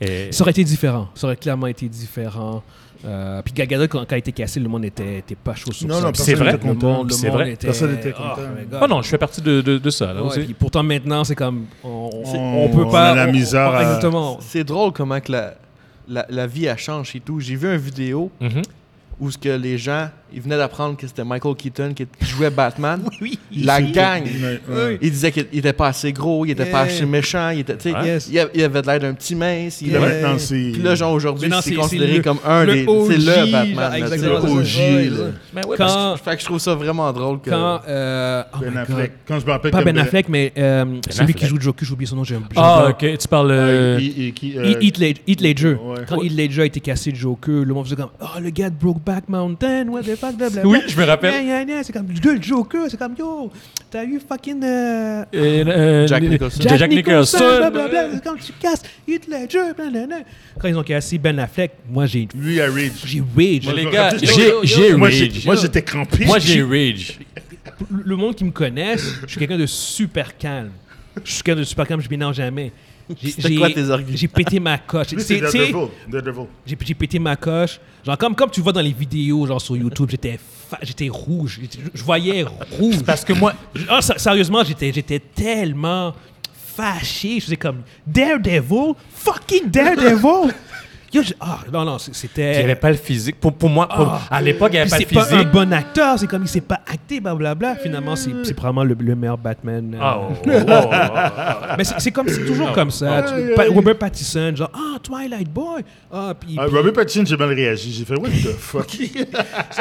[SPEAKER 3] Et-
[SPEAKER 1] Ça aurait été différent. Ça aurait clairement été différent. Euh, puis Gagada, quand, quand il a été cassé, le monde était, était pas chaud sur
[SPEAKER 4] Non,
[SPEAKER 1] ça.
[SPEAKER 4] non,
[SPEAKER 1] Puis
[SPEAKER 3] personne
[SPEAKER 1] vrai.
[SPEAKER 4] n'était
[SPEAKER 1] Le
[SPEAKER 4] content.
[SPEAKER 1] monde, le
[SPEAKER 3] C'est
[SPEAKER 1] monde
[SPEAKER 3] vrai.
[SPEAKER 1] était-
[SPEAKER 4] Personne n'était
[SPEAKER 1] Oh
[SPEAKER 4] content.
[SPEAKER 1] my God.
[SPEAKER 3] Ah non, je fais partie de, de, de ça. Là,
[SPEAKER 1] Ouais,
[SPEAKER 3] aussi.
[SPEAKER 1] puis pourtant, maintenant, c'est comme. On, on,
[SPEAKER 4] On-
[SPEAKER 1] peut
[SPEAKER 4] on
[SPEAKER 1] pas.
[SPEAKER 4] a la misère à-
[SPEAKER 1] Exactement.
[SPEAKER 2] C'est drôle comment que la, la, la vie, elle change et tout. J'ai vu une vidéo
[SPEAKER 3] Mhm.
[SPEAKER 2] où ce que les gens, ils venaient d'apprendre que c'était Michael Keaton qui qui jouait Batman.
[SPEAKER 1] [laughs] Oui.
[SPEAKER 2] La gang.
[SPEAKER 4] Ouais, ouais.
[SPEAKER 2] Ils disaient qu'il il était pas assez gros, il était pas
[SPEAKER 1] Yeah.
[SPEAKER 2] assez méchant, il était, tu sais,
[SPEAKER 3] Ouais.
[SPEAKER 1] Yes.
[SPEAKER 2] il, a- il avait de l'air d'un petit mince. Il
[SPEAKER 1] Yeah.
[SPEAKER 2] avait-
[SPEAKER 4] Maintenant, c'est.
[SPEAKER 2] Puis là, genre aujourd'hui,
[SPEAKER 1] Maintenant,
[SPEAKER 2] c'est
[SPEAKER 1] c'est-
[SPEAKER 2] considéré
[SPEAKER 1] c'est le-
[SPEAKER 2] comme un
[SPEAKER 1] le
[SPEAKER 2] des. C'est
[SPEAKER 1] OG,
[SPEAKER 2] le
[SPEAKER 1] genre,
[SPEAKER 2] Batman. là, tu sais.
[SPEAKER 1] exactement, c'est ça.
[SPEAKER 4] OG,
[SPEAKER 1] Ouais,
[SPEAKER 4] là.
[SPEAKER 3] Mais Ben ouais, parce
[SPEAKER 1] Quand.
[SPEAKER 2] Fait que je trouve ça vraiment drôle que.
[SPEAKER 1] Quand. euh, oh
[SPEAKER 4] Ben
[SPEAKER 1] my God.
[SPEAKER 4] Affleck. Quand je me rappelle
[SPEAKER 1] Pas
[SPEAKER 4] que
[SPEAKER 1] Ben Affleck, mais euh, celui qui
[SPEAKER 3] Affleck.
[SPEAKER 1] joue Joker, j'ai oublié son nom, j'aime
[SPEAKER 3] que- Ah, ok, tu parles. euh,
[SPEAKER 4] il- il- qui, euh,
[SPEAKER 1] Heath Heath Led- Heath Ledger.
[SPEAKER 4] Ouais.
[SPEAKER 1] Quand Heath Ledger a été cassé de Joker, le monde faisait comme Oh, le gars de Brokeback Mountain, what the fuck, blablabla.
[SPEAKER 3] [laughs] Oui, je me rappelle.
[SPEAKER 1] Gna, gna, gna. C'est comme le gars, le Joker, c'est comme Yo, t'as eu fucking. euh,
[SPEAKER 3] euh, euh,
[SPEAKER 2] Jack
[SPEAKER 3] les-
[SPEAKER 2] Nicholson.
[SPEAKER 3] Jack Nicholson,
[SPEAKER 1] blablabla.
[SPEAKER 3] euh,
[SPEAKER 1] C'est comme tu casses Heath Ledger, blablabla. Quand ils ont cassé Ben Affleck, moi j'ai.
[SPEAKER 4] Lui, à Ridge.
[SPEAKER 1] J'ai rage.
[SPEAKER 3] Moi, les
[SPEAKER 4] je me
[SPEAKER 3] gars,
[SPEAKER 4] rappelle-
[SPEAKER 3] j'ai j'ai
[SPEAKER 4] Moi, j'ai-
[SPEAKER 3] rage.
[SPEAKER 4] moi, j'étais crampé.
[SPEAKER 3] Moi, j'ai rage.
[SPEAKER 1] le monde qui me connaisse, je suis quelqu'un de super calme. Je suis quelqu'un de super calme, je m'énerve jamais. J'ai-
[SPEAKER 2] C'était
[SPEAKER 1] j'ai-
[SPEAKER 2] quoi tes arguments?
[SPEAKER 1] J'ai pété ma coche.
[SPEAKER 4] Lui,
[SPEAKER 1] Tu
[SPEAKER 4] c'est
[SPEAKER 1] sais- tu sais,
[SPEAKER 4] Daredevil. Daredevil.
[SPEAKER 1] J'ai j'ai pété ma coche. Genre, comme, comme tu vois dans les vidéos, genre sur YouTube, j'étais fa- j'étais rouge. J'étais- Je voyais rouge.
[SPEAKER 3] Parce que moi,
[SPEAKER 1] Ah, s- sérieusement, j'étais j'étais tellement fâché. Je faisais comme Daredevil, fucking
[SPEAKER 3] [laughs]
[SPEAKER 1] Daredevil. Yo, j'ai- ah, non, non, c-
[SPEAKER 3] il avait
[SPEAKER 1] c'était.
[SPEAKER 3] pas le physique. Pour, pour moi, pour- à l'époque, il n'y
[SPEAKER 1] Puis
[SPEAKER 3] avait Ah. pas le
[SPEAKER 1] C'est pas un
[SPEAKER 3] physique.
[SPEAKER 1] bon acteur, c'est comme il s'est pas acté, blablabla. Finalement, c'est c'est probablement le, le meilleur Batman. euh,
[SPEAKER 3] Ah, oh, oh, oh, oh.
[SPEAKER 1] Mais c'est c'est comme, c'est toujours comme ça. Tu-
[SPEAKER 4] aïe,
[SPEAKER 1] Pa-
[SPEAKER 4] aïe.
[SPEAKER 1] Robert Pattinson, genre, ah, Twilight Boy. Ah, puis
[SPEAKER 4] Ah, Robert Pattinson, j'ai mal réagi. J'ai fait, what the [laughs] fuck?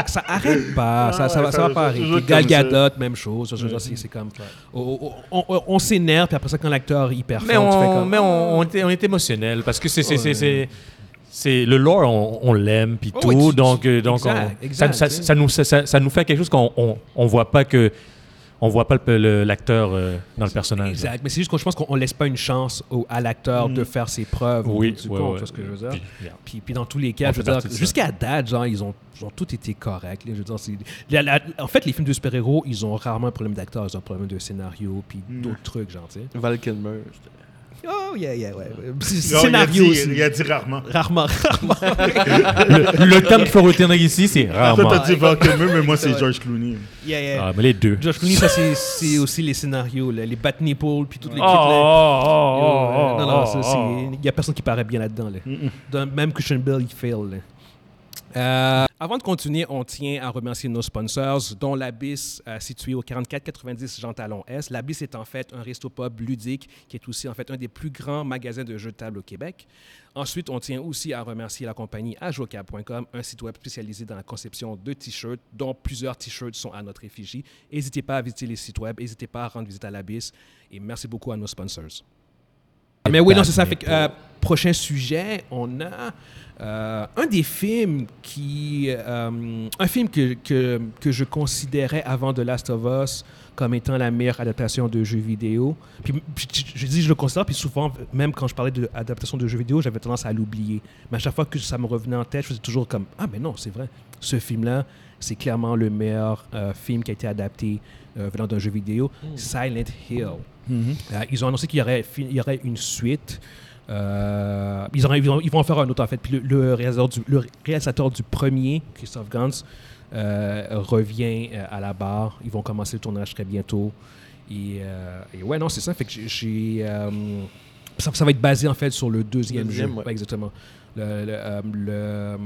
[SPEAKER 1] ça arrête
[SPEAKER 3] Ah
[SPEAKER 1] pas, ça, ça, va, ça va pas
[SPEAKER 4] ça-
[SPEAKER 1] arrêter.
[SPEAKER 4] toujours
[SPEAKER 1] Gal
[SPEAKER 4] comme ça.
[SPEAKER 1] Gadot, même chose. Genre, genre, c'est- C'est comme. oh, oh, oh, on on s'énerve, puis après ça, quand l'acteur y performe,
[SPEAKER 3] [laughs] Mais,
[SPEAKER 1] Oh. tu fais
[SPEAKER 3] on,
[SPEAKER 1] comme.
[SPEAKER 3] mais on, on était- on est émotionnel parce que c'est c'est- c'est- c'est- c'est- le lore, on, on l'aime puis
[SPEAKER 1] Oh,
[SPEAKER 3] tout,
[SPEAKER 1] oui, tu-
[SPEAKER 3] donc
[SPEAKER 1] tu-
[SPEAKER 3] euh, donc on-
[SPEAKER 1] exact,
[SPEAKER 3] ça-
[SPEAKER 1] exact,
[SPEAKER 3] ça,
[SPEAKER 1] tu sais.
[SPEAKER 3] ça nous ça- ça, ça nous fait quelque chose qu'on on, on voit pas que on voit pas le- le- l'acteur euh, dans le personnage. là.
[SPEAKER 1] Exact. Mais c'est juste que je pense qu'on on laisse pas une chance au- à l'acteur de faire ses preuves.
[SPEAKER 3] Mm. Oui,
[SPEAKER 1] tu
[SPEAKER 3] ouais,
[SPEAKER 1] comprends
[SPEAKER 3] ouais.
[SPEAKER 1] ce que je veux dire.
[SPEAKER 3] Puis, regarde.
[SPEAKER 1] Puis, puis dans tous les cas,
[SPEAKER 3] On
[SPEAKER 1] je veux
[SPEAKER 3] fait
[SPEAKER 1] dire,
[SPEAKER 3] partie de ça.
[SPEAKER 1] jusqu'à date, genre, ils ont, ils ont tous été corrects. là. Je veux dire, c'est- la- la- en fait, les films de super-héros, ils ont rarement un problème d'acteur, ils ont un problème de scénario, puis d'autres trucs, genre, tu sais.
[SPEAKER 2] Val Kilmer. c'était-
[SPEAKER 1] Mm. Oh, yeah, yeah, ouais. [laughs]
[SPEAKER 4] Non, il a
[SPEAKER 1] Scénario
[SPEAKER 4] dit-
[SPEAKER 1] aussi.
[SPEAKER 4] Il a dit rarement.
[SPEAKER 1] Rarement, [laughs] rarement.
[SPEAKER 3] Le, le terme qu'il faut retenir ici, c'est
[SPEAKER 4] Toi,
[SPEAKER 3] rarement.
[SPEAKER 4] t'as dit Val Kilmer, mais moi, c'est George Clooney.
[SPEAKER 1] Yeah, yeah.
[SPEAKER 3] Ah, mais les deux.
[SPEAKER 1] George Clooney, ça, c'est- c'est aussi les scénarios, là, les Batnipool, puis toutes les
[SPEAKER 3] Oh, oh, oh, oh, oh,
[SPEAKER 1] euh, non, non,
[SPEAKER 3] oh,
[SPEAKER 1] ça, c'est-
[SPEAKER 3] oh.
[SPEAKER 1] il n'y a personne qui paraît bien là-dedans. Là. Dans- Même Christian Bell, il fail. là. Euh, avant de continuer, on tient à remercier nos sponsors, dont l'Abyss, euh, situé au 4490 Jean Talon S. L'Abyss est en fait un resto pub ludique qui est aussi en fait un des plus grands magasins de jeux de table au Québec. Ensuite, on tient aussi à remercier la compagnie Ajocab.com, un site web spécialisé dans la conception de t-shirts, dont plusieurs t-shirts sont à notre effigie. N'hésitez pas à visiter les sites web, n'hésitez pas à rendre visite à l'Abyss et merci beaucoup à nos sponsors. Ah, Mais oui, non, c'est ça. Fait que, euh, prochain sujet, on a euh, un des films qui. euh, un film que, que, que je considérais avant The Last of Us comme étant la meilleure adaptation de jeu vidéo. Puis, puis je- je dis, je le considère, puis souvent, même quand je parlais d'adaptation de jeu vidéo, j'avais tendance à l'oublier. Mais à chaque fois que ça me revenait en tête, je faisais toujours comme Ah, mais non, c'est vrai. Ce film-là, c'est clairement le meilleur euh, film qui a été adapté euh, venant d'un jeu vidéo Silent Hill. Euh, ils ont annoncé qu'il y aurait, fi- il y aurait une suite. Euh, ils, auraient- ils vont, ils vont en faire un autre, en fait. Puis le, le réalisateur, du, le réalisateur du premier, Christophe Gans, euh, revient euh, à la barre. Ils vont commencer le tournage très bientôt. Et, euh, et ouais, non, c'est ça. Fait que j'ai- j'ai. euh, ça, ça va être basé, en fait, sur le deuxième,
[SPEAKER 2] Deuxième,
[SPEAKER 1] jeu.
[SPEAKER 2] ouais.
[SPEAKER 1] Ouais, exactement. Le, le, euh, le, euh,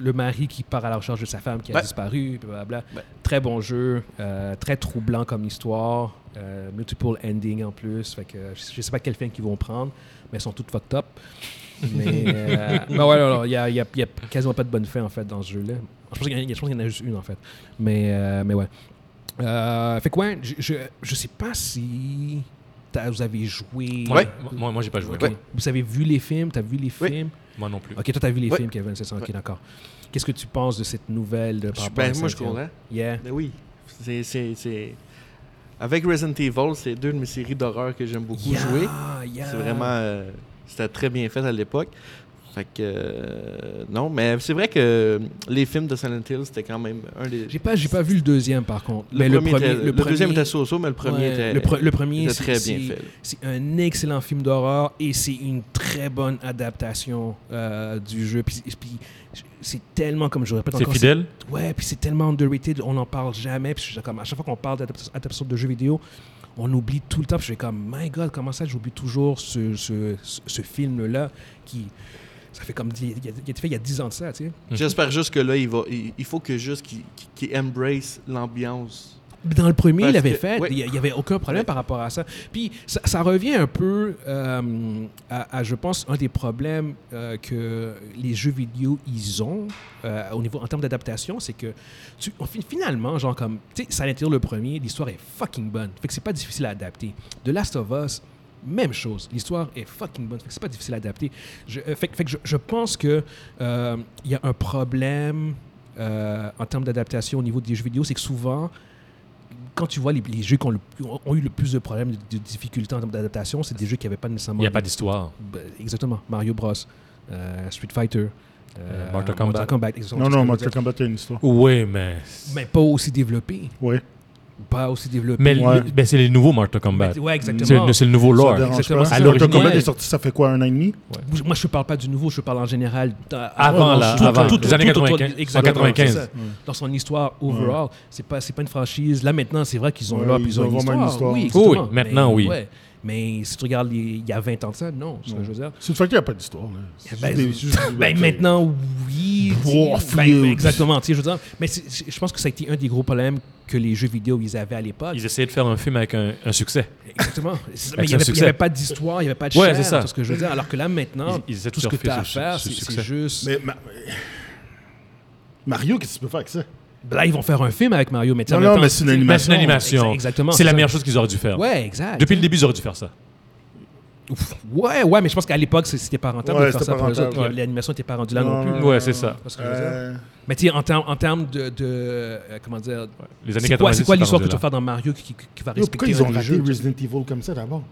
[SPEAKER 1] le mari qui part à la recherche de sa femme qui a
[SPEAKER 2] Ouais.
[SPEAKER 1] disparu, blablabla.
[SPEAKER 2] Ouais.
[SPEAKER 1] Très bon jeu, euh, très troublant comme histoire, euh, multiple ending en plus. Fait que je, je sais pas quel film qu'ils vont prendre, mais elles sont toutes fucked up. Mais, euh, mais ouais, non, non, il y a, il y a- il y a quasiment pas de bonne fin en fait dans ce jeu-là. Je pense qu'il y, en a- je pense qu'il y en a juste une en fait. Mais, euh, mais ouais. Euh, fait que ouais, je, je, je sais pas si t'as- vous avez joué.
[SPEAKER 2] Ouais.
[SPEAKER 3] Moi, moi j'ai pas joué.
[SPEAKER 1] Ok. Vous avez vu les films, t'as vu les
[SPEAKER 2] Oui.
[SPEAKER 1] films.
[SPEAKER 3] Moi non plus.
[SPEAKER 1] Ok, toi, t'as vu les
[SPEAKER 2] Ouais.
[SPEAKER 1] films, Kevin, c'est ça. Ok,
[SPEAKER 2] Ouais.
[SPEAKER 1] d'accord. Qu'est-ce que tu penses de cette nouvelle de par
[SPEAKER 2] Je-
[SPEAKER 1] rapport à
[SPEAKER 2] Ben, moi, je
[SPEAKER 1] Saint-Hill?
[SPEAKER 2] comprends.
[SPEAKER 1] Yeah.
[SPEAKER 2] Ben oui. C'est- c'est- c'est- Avec Resident Evil, c'est deux de mes séries d'horreur que j'aime beaucoup
[SPEAKER 1] Yeah,
[SPEAKER 2] jouer.
[SPEAKER 1] yeah.
[SPEAKER 2] C'est vraiment. euh, C'était très bien fait à l'époque. Fait que, euh, non, mais c'est vrai que euh, les films de Silent Hill, c'était quand même un des.
[SPEAKER 1] J'ai pas, j'ai pas vu le deuxième par contre.
[SPEAKER 2] Le,
[SPEAKER 1] Mais
[SPEAKER 2] premier était- le
[SPEAKER 1] premier-
[SPEAKER 2] deuxième était so mais le premier
[SPEAKER 1] Ouais,
[SPEAKER 2] était,
[SPEAKER 1] le pre- le premier,
[SPEAKER 2] était
[SPEAKER 1] c'est-
[SPEAKER 2] très
[SPEAKER 1] c'est-
[SPEAKER 2] bien fait. là.
[SPEAKER 1] C'est un excellent film d'horreur et c'est une très bonne adaptation euh, du jeu. Puis, puis c'est tellement, comme je répète
[SPEAKER 3] C'est
[SPEAKER 1] encore,
[SPEAKER 3] fidèle?
[SPEAKER 1] c'est- Ouais, puis c'est tellement underrated, on n'en parle jamais. Puis je suis comme, à chaque fois qu'on parle d'adaptation adaptation de jeux vidéo, on oublie tout le temps. Puis je suis comme, my God, comment ça, j'oublie toujours ce, ce, ce- ce film-là qui. Ça fait comme. dix- Il a, il a été fait il y a 10 ans de ça, tu sais.
[SPEAKER 2] J'espère juste que là, il, va, il, il faut que juste qu'il qu'il- qu'il embrace l'ambiance.
[SPEAKER 1] Dans le premier,
[SPEAKER 2] Parce
[SPEAKER 1] il avait
[SPEAKER 2] que-
[SPEAKER 1] fait.
[SPEAKER 2] ouais.
[SPEAKER 1] Il n'y avait aucun problème
[SPEAKER 2] Ouais.
[SPEAKER 1] par rapport à ça. Puis, ça, ça revient un peu euh, à, à, je pense, un des problèmes euh, que les jeux vidéo, ils ont euh, au niveau, en termes d'adaptation. C'est que, tu, on fin- finalement, genre comme, tu sais, Silent Hill, le premier, l'histoire est fucking bonne. Fait que c'est pas difficile à adapter. The Last of Us, même chose. L'histoire est fucking bonne. Fait que c'est pas difficile à adapter. Je, euh, fait, que- fait que je, je pense que euh, il y a un problème euh, en termes d'adaptation au niveau des jeux vidéo, c'est que souvent, quand tu vois les, les jeux qui ont, le- qui ont- ont eu le plus de problèmes de, de difficultés en termes d'adaptation, c'est des jeux qui n'avaient pas nécessairement.
[SPEAKER 3] Il n'y a pas d'histoire.
[SPEAKER 1] Ben, Exactement. Mario Bros, euh, Street Fighter, euh,
[SPEAKER 3] Mortal
[SPEAKER 1] exactement.
[SPEAKER 4] Non,
[SPEAKER 3] Kombat.
[SPEAKER 1] C'est ce
[SPEAKER 4] non,
[SPEAKER 1] que je veux
[SPEAKER 4] Mortal
[SPEAKER 1] dire.
[SPEAKER 4] Kombat a une histoire.
[SPEAKER 3] Oui, mais.
[SPEAKER 1] Mais pas aussi développé.
[SPEAKER 4] Ouais.
[SPEAKER 1] Pas aussi développé.
[SPEAKER 3] Mais,
[SPEAKER 4] Ouais.
[SPEAKER 3] le- ben, c'est les nouveaux Mortal Kombat.
[SPEAKER 1] Mais- ouais,
[SPEAKER 3] C'est
[SPEAKER 1] exactement.
[SPEAKER 3] le, c'est le nouveau
[SPEAKER 4] Ça
[SPEAKER 3] lore.
[SPEAKER 4] dérange
[SPEAKER 1] Exactement.
[SPEAKER 4] pas.
[SPEAKER 1] À
[SPEAKER 4] Mortal
[SPEAKER 3] l'original.
[SPEAKER 4] Kombat est sorti, ça fait quoi, un an et demi
[SPEAKER 1] Moi, je ne parle pas du nouveau, je parle en général. dans-
[SPEAKER 3] Avant, là,
[SPEAKER 1] tout-
[SPEAKER 3] avant,
[SPEAKER 1] tout-
[SPEAKER 3] les
[SPEAKER 1] tout-
[SPEAKER 3] années
[SPEAKER 1] tout- tout-
[SPEAKER 3] 95,
[SPEAKER 1] exactement,
[SPEAKER 3] 95.
[SPEAKER 1] c'est ça. Dans son histoire overall, c'est pas c'est pas une franchise. Là maintenant, c'est vrai qu'ils ont
[SPEAKER 4] Ouais,
[SPEAKER 1] là,
[SPEAKER 4] ils
[SPEAKER 1] puis ils ont
[SPEAKER 4] ont
[SPEAKER 1] une
[SPEAKER 4] vraiment
[SPEAKER 1] histoire.
[SPEAKER 4] une histoire.
[SPEAKER 1] Oui,
[SPEAKER 3] Oui,
[SPEAKER 1] exactement.
[SPEAKER 3] maintenant,
[SPEAKER 1] Mais-
[SPEAKER 3] oui.
[SPEAKER 1] ouais. Mais si tu regardes les- il y a 20 ans de ça, non, c'est ce que je veux dire.
[SPEAKER 4] C'est le fait qu'il n'y a pas d'histoire. là. C'est
[SPEAKER 1] Ben,
[SPEAKER 4] juste des-
[SPEAKER 1] c'est-
[SPEAKER 4] juste des-
[SPEAKER 1] ben, maintenant, oui. tu-
[SPEAKER 4] Wow,
[SPEAKER 1] ben,
[SPEAKER 4] fluide.
[SPEAKER 1] exactement. tu sais, Je veux dire, mais c'est- c'est- je pense que ça a été un des gros problèmes que les jeux vidéo ils avaient à l'époque.
[SPEAKER 3] Ils essayaient de faire un film avec un, un succès.
[SPEAKER 1] Ah, Exactement. C'est- Mais il n'y
[SPEAKER 3] Avec
[SPEAKER 1] avait,
[SPEAKER 3] un
[SPEAKER 1] il y avait
[SPEAKER 3] succès.
[SPEAKER 1] pas d'histoire, il n'y avait pas de
[SPEAKER 3] Ouais,
[SPEAKER 1] chair,
[SPEAKER 3] c'est ça.
[SPEAKER 1] tout ce que je veux dire. Alors que là, maintenant,
[SPEAKER 3] Ils- ils essaient de
[SPEAKER 1] tout ce que
[SPEAKER 3] surfer
[SPEAKER 1] tu as à
[SPEAKER 3] sur-
[SPEAKER 1] faire,
[SPEAKER 3] sur
[SPEAKER 1] c'est
[SPEAKER 3] ce
[SPEAKER 1] c'est
[SPEAKER 3] succès.
[SPEAKER 1] juste...
[SPEAKER 4] Mais Ma- Mario, qu'est-ce que tu peux faire avec ça
[SPEAKER 1] Ben Là, ils vont faire un film avec Mario, mais tu sais, en
[SPEAKER 4] Non,
[SPEAKER 1] même
[SPEAKER 4] non,
[SPEAKER 1] temps,
[SPEAKER 4] mais c'est une
[SPEAKER 1] tu sais,
[SPEAKER 3] Mais c'est une animation.
[SPEAKER 1] Exa- Exactement.
[SPEAKER 3] C'est la
[SPEAKER 1] ça.
[SPEAKER 3] meilleure chose qu'ils auraient dû faire.
[SPEAKER 1] Ouais, exact.
[SPEAKER 3] Depuis le début, ils auraient dû faire ça.
[SPEAKER 1] Ouf. Ouais, ouais, mais je pense qu'à l'époque, c'est- c'était pas rentable
[SPEAKER 4] Ouais,
[SPEAKER 1] de faire
[SPEAKER 4] c'était
[SPEAKER 1] ça
[SPEAKER 4] pas
[SPEAKER 1] pour les
[SPEAKER 4] rentable,
[SPEAKER 1] autres.
[SPEAKER 3] ouais.
[SPEAKER 1] L'animation n'était pas rendue là non,
[SPEAKER 4] Non,
[SPEAKER 1] plus.
[SPEAKER 4] non,
[SPEAKER 3] Ouais, c'est ça.
[SPEAKER 1] Tu vois ce que je veux dire?
[SPEAKER 4] Euh,
[SPEAKER 1] Mais tu sais, en termes en termes de, de, euh, comment dire,
[SPEAKER 3] Les
[SPEAKER 1] c'est
[SPEAKER 3] années
[SPEAKER 1] quoi,
[SPEAKER 3] 90.
[SPEAKER 1] c'est quoi l'histoire que
[SPEAKER 3] rendu
[SPEAKER 1] tu vas
[SPEAKER 3] là.
[SPEAKER 1] faire dans Mario qui, qui- qui va
[SPEAKER 4] yo,
[SPEAKER 1] respecter
[SPEAKER 4] Pourquoi ils
[SPEAKER 1] un
[SPEAKER 4] ont
[SPEAKER 1] des
[SPEAKER 4] raté
[SPEAKER 1] jeux?
[SPEAKER 4] Resident Evil comme ça d'abord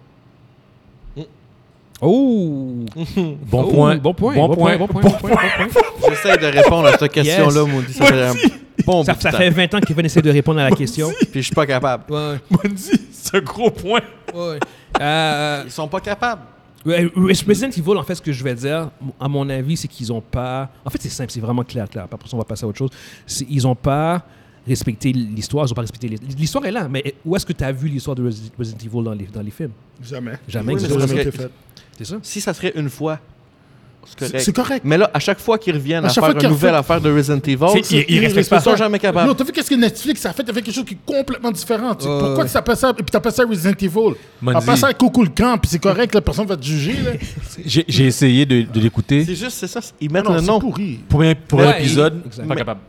[SPEAKER 1] Oh,
[SPEAKER 3] Bon
[SPEAKER 1] Oh,
[SPEAKER 3] point.
[SPEAKER 1] bon point,
[SPEAKER 3] Bon point.
[SPEAKER 1] bon point, bon point, bon point.
[SPEAKER 2] J'essaie de répondre à cette question-là, maudit. Ça fait un bon
[SPEAKER 1] Ça,
[SPEAKER 2] bout de
[SPEAKER 1] ça
[SPEAKER 2] temps.
[SPEAKER 1] fait 20 ans que Kevin essaie de répondre à la question.
[SPEAKER 2] Puis je suis pas capable.
[SPEAKER 1] [laughs] Ouais,
[SPEAKER 3] Bundy, c'est un gros point.
[SPEAKER 1] ouais. Euh,
[SPEAKER 2] Ils sont pas capables.
[SPEAKER 1] Ouais, Resident Evil, en fait, ce que je vais dire, à mon avis, c'est qu'ils ont pas. En fait, c'est simple, c'est vraiment clair, clair. Après, on va passer à autre chose. C'est- Ils ont pas respecté l'histoire, ils ont pas respecté l'histoire. L'histoire est là, mais où est-ce que tu as vu l'histoire de Resi- Resident Evil dans les, dans les films
[SPEAKER 4] Jamais.
[SPEAKER 1] Jamais,
[SPEAKER 4] Oui, mais ça
[SPEAKER 1] exactement.
[SPEAKER 4] a jamais été fait.
[SPEAKER 1] C'est ça
[SPEAKER 2] Si ça serait une fois, c'est correct.
[SPEAKER 4] C'est- C'est correct.
[SPEAKER 2] Mais là, à chaque fois qu'ils reviennent à,
[SPEAKER 4] À chaque
[SPEAKER 2] faire
[SPEAKER 4] fois
[SPEAKER 2] une
[SPEAKER 4] qu'ils
[SPEAKER 2] nouvelle
[SPEAKER 4] refont-
[SPEAKER 2] affaire de Resident Evil,
[SPEAKER 3] C'est- ils- ils respectent pas
[SPEAKER 2] ils sont
[SPEAKER 3] ça.
[SPEAKER 2] jamais
[SPEAKER 4] Non,
[SPEAKER 2] capables.
[SPEAKER 4] t'as vu qu'est-ce que Netflix a fait avec quelque chose qui est complètement différent. tu sais.
[SPEAKER 1] Ouais,
[SPEAKER 4] Pourquoi
[SPEAKER 1] ouais.
[SPEAKER 4] ça passe ça et puis t'as passé à Resident Evil
[SPEAKER 3] Monzi.
[SPEAKER 4] T'as passé à Coucou le camp, puis c'est correct, la personne va te juger. Là.
[SPEAKER 3] J'ai j'ai essayé de, de l'écouter.
[SPEAKER 2] C'est juste, c'est ça. Ils mettent
[SPEAKER 4] Non,
[SPEAKER 2] le nom.
[SPEAKER 4] c'est pourri.
[SPEAKER 3] Pour un, pour
[SPEAKER 1] Ouais,
[SPEAKER 3] un épisode,
[SPEAKER 1] exact.
[SPEAKER 3] pas
[SPEAKER 1] Mais-
[SPEAKER 3] capable.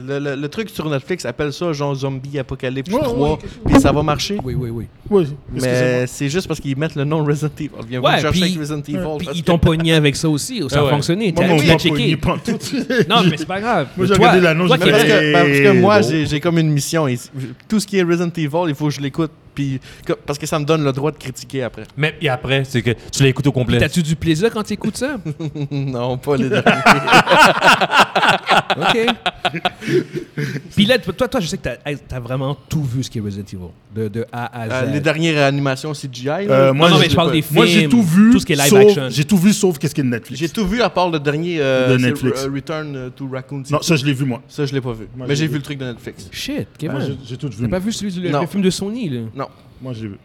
[SPEAKER 2] Le, le- le truc sur Netflix appelle ça genre Zombie Apocalypse
[SPEAKER 4] Ouais,
[SPEAKER 2] 3,
[SPEAKER 4] ouais,
[SPEAKER 2] puis ça va marcher.
[SPEAKER 1] Oui, oui, oui.
[SPEAKER 4] Oui, excusez-moi.
[SPEAKER 2] Mais c'est juste parce qu'ils mettent le nom Resident Evil. Viens
[SPEAKER 1] Ouais,
[SPEAKER 2] vous chercher
[SPEAKER 1] puis-
[SPEAKER 2] avec Resident Evil.
[SPEAKER 1] Puis
[SPEAKER 2] parce
[SPEAKER 1] ils
[SPEAKER 2] que-
[SPEAKER 1] t'ont pogné avec ça aussi, ça
[SPEAKER 3] Ah
[SPEAKER 1] a
[SPEAKER 3] ouais.
[SPEAKER 1] fonctionné.
[SPEAKER 4] Moi,
[SPEAKER 1] T'as-
[SPEAKER 4] mon
[SPEAKER 1] tu l'as
[SPEAKER 4] papa, il est
[SPEAKER 1] checké.
[SPEAKER 4] pas en tout.
[SPEAKER 1] [laughs] Non, mais c'est pas grave.
[SPEAKER 4] Moi, j'ai
[SPEAKER 1] Toi-
[SPEAKER 4] regardé l'annonce,
[SPEAKER 1] toi
[SPEAKER 4] j'ai
[SPEAKER 1] qui-
[SPEAKER 2] Mais parce, que,
[SPEAKER 4] Et-
[SPEAKER 2] parce que moi,
[SPEAKER 4] bon.
[SPEAKER 2] j'ai j'ai comme une mission. Et tout ce qui est Resident Evil, il faut que je l'écoute. Puis, que- parce que ça me donne le droit de critiquer après.
[SPEAKER 3] Mais et après, c'est que tu l'écoutes au complet.
[SPEAKER 1] T'as-tu du plaisir quand tu écoutes
[SPEAKER 2] [laughs]
[SPEAKER 1] ça
[SPEAKER 4] Mhm.
[SPEAKER 2] non, pas
[SPEAKER 4] [laughs]
[SPEAKER 2] les derniers.
[SPEAKER 1] OK. Puis là, toi, toi, je sais que t'as as vraiment tout vu ce qui est Resident Evil, de, de A à Z.
[SPEAKER 2] Euh, les dernières animations CGI. là.
[SPEAKER 4] Euh, moi,
[SPEAKER 1] non,
[SPEAKER 4] j'ai-
[SPEAKER 1] mais je parle des films.
[SPEAKER 4] Moi, j'ai tout vu.
[SPEAKER 1] Tout ce qui est live
[SPEAKER 4] sauf-
[SPEAKER 1] action.
[SPEAKER 4] J'ai tout vu sauf qu'est-ce qui est de Netflix.
[SPEAKER 2] J'ai tout vu à part le dernier euh,
[SPEAKER 4] De
[SPEAKER 2] c'est
[SPEAKER 4] Netflix.
[SPEAKER 2] Re- Return to Raccoon City.
[SPEAKER 4] Non, ça, je l'ai vu, moi.
[SPEAKER 2] Ça, je l'ai pas vu.
[SPEAKER 4] Moi,
[SPEAKER 2] mais
[SPEAKER 4] j'ai
[SPEAKER 2] j'ai
[SPEAKER 4] vu.
[SPEAKER 2] vu le truc de Netflix.
[SPEAKER 1] Shit,
[SPEAKER 4] Moi, j'ai
[SPEAKER 1] Kevin.
[SPEAKER 4] j'ai tout vu.
[SPEAKER 1] T'as
[SPEAKER 4] moi.
[SPEAKER 1] pas vu celui du le
[SPEAKER 2] Non.
[SPEAKER 1] film de Sony, là?
[SPEAKER 2] Non.
[SPEAKER 4] Moi, j'ai vu.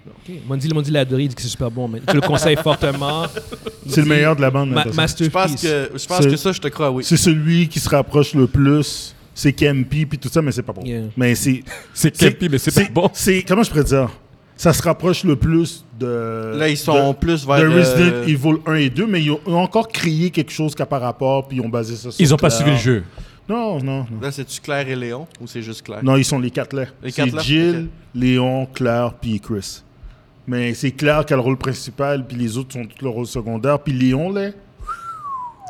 [SPEAKER 1] Mondi, le Mondi l'a adoré, il dit que c'est super bon, mais je le conseille
[SPEAKER 4] [laughs]
[SPEAKER 1] fortement.
[SPEAKER 4] C'est le meilleur de la bande.
[SPEAKER 1] Ma
[SPEAKER 4] Nathan.
[SPEAKER 2] Je pense,
[SPEAKER 1] masterpiece.
[SPEAKER 2] que, je pense
[SPEAKER 4] C'est-
[SPEAKER 2] que ça, je te crois, oui.
[SPEAKER 4] C'est celui qui se rapproche le plus. C'est Kempi puis tout ça, mais c'est pas bon.
[SPEAKER 1] Yeah.
[SPEAKER 4] Mais c'est.
[SPEAKER 3] [laughs] C'est Kempi, mais c'est pas bon.
[SPEAKER 4] C'est comment je pourrais dire Ça se rapproche le plus de.
[SPEAKER 2] Là, ils sont
[SPEAKER 4] de-
[SPEAKER 2] plus vers
[SPEAKER 4] de
[SPEAKER 2] le-
[SPEAKER 4] Resident Evil 1 et 2, mais ils ont, ont encore créé quelque chose qui a par rapport, puis ils ont basé ça sur.
[SPEAKER 3] Ils ont pas
[SPEAKER 4] Claire.
[SPEAKER 3] suivi le jeu.
[SPEAKER 4] Non, non, non.
[SPEAKER 2] Là, c'est-tu Claire et Léon ou c'est juste Claire?
[SPEAKER 4] Non, ils sont les quatre là.
[SPEAKER 2] Les quatre
[SPEAKER 4] C'est
[SPEAKER 2] là?
[SPEAKER 4] Jill, Léon, Claire, puis Chris. Mais c'est Claire qui a le rôle principal, puis les autres sont tous le rôle secondaire, puis Léon là.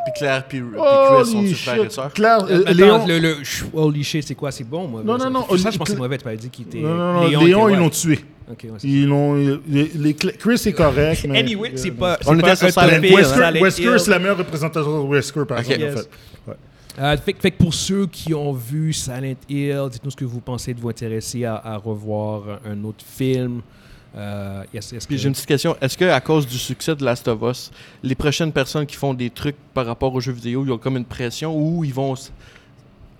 [SPEAKER 2] Puis Claire puis, puis
[SPEAKER 4] Holy
[SPEAKER 2] Chris sont-tu frères et
[SPEAKER 4] shit.
[SPEAKER 2] sœurs?
[SPEAKER 4] Claire, euh,
[SPEAKER 1] Attends,
[SPEAKER 4] Léon.
[SPEAKER 1] le, le- ch- holy shit, c'est quoi? C'est bon, moi?
[SPEAKER 4] Non,
[SPEAKER 1] ça-
[SPEAKER 4] non, non,
[SPEAKER 1] Ça, je
[SPEAKER 4] Oli-
[SPEAKER 1] pense que c'est mauvais, tu m'avais dit qu'il était...
[SPEAKER 4] Non, non, non, Léon,
[SPEAKER 1] était-
[SPEAKER 4] ils
[SPEAKER 1] ouais.
[SPEAKER 4] l'ont tué.
[SPEAKER 1] Ok, ouais, c'est
[SPEAKER 4] Ils l'ont. les- les cl- Chris est correct, mais.
[SPEAKER 1] Anyway, c'est pas.
[SPEAKER 2] On
[SPEAKER 1] c'est
[SPEAKER 2] était
[SPEAKER 1] pas
[SPEAKER 2] sur
[SPEAKER 1] un
[SPEAKER 2] Silent
[SPEAKER 1] top-tier,
[SPEAKER 2] Hill, hein.
[SPEAKER 1] Silent
[SPEAKER 4] Wesker, Wesker,
[SPEAKER 1] Hill.
[SPEAKER 4] c'est la meilleure représentation de Wesker, par
[SPEAKER 2] Ok.
[SPEAKER 4] exemple, en
[SPEAKER 1] Yes.
[SPEAKER 4] fait. Ouais.
[SPEAKER 1] Euh, fait, que- fait que pour ceux qui ont vu Silent Hill, dites-nous ce que vous pensez de vous intéresser à, à revoir un autre film. Euh, yes, est-ce que-
[SPEAKER 2] Puis j'ai une petite question. Est-ce que à cause du succès de Last of Us, les prochaines personnes qui font des trucs par rapport aux jeux vidéo, ils ont comme une pression ou ils vont. s-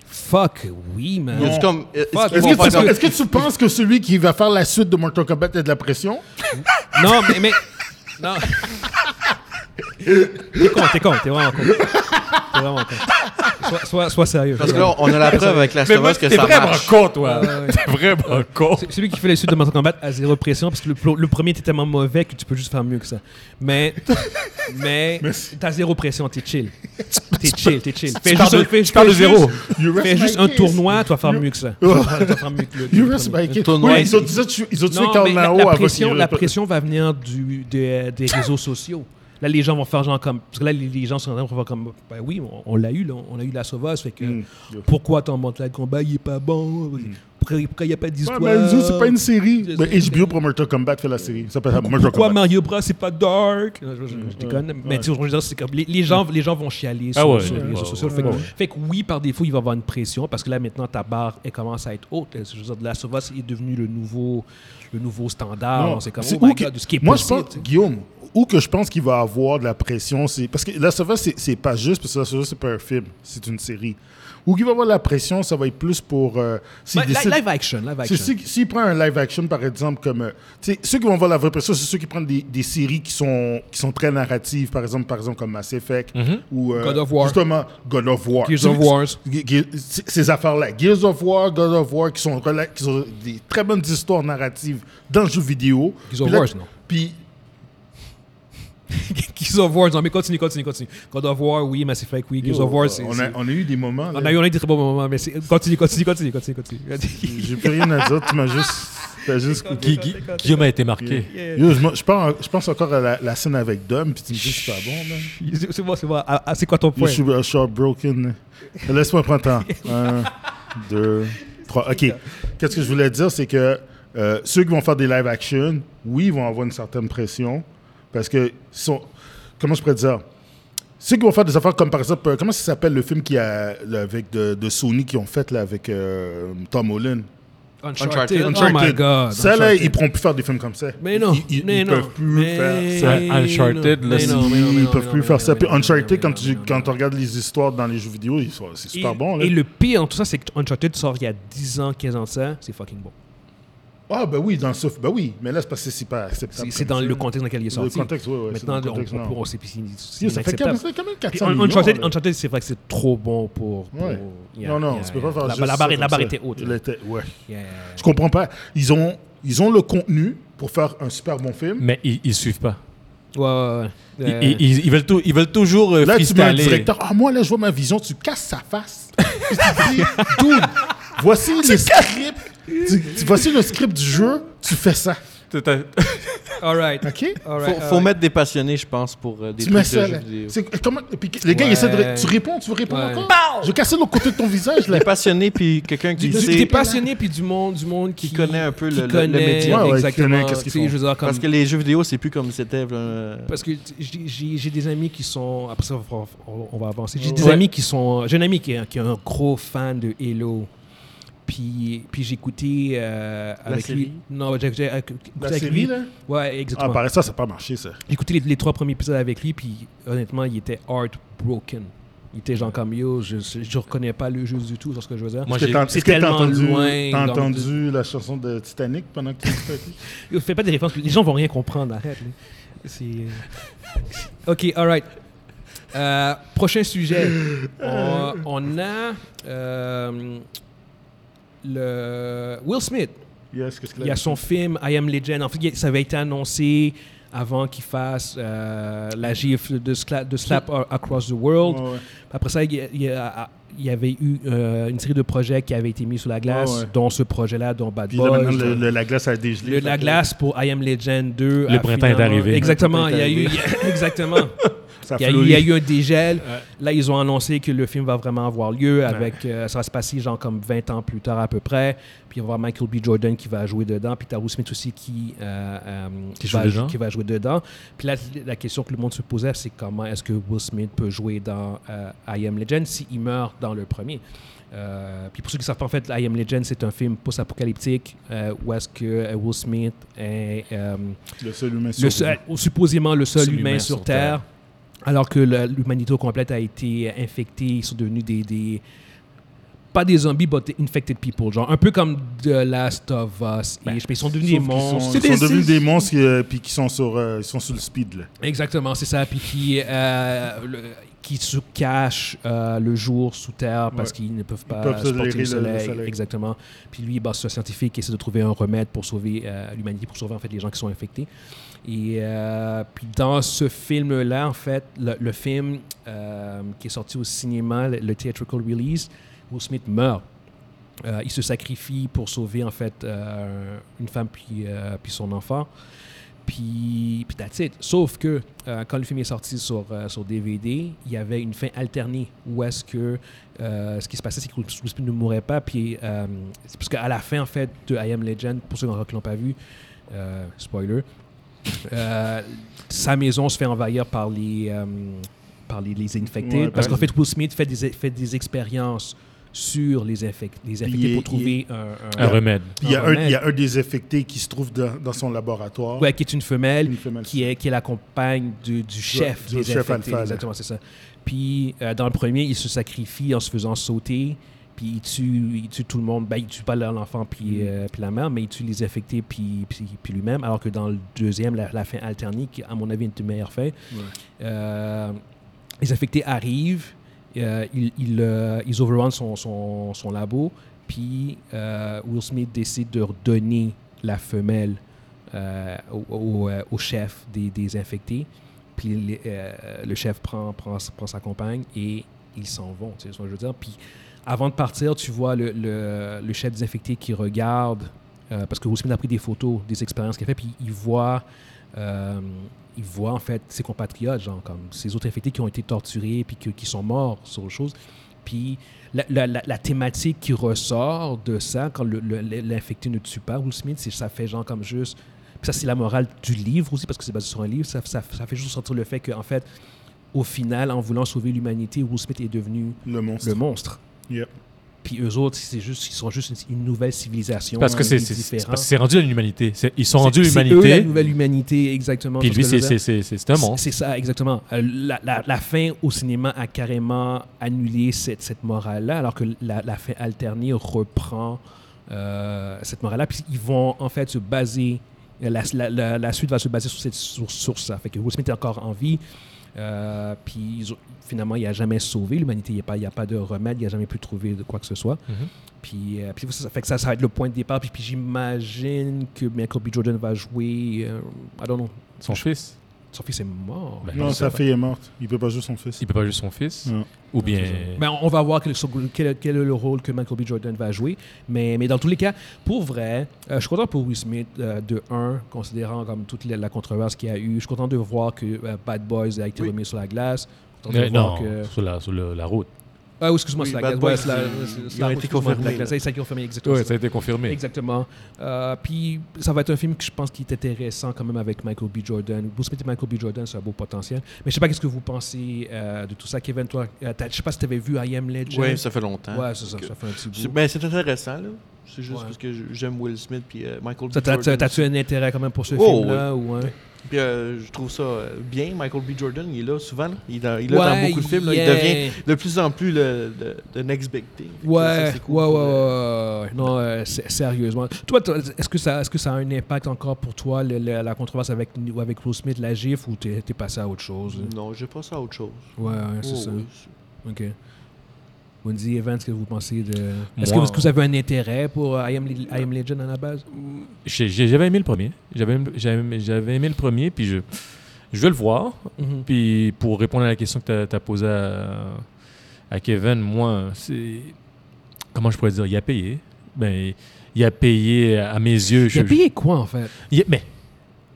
[SPEAKER 1] Fuck, oui, man.
[SPEAKER 2] Ils ont comme.
[SPEAKER 1] Fuck.
[SPEAKER 2] Est-ce
[SPEAKER 4] Est-ce
[SPEAKER 2] qu'ils vont
[SPEAKER 4] que,
[SPEAKER 2] faire
[SPEAKER 4] tu,
[SPEAKER 2] comme-
[SPEAKER 4] est-ce que tu penses que celui qui va faire la suite de Mortal Kombat a de la pression
[SPEAKER 1] Non, mais. mais non. t'es con, t'es con, t'es vraiment con. T'es vraiment con. Sois, sois, sois sérieux.
[SPEAKER 2] Parce que là, on a
[SPEAKER 4] [laughs]
[SPEAKER 2] la preuve avec Last of Us que ça marche.
[SPEAKER 3] con, toi.
[SPEAKER 1] Ouais, ouais.
[SPEAKER 3] T'es vraiment con.
[SPEAKER 1] C'est- Celui qui fait les suites de Mortal Kombat a zéro pression parce que le, plo- le premier était tellement mauvais que tu peux juste faire mieux que ça.
[SPEAKER 4] [laughs]
[SPEAKER 1] Mais, mais t'as zéro pression, t'es chill. T'es chill, t'es chill. Fais
[SPEAKER 3] pars
[SPEAKER 1] juste,
[SPEAKER 3] de-
[SPEAKER 1] un- fais-
[SPEAKER 3] tu pars de
[SPEAKER 1] fais
[SPEAKER 3] zéro.
[SPEAKER 1] juste-
[SPEAKER 4] You rest
[SPEAKER 1] Fais
[SPEAKER 4] my
[SPEAKER 1] juste un
[SPEAKER 4] case.
[SPEAKER 1] tournoi, tu vas faire mieux que
[SPEAKER 4] [laughs]
[SPEAKER 1] ça. Tu vas tu vas faire mieux que le-
[SPEAKER 4] [laughs] You
[SPEAKER 1] le
[SPEAKER 4] rest
[SPEAKER 1] premier.
[SPEAKER 4] my kid.
[SPEAKER 2] Tournoi.
[SPEAKER 4] Oui, ils ont, ils ont tué, ils ont tué
[SPEAKER 1] Non, mais
[SPEAKER 4] Karl
[SPEAKER 1] la,
[SPEAKER 4] Lao
[SPEAKER 1] la
[SPEAKER 4] avant
[SPEAKER 1] pression,
[SPEAKER 4] qu'il-
[SPEAKER 1] la pression va venir du, de- des réseaux sociaux. Là, les gens vont faire genre comme. Parce que là, les, les gens sont en train de faire comme. Ben oui, on, on l'a eu, là, on a eu la sauvage. Fait que
[SPEAKER 4] Mm.
[SPEAKER 1] pourquoi t'en montes là le combat, il est pas bon Pourquoi pourquoi il n'y a pas
[SPEAKER 4] Ouais,
[SPEAKER 1] d'histoire
[SPEAKER 4] mais eux autres, c'est pas une série.
[SPEAKER 1] euh, Je
[SPEAKER 4] Ben,
[SPEAKER 1] sais.
[SPEAKER 4] HBO pour Mortal Kombat fait la série. Ça s'appelle Mortal
[SPEAKER 1] Pourquoi
[SPEAKER 4] Kombat.
[SPEAKER 1] Mario Bros, c'est pas dark Mm, Je, je- je déconne. Mais tu sais, je veux dire, c'est comme. Les, les gens, les gens vont chialer sur,
[SPEAKER 3] Ah ouais,
[SPEAKER 1] sur les
[SPEAKER 3] ouais,
[SPEAKER 1] réseaux
[SPEAKER 3] ouais,
[SPEAKER 1] sociaux.
[SPEAKER 3] ouais,
[SPEAKER 1] fait, que,
[SPEAKER 3] ouais.
[SPEAKER 1] fait que oui, par défaut, il va y avoir une pression parce que là, maintenant, ta barre, elle commence à être haute. Je veux dire, de la sauvage est devenu le nouveau, le nouveau standard.
[SPEAKER 4] Non,
[SPEAKER 1] C'est comme,
[SPEAKER 4] c'est
[SPEAKER 1] oh my
[SPEAKER 4] où que-
[SPEAKER 1] God, ce qui est
[SPEAKER 4] Moi, je
[SPEAKER 1] possible.
[SPEAKER 4] pense, Guillaume, où que je pense qu'il va avoir de la pression, c'est. Parce que La Sauvage, c'est c'est pas juste, parce que La Sauvage, c'est pas un film, c'est une série. Où qu'il va avoir de la pression, ça va être plus pour. euh, s'il
[SPEAKER 1] Ben, li-
[SPEAKER 4] décide-
[SPEAKER 1] Live action, live
[SPEAKER 4] C'est
[SPEAKER 1] action.
[SPEAKER 4] si- S'il prend un live action, par exemple, comme. euh, tu sais, ceux qui vont voir la vraie pression, c'est ceux qui prennent des, des séries qui sont, qui sont très narratives, par exemple, par exemple comme Mass Effect ou. euh,
[SPEAKER 1] God of War.
[SPEAKER 4] Justement, God of War.
[SPEAKER 1] Gears of
[SPEAKER 4] Celui-
[SPEAKER 1] Wars.
[SPEAKER 4] Ge- Ge- c- Ces affaires-là. Gears of War, God of War, qui sont, rela- qui sont des très bonnes histoires narratives dans le jeu vidéo.
[SPEAKER 1] Gears of
[SPEAKER 4] Puis là,
[SPEAKER 1] War, sinon.
[SPEAKER 4] Puis.
[SPEAKER 1] Gears of War, non mais continue, continue, continue. God of War, oui, Mass Effect, oui. Gears of War, c'est...
[SPEAKER 4] on,
[SPEAKER 1] c'est-
[SPEAKER 4] a, on a eu des moments. là.
[SPEAKER 1] on a eu on a eu des très bons moments, mais c'est... Continue, continue, continue, continue, continue. [laughs]
[SPEAKER 4] J'ai plus rien à dire, tu m'as juste. T'as juste coupé.
[SPEAKER 3] Gui- Gui- Guillaume a été marqué.
[SPEAKER 4] Yo, je, m'en- je pense, je pense encore à la, la scène avec Dom, puis tu me dis que c'est pas bon, man.
[SPEAKER 1] C'est c'est bon, c'est bon. Ah, ah, c'est quoi ton
[SPEAKER 4] Yo,
[SPEAKER 1] point?
[SPEAKER 4] Je, suis, je suis heartbroken. Laisse-moi prendre le temps. Un, deux, trois. OK. Qu'est-ce que je voulais dire, c'est que euh, ceux qui vont faire des live action, oui, ils vont avoir une certaine pression parce que ils sont. Comment je pourrais dire ceux qui vont faire des affaires comme par exemple, euh, comment ça s'appelle le film qui a, là, avec de, de Sony qui ont fait là, avec euh, Tom Holland
[SPEAKER 1] Uncharted.
[SPEAKER 2] Uncharted.
[SPEAKER 1] Oh my God.
[SPEAKER 4] Ça là,
[SPEAKER 1] Uncharted.
[SPEAKER 4] ils ne pourront plus faire des films comme ça.
[SPEAKER 1] Mais non,
[SPEAKER 4] Ils, ils-
[SPEAKER 1] mais
[SPEAKER 4] ils
[SPEAKER 1] non.
[SPEAKER 4] peuvent plus
[SPEAKER 1] mais
[SPEAKER 4] faire ça.
[SPEAKER 3] ça. Uncharted,
[SPEAKER 1] non,
[SPEAKER 3] là,
[SPEAKER 1] mais
[SPEAKER 3] c'est-
[SPEAKER 1] non, mais non, mais
[SPEAKER 4] Ils
[SPEAKER 1] non, mais
[SPEAKER 4] peuvent
[SPEAKER 1] non,
[SPEAKER 4] plus
[SPEAKER 1] mais
[SPEAKER 4] faire
[SPEAKER 1] non,
[SPEAKER 4] ça.
[SPEAKER 1] mais
[SPEAKER 4] Puis
[SPEAKER 1] non, mais non,
[SPEAKER 4] Uncharted, quand
[SPEAKER 1] mais
[SPEAKER 4] tu
[SPEAKER 1] non, mais
[SPEAKER 4] quand
[SPEAKER 1] non.
[SPEAKER 4] tu regardes les histoires dans les jeux vidéo, ils sont- c'est super
[SPEAKER 1] Et-
[SPEAKER 4] bon. Là.
[SPEAKER 1] Et le pire en tout ça, c'est que Uncharted sort il y a 10 ans, 15 ans de ça, c'est fucking bon.
[SPEAKER 4] Ah, ben oui, dans le souffle. Ben oui, mais là, c'est parce que c'est pas acceptable.
[SPEAKER 1] C'est- C'est
[SPEAKER 4] comme
[SPEAKER 1] dans
[SPEAKER 4] ça.
[SPEAKER 1] le contexte dans lequel il est
[SPEAKER 4] Le
[SPEAKER 1] sorti.
[SPEAKER 4] contexte, oui, oui.
[SPEAKER 1] Maintenant, on- on, peut- on sait plus si c'est
[SPEAKER 4] ça fait quand
[SPEAKER 1] inacceptable.
[SPEAKER 4] même, quand même
[SPEAKER 1] Puis
[SPEAKER 4] 400
[SPEAKER 1] Un-
[SPEAKER 4] millions.
[SPEAKER 1] Uncharted,
[SPEAKER 4] là.
[SPEAKER 1] Uncharted, c'est vrai que c'est trop bon pour. pour-
[SPEAKER 4] Ouais.
[SPEAKER 1] il y a-
[SPEAKER 4] non,
[SPEAKER 1] il y
[SPEAKER 4] non,
[SPEAKER 1] a-
[SPEAKER 4] tu peux
[SPEAKER 1] il y
[SPEAKER 4] pas
[SPEAKER 1] a-
[SPEAKER 4] faire
[SPEAKER 1] la,
[SPEAKER 4] juste
[SPEAKER 1] la
[SPEAKER 4] ça
[SPEAKER 1] barre,
[SPEAKER 4] comme
[SPEAKER 1] la barre
[SPEAKER 4] ça.
[SPEAKER 1] était haute.
[SPEAKER 4] Elle
[SPEAKER 1] là.
[SPEAKER 4] était- ouais.
[SPEAKER 1] Il y a-
[SPEAKER 4] Je comprends pas. Ils ont, ils ont le contenu pour faire un super bon film.
[SPEAKER 3] Mais ils, ils suivent pas.
[SPEAKER 1] Ouais, ouais,
[SPEAKER 3] Ils,
[SPEAKER 1] ouais.
[SPEAKER 3] ils- ils- ils veulent, tou- ils veulent toujours euh,
[SPEAKER 4] Là, tu mets un
[SPEAKER 3] freestyler.
[SPEAKER 4] directeur. Ah, moi, là, je vois ma vision. Tu casses sa face. [laughs] Puis tu dis, dude,
[SPEAKER 1] [laughs]
[SPEAKER 4] voici le script. tu- tu- voici le script du jeu. Tu fais ça.
[SPEAKER 1] All right.
[SPEAKER 4] OK?
[SPEAKER 1] All right,
[SPEAKER 2] Faut,
[SPEAKER 1] all
[SPEAKER 2] faut
[SPEAKER 1] right.
[SPEAKER 2] mettre des passionnés, je pense, pour euh, des
[SPEAKER 4] Tu
[SPEAKER 2] trucs
[SPEAKER 4] mets
[SPEAKER 2] de
[SPEAKER 4] ça,
[SPEAKER 2] jeux
[SPEAKER 4] là.
[SPEAKER 2] vidéo.
[SPEAKER 4] C'est- Comment... Puis le gars, il essaie
[SPEAKER 1] Ouais.
[SPEAKER 4] de... Tu réponds, tu veux répondre
[SPEAKER 1] Ouais.
[SPEAKER 4] encore? Je casse l'autre côté de ton
[SPEAKER 1] [laughs]
[SPEAKER 4] visage, là.
[SPEAKER 2] Des passionnés, puis quelqu'un
[SPEAKER 1] Du-
[SPEAKER 2] qui
[SPEAKER 1] du-
[SPEAKER 2] sait.
[SPEAKER 1] Des passionnés, puis du monde, du monde qui,
[SPEAKER 2] connaît un peu
[SPEAKER 1] qui
[SPEAKER 2] le- le- le
[SPEAKER 1] connaît,
[SPEAKER 2] média.
[SPEAKER 4] Ouais, ouais, qui
[SPEAKER 1] exactement.
[SPEAKER 4] connaît qu'est-ce qu'ils
[SPEAKER 1] tu sais,
[SPEAKER 4] font.
[SPEAKER 1] je veux dire, comme-
[SPEAKER 2] Parce que les jeux vidéo, c'est plus comme c'était. là, euh,
[SPEAKER 1] Parce que t- j'ai- j'ai j'ai des amis qui sont. Après ça, on va- on on va avancer. J'ai des
[SPEAKER 2] Ouais.
[SPEAKER 1] amis qui sont. J'ai un ami qui est, qui est un gros fan de Halo. Puis, puis j'ai écouté euh, avec
[SPEAKER 2] série?
[SPEAKER 1] lui. Non, j'ai j'ai- écouté
[SPEAKER 4] La
[SPEAKER 1] avec
[SPEAKER 4] série,
[SPEAKER 1] lui.
[SPEAKER 4] là?
[SPEAKER 1] Ouais,
[SPEAKER 4] Ah,
[SPEAKER 1] exactement.
[SPEAKER 4] pareil, ça, ça n'a pas marché, ça.
[SPEAKER 1] j'ai écouté les, les trois premiers épisodes avec lui. Puis honnêtement, il était heartbroken. Il était genre comme yo, je, je reconnais pas le jeu du tout, sur ce que je veux dire.
[SPEAKER 3] Moi,
[SPEAKER 4] Est-ce que
[SPEAKER 3] j'ai-
[SPEAKER 4] t'as- est-ce
[SPEAKER 1] c'est
[SPEAKER 4] que t'as
[SPEAKER 1] tellement
[SPEAKER 4] entendu,
[SPEAKER 1] loin
[SPEAKER 4] t'as
[SPEAKER 1] dans le-
[SPEAKER 4] entendu la chanson de Titanic pendant que tu écoutais?
[SPEAKER 1] Yo, Fais pas des références, les gens vont rien comprendre, arrête. là. C'est... euh, ok, alright. Euh, prochain sujet. On, on a euh, le Will Smith.
[SPEAKER 4] Yes, qu'est-ce que
[SPEAKER 1] Il y a son film I Am Legend. En fait, il- ça avait été annoncé avant qu'il fasse euh, la gif de, Sla- de Slap A- Across the World.
[SPEAKER 4] Ouais, ouais.
[SPEAKER 1] Après ça, il y, a- il y a- il y avait eu euh, une série de projets qui avaient été mis sous la glace,
[SPEAKER 4] Ouais, ouais.
[SPEAKER 1] dont ce projet-là, dont Bad
[SPEAKER 4] Puis
[SPEAKER 1] Boys.
[SPEAKER 4] là, maintenant, le- le- la glace a dégelé.
[SPEAKER 1] Le,
[SPEAKER 4] Fait
[SPEAKER 1] la
[SPEAKER 4] que-
[SPEAKER 1] glace pour I Am Legend 2.
[SPEAKER 3] Le
[SPEAKER 1] a
[SPEAKER 3] printemps est
[SPEAKER 1] finalement-
[SPEAKER 3] arrivé.
[SPEAKER 1] Exactement,
[SPEAKER 2] Le
[SPEAKER 1] il y
[SPEAKER 2] printemps
[SPEAKER 1] a
[SPEAKER 2] est
[SPEAKER 1] eu. [laughs] Exactement.
[SPEAKER 4] Ça
[SPEAKER 1] Il y, a,
[SPEAKER 4] fleurit.
[SPEAKER 1] il y a eu un dégel. Là, ils ont annoncé que le film va vraiment avoir lieu. Avec, euh, ça va se passer genre comme 20 ans plus tard à peu près. Puis on va voir Michael B. Jordan qui va jouer dedans. Puis Will Smith aussi qui, euh, euh,
[SPEAKER 3] Qui joue
[SPEAKER 1] va,
[SPEAKER 3] dedans.
[SPEAKER 1] qui va jouer dedans. Puis là, la question que le monde se posait, c'est comment est-ce que Will Smith peut jouer dans euh, I Am Legend s'il meurt dans le premier. Euh, puis pour ceux qui ne savent pas, en fait, I Am Legend, c'est un film post-apocalyptique euh, où est-ce que euh, Will Smith est... euh,
[SPEAKER 4] Le seul humain
[SPEAKER 1] le
[SPEAKER 4] sur
[SPEAKER 1] seul- ou supposément le seul
[SPEAKER 3] Seul
[SPEAKER 1] humain,
[SPEAKER 3] humain
[SPEAKER 1] sur,
[SPEAKER 3] sur
[SPEAKER 1] Terre,
[SPEAKER 3] Terre.
[SPEAKER 1] alors que la- l'humanité au complète a été infectée, ils sont devenus des, des- pas des zombies, mais des infected people, genre un peu comme The Last of Us. Et ben, je- ils sont devenus des
[SPEAKER 4] Ben, Sauf qu'ils sont-
[SPEAKER 1] monstres.
[SPEAKER 4] Ils sont, devenus des monstres qui, euh, puis qui sont sur, euh, ils sont sur le speed. Là.
[SPEAKER 1] Exactement, c'est ça. Puis qui, euh, le- qui se cachent euh, le jour sous terre parce
[SPEAKER 4] Ouais.
[SPEAKER 1] qu'ils ne peuvent pas
[SPEAKER 4] peuvent
[SPEAKER 1] supporter
[SPEAKER 4] tolérer
[SPEAKER 1] le
[SPEAKER 4] le- le
[SPEAKER 1] soleil.
[SPEAKER 4] soleil.
[SPEAKER 1] Exactement. Puis lui, bah, c'est un scientifique qui essaie de trouver un remède pour sauver euh, l'humanité, pour sauver en fait les gens qui sont infectés. Et euh, puis dans ce film-là, en fait, le, le film euh, qui est sorti au cinéma, le, le theatrical release, Will Smith meurt. Euh, il se sacrifie pour sauver en fait euh, une femme puis, euh, puis son enfant. Puis, puis that's it. Sauf que euh, quand le film est sorti sur, euh, sur DVD, il y avait une fin alternée où est-ce que euh, ce qui se passait, c'est que Will Smith ne mourait pas. Puis euh, c'est parce qu'à la fin en fait de I Am Legend, pour ceux qui l'ont pas vu, euh, spoiler, euh, sa maison se fait envahir par les, euh, par les, les infectés.
[SPEAKER 4] Ouais,
[SPEAKER 1] parce
[SPEAKER 4] ouais.
[SPEAKER 1] qu'en fait, Will Smith fait des, fait des expériences sur les, infec- les infectés
[SPEAKER 4] est-
[SPEAKER 1] pour
[SPEAKER 4] il
[SPEAKER 1] trouver un,
[SPEAKER 3] Un
[SPEAKER 1] un-
[SPEAKER 3] remède.
[SPEAKER 4] Puis il y, a
[SPEAKER 1] Ah,
[SPEAKER 4] un,
[SPEAKER 1] ouais.
[SPEAKER 4] il y a un des affectés qui se trouve dans, dans son laboratoire.
[SPEAKER 1] Ouais, qui est une femelle,
[SPEAKER 4] Une femelle.
[SPEAKER 1] Qui, est, qui est la compagne du, du chef
[SPEAKER 4] du
[SPEAKER 1] des
[SPEAKER 4] chef
[SPEAKER 1] infectés.
[SPEAKER 4] alpha, là.
[SPEAKER 1] exactement, c'est ça. Puis euh, dans le premier, il se sacrifie en se faisant sauter, puis il tue, il tue tout le monde. Ben, il tue pas leur- l'enfant
[SPEAKER 4] Mm.
[SPEAKER 1] puis, euh, puis la mère, mais il tue les infectés puis, puis, puis lui-même. Alors que dans le deuxième, la, la fin alternée, qui à mon avis est une des meilleures fins, euh, les infectés arrivent, euh, ils, ils, euh, ils overrun son, son, son labo, puis euh, Will Smith décide de redonner la femelle euh, au, au, euh, au chef des, des infectés. Puis les- euh, le chef prend, prend, prend sa compagne et ils s'en vont, tu sais ce que je veux dire. Puis avant de partir, tu vois le, le, le chef des infectés qui regarde, euh, parce que Will Smith a pris des photos des expériences qu'il a fait, puis il voit euh, il voit en fait ses compatriotes, genre comme ces autres infectés qui ont été torturés puis que- qui sont morts, ce genre de choses. Puis la, la- la- la thématique qui ressort de ça, quand le- le- l'infecté ne tue pas Will Smith, c'est ça fait genre comme juste. Puis ça, c'est la morale du livre aussi, parce que c'est basé sur un livre. Ça, ça- ça fait juste sortir le fait qu'en fait, au final, en voulant sauver l'humanité, Will Smith est devenu
[SPEAKER 4] Le monstre.
[SPEAKER 1] le monstre.
[SPEAKER 4] Yep.
[SPEAKER 1] Puis eux autres, c'est juste, ils sont juste une, une nouvelle civilisation.
[SPEAKER 3] Parce que
[SPEAKER 1] hein,
[SPEAKER 3] c'est- c'est c'est
[SPEAKER 1] différente.
[SPEAKER 3] parce que c'est rendu à l'humanité. C'est- Ils sont
[SPEAKER 1] C'est-
[SPEAKER 3] rendus à
[SPEAKER 1] c'est eux la
[SPEAKER 3] l'humanité.
[SPEAKER 1] nouvelle humanité, exactement.
[SPEAKER 3] Puis
[SPEAKER 1] tu
[SPEAKER 3] lui,
[SPEAKER 1] vois ce que je
[SPEAKER 3] c'est
[SPEAKER 1] veux dire?
[SPEAKER 3] c'est- c'est- c'est un monstre.
[SPEAKER 1] C'est ça, exactement. Euh, La, la- la fin au cinéma a carrément annulé cette, cette morale-là, alors que la, la fin alternée reprend euh, cette morale-là. Puis ils vont en fait se baser, euh, la, la- la- la suite va se baser sur, cette, sur, sur ça. Fait que Will Smith est encore en vie. euh, puis ils ont- finalement, il n'a jamais sauvé l'humanité. Il n'y a, pas- il y a pas de remède, il n'a jamais pu trouver de quoi que ce soit. Puis, euh, puis ça, ça fait que ça, ça va être le point de départ. Puis, puis j'imagine que Michael B. Jordan va jouer. euh, I don't know.
[SPEAKER 3] Son fils.
[SPEAKER 1] Son fils est mort.
[SPEAKER 3] Ben,
[SPEAKER 4] Non,
[SPEAKER 3] je
[SPEAKER 4] sa
[SPEAKER 3] sais
[SPEAKER 4] fille est morte. Il peut pas jouer son fils.
[SPEAKER 3] Il peut pas jouer son fils.
[SPEAKER 4] Non.
[SPEAKER 3] Ou bien.
[SPEAKER 1] Mais Ben, on on va voir quel, quel- quel est le rôle que Michael B. Jordan va jouer. Mais, mais dans tous les cas, pour vrai, euh, je suis content pour Will Smith euh, de 1, considérant comme toute la, la controverse qu'il y a eu. Je suis content de voir que euh, Bad Boys a été
[SPEAKER 2] Oui.
[SPEAKER 1] remis sur la glace. Je suis
[SPEAKER 3] Euh,
[SPEAKER 1] content de
[SPEAKER 3] non,
[SPEAKER 1] voir que-
[SPEAKER 3] sur, la, sur le- la route.
[SPEAKER 1] Ah, oui, excuse-moi,
[SPEAKER 2] Oui,
[SPEAKER 1] c'est la
[SPEAKER 2] Bad
[SPEAKER 1] glace.
[SPEAKER 2] Boys,
[SPEAKER 1] Ouais, c'est la-
[SPEAKER 2] ils-
[SPEAKER 1] c'est-
[SPEAKER 2] ils
[SPEAKER 1] c'est la-
[SPEAKER 2] ont
[SPEAKER 1] excuse-moi,
[SPEAKER 2] été
[SPEAKER 1] c'est la
[SPEAKER 2] confirmés,
[SPEAKER 1] glace.
[SPEAKER 2] là.
[SPEAKER 1] Ça a été confirmé, exactement.
[SPEAKER 3] ça a été confirmé.
[SPEAKER 1] Exactement. Euh, puis ça va être un film que je pense qui est intéressant quand même avec Michael B. Jordan. Will Smith et Michael B. Jordan, c'est un beau potentiel. Mais je sais pas qu'est-ce que vous pensez euh, de tout ça, Kevin. Toi, euh, t'as- je sais pas si tu avais vu I Am Legend.
[SPEAKER 2] Oui, ça fait longtemps.
[SPEAKER 1] Ouais, c'est ça,
[SPEAKER 2] Que-
[SPEAKER 1] ça fait un petit
[SPEAKER 2] C'est
[SPEAKER 1] bout.
[SPEAKER 2] ben, c'est intéressant, là. C'est juste
[SPEAKER 1] Ouais.
[SPEAKER 2] parce que je- j'aime Will Smith puis euh, Michael B.
[SPEAKER 1] Ça, t'as- t'as-
[SPEAKER 2] Jordan.
[SPEAKER 1] T'as-tu un intérêt quand même pour ce
[SPEAKER 2] Oh,
[SPEAKER 1] film-là ou, hein?
[SPEAKER 2] Puis euh, je trouve ça euh, bien. Michael B. Jordan, il est là souvent. là. Il est dans, il est là
[SPEAKER 1] Ouais,
[SPEAKER 2] dans beaucoup de films. là.
[SPEAKER 1] yeah.
[SPEAKER 2] Il devient de plus en plus le, le- the next big thing. Fait que ça,
[SPEAKER 1] Ouais,
[SPEAKER 2] ça, c'est cool
[SPEAKER 1] ouais, ouais,
[SPEAKER 2] pour, euh,
[SPEAKER 1] ouais, ouais. Non, euh, sé- sérieusement. Toi, toi, est-ce que, ça- est-ce que ça a un impact encore pour toi, le- le- la controverse avec, ou avec Will Smith, la gif, ou t'es t'es passé à autre chose?
[SPEAKER 2] Non, j'ai pas ça à autre chose.
[SPEAKER 1] Ouais, ouais, c'est
[SPEAKER 2] Mm. Oh,
[SPEAKER 1] ça.
[SPEAKER 2] oui.
[SPEAKER 1] OK. Wendy Evans, qu'est-ce que vous pensez de.
[SPEAKER 3] Moi-
[SPEAKER 1] Est-ce que, est-ce que vous avez un intérêt pour euh, I, Am, Le- I Am Legend à la base
[SPEAKER 3] J'ai- j'ai- J'avais aimé le premier. J'avais j'avais- j'avais aimé le premier, puis je, je vais le voir.
[SPEAKER 1] Mhm.
[SPEAKER 3] Puis pour répondre à la question que tu as, posée à, à Kevin, moi, c'est. Comment je pourrais dire Il a payé. Ben, il a payé à mes yeux.
[SPEAKER 1] Il
[SPEAKER 3] je-
[SPEAKER 1] a payé quoi, en fait
[SPEAKER 3] il a- mais,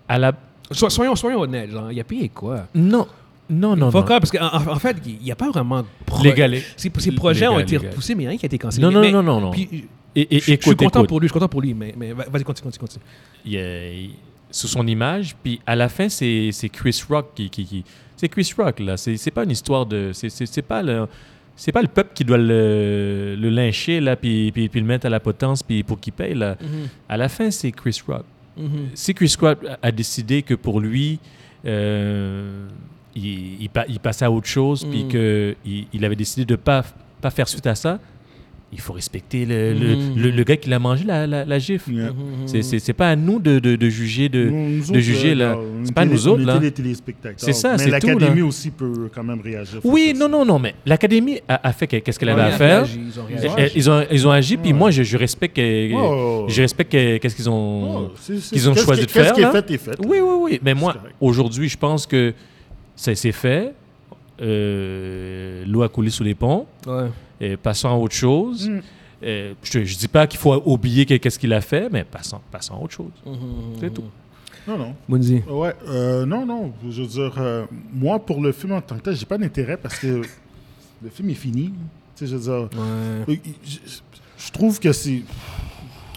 [SPEAKER 3] à la.
[SPEAKER 1] So- soyons, soyons honnêtes, genre, il a payé quoi
[SPEAKER 3] Non. Non, non, non.
[SPEAKER 1] Fuck up, parce qu'en en- en fait, il n'y a pas vraiment. de pro-
[SPEAKER 3] Légalé.
[SPEAKER 1] Ces, ces projets ont
[SPEAKER 3] Légal,
[SPEAKER 1] été
[SPEAKER 3] légal.
[SPEAKER 1] repoussés, mais il y a rien qui a été cancellé.
[SPEAKER 3] Non, non,
[SPEAKER 1] Mais-
[SPEAKER 3] non, non, non.
[SPEAKER 1] Puis,
[SPEAKER 3] Et, et,
[SPEAKER 1] je, je
[SPEAKER 3] écoute,
[SPEAKER 1] suis content
[SPEAKER 3] écoute.
[SPEAKER 1] pour lui, je suis content pour lui, mais, mais va- vas-y, continue, continue, continue.
[SPEAKER 3] il, euh, sous son image. Puis à la fin, c'est c'est Chris Rock qui. qui, qui- c'est Chris Rock, là. C'est c'est pas une histoire de. c'est- C'est c'est pas le. C'est pas le peuple qui doit le, le lyncher, là, puis, puis, puis le mettre à la potence puis pour qu'il paye, là.
[SPEAKER 1] Mm-hmm.
[SPEAKER 3] À la fin, c'est Chris Rock.
[SPEAKER 1] Mhm,
[SPEAKER 3] Si Chris Rock a- a décidé que pour lui, euh, il, il pa- il passait à autre chose, puis
[SPEAKER 4] Mm.
[SPEAKER 1] Mhm.
[SPEAKER 3] qu'il il avait décidé de ne pas, pas faire suite à ça, il faut respecter le, le-
[SPEAKER 4] Mm.
[SPEAKER 1] Mhm.
[SPEAKER 3] le- le gars qui l'a mangé, la, la, la gifle.
[SPEAKER 4] Yeah.
[SPEAKER 3] C'est- C'est c'est pas à nous de, de, de juger de.
[SPEAKER 4] Nous- nous
[SPEAKER 3] de
[SPEAKER 4] autres, euh,
[SPEAKER 3] juger, là.
[SPEAKER 4] non, on
[SPEAKER 3] C'est pas
[SPEAKER 4] était
[SPEAKER 3] nous
[SPEAKER 4] les- on
[SPEAKER 3] autres,
[SPEAKER 4] était
[SPEAKER 3] là.
[SPEAKER 4] les téléspectateurs.
[SPEAKER 3] C'est ça,
[SPEAKER 4] Mais
[SPEAKER 3] c'est tout, là.
[SPEAKER 4] l'académie aussi peut euh, quand même réagir.
[SPEAKER 3] Oui,
[SPEAKER 4] face à
[SPEAKER 3] non,
[SPEAKER 4] ça.
[SPEAKER 3] non, non, mais l'académie a, a fait que- qu'est-ce qu'elle
[SPEAKER 1] Ouais,
[SPEAKER 4] Ah
[SPEAKER 3] avait
[SPEAKER 1] ils
[SPEAKER 3] à
[SPEAKER 1] ont
[SPEAKER 3] faire.
[SPEAKER 1] réagi, ils ont
[SPEAKER 3] Eh,
[SPEAKER 1] réagi.
[SPEAKER 3] eh, Ils ont, ils ont agi, puis
[SPEAKER 4] Ouais.
[SPEAKER 3] moi, je, je respecte que-
[SPEAKER 4] Oh.
[SPEAKER 3] je respecte que- qu'est-ce qu'ils ont.
[SPEAKER 4] Oh, c'est- c'est-
[SPEAKER 3] qu'ils ont
[SPEAKER 4] qu'est-ce
[SPEAKER 3] choisi
[SPEAKER 4] qui-
[SPEAKER 3] de faire,
[SPEAKER 4] Qu'est-ce qui est
[SPEAKER 3] là.
[SPEAKER 4] fait est fait. euh,
[SPEAKER 3] Oui, oui, oui. Mais moi,
[SPEAKER 4] C'est correct.
[SPEAKER 3] aujourd'hui, je pense que ça c'est fait. Euh, L'eau a coulé sous les ponts.
[SPEAKER 1] Ouais.
[SPEAKER 3] Et passons à autre chose.
[SPEAKER 4] Mm.
[SPEAKER 3] Euh, je ne dis pas qu'il faut oublier que- qu'est-ce qu'il a fait, mais passons, passons à autre chose. C'est tout.
[SPEAKER 4] Non, non.
[SPEAKER 1] Mounzi.
[SPEAKER 4] Ouais, euh, non, non. Je veux dire, euh, moi, pour le film en tant que tel, j'ai pas d'intérêt parce que le film est fini. Tu sais, je veux dire,
[SPEAKER 1] Ouais.
[SPEAKER 4] euh, je, je trouve que c'est.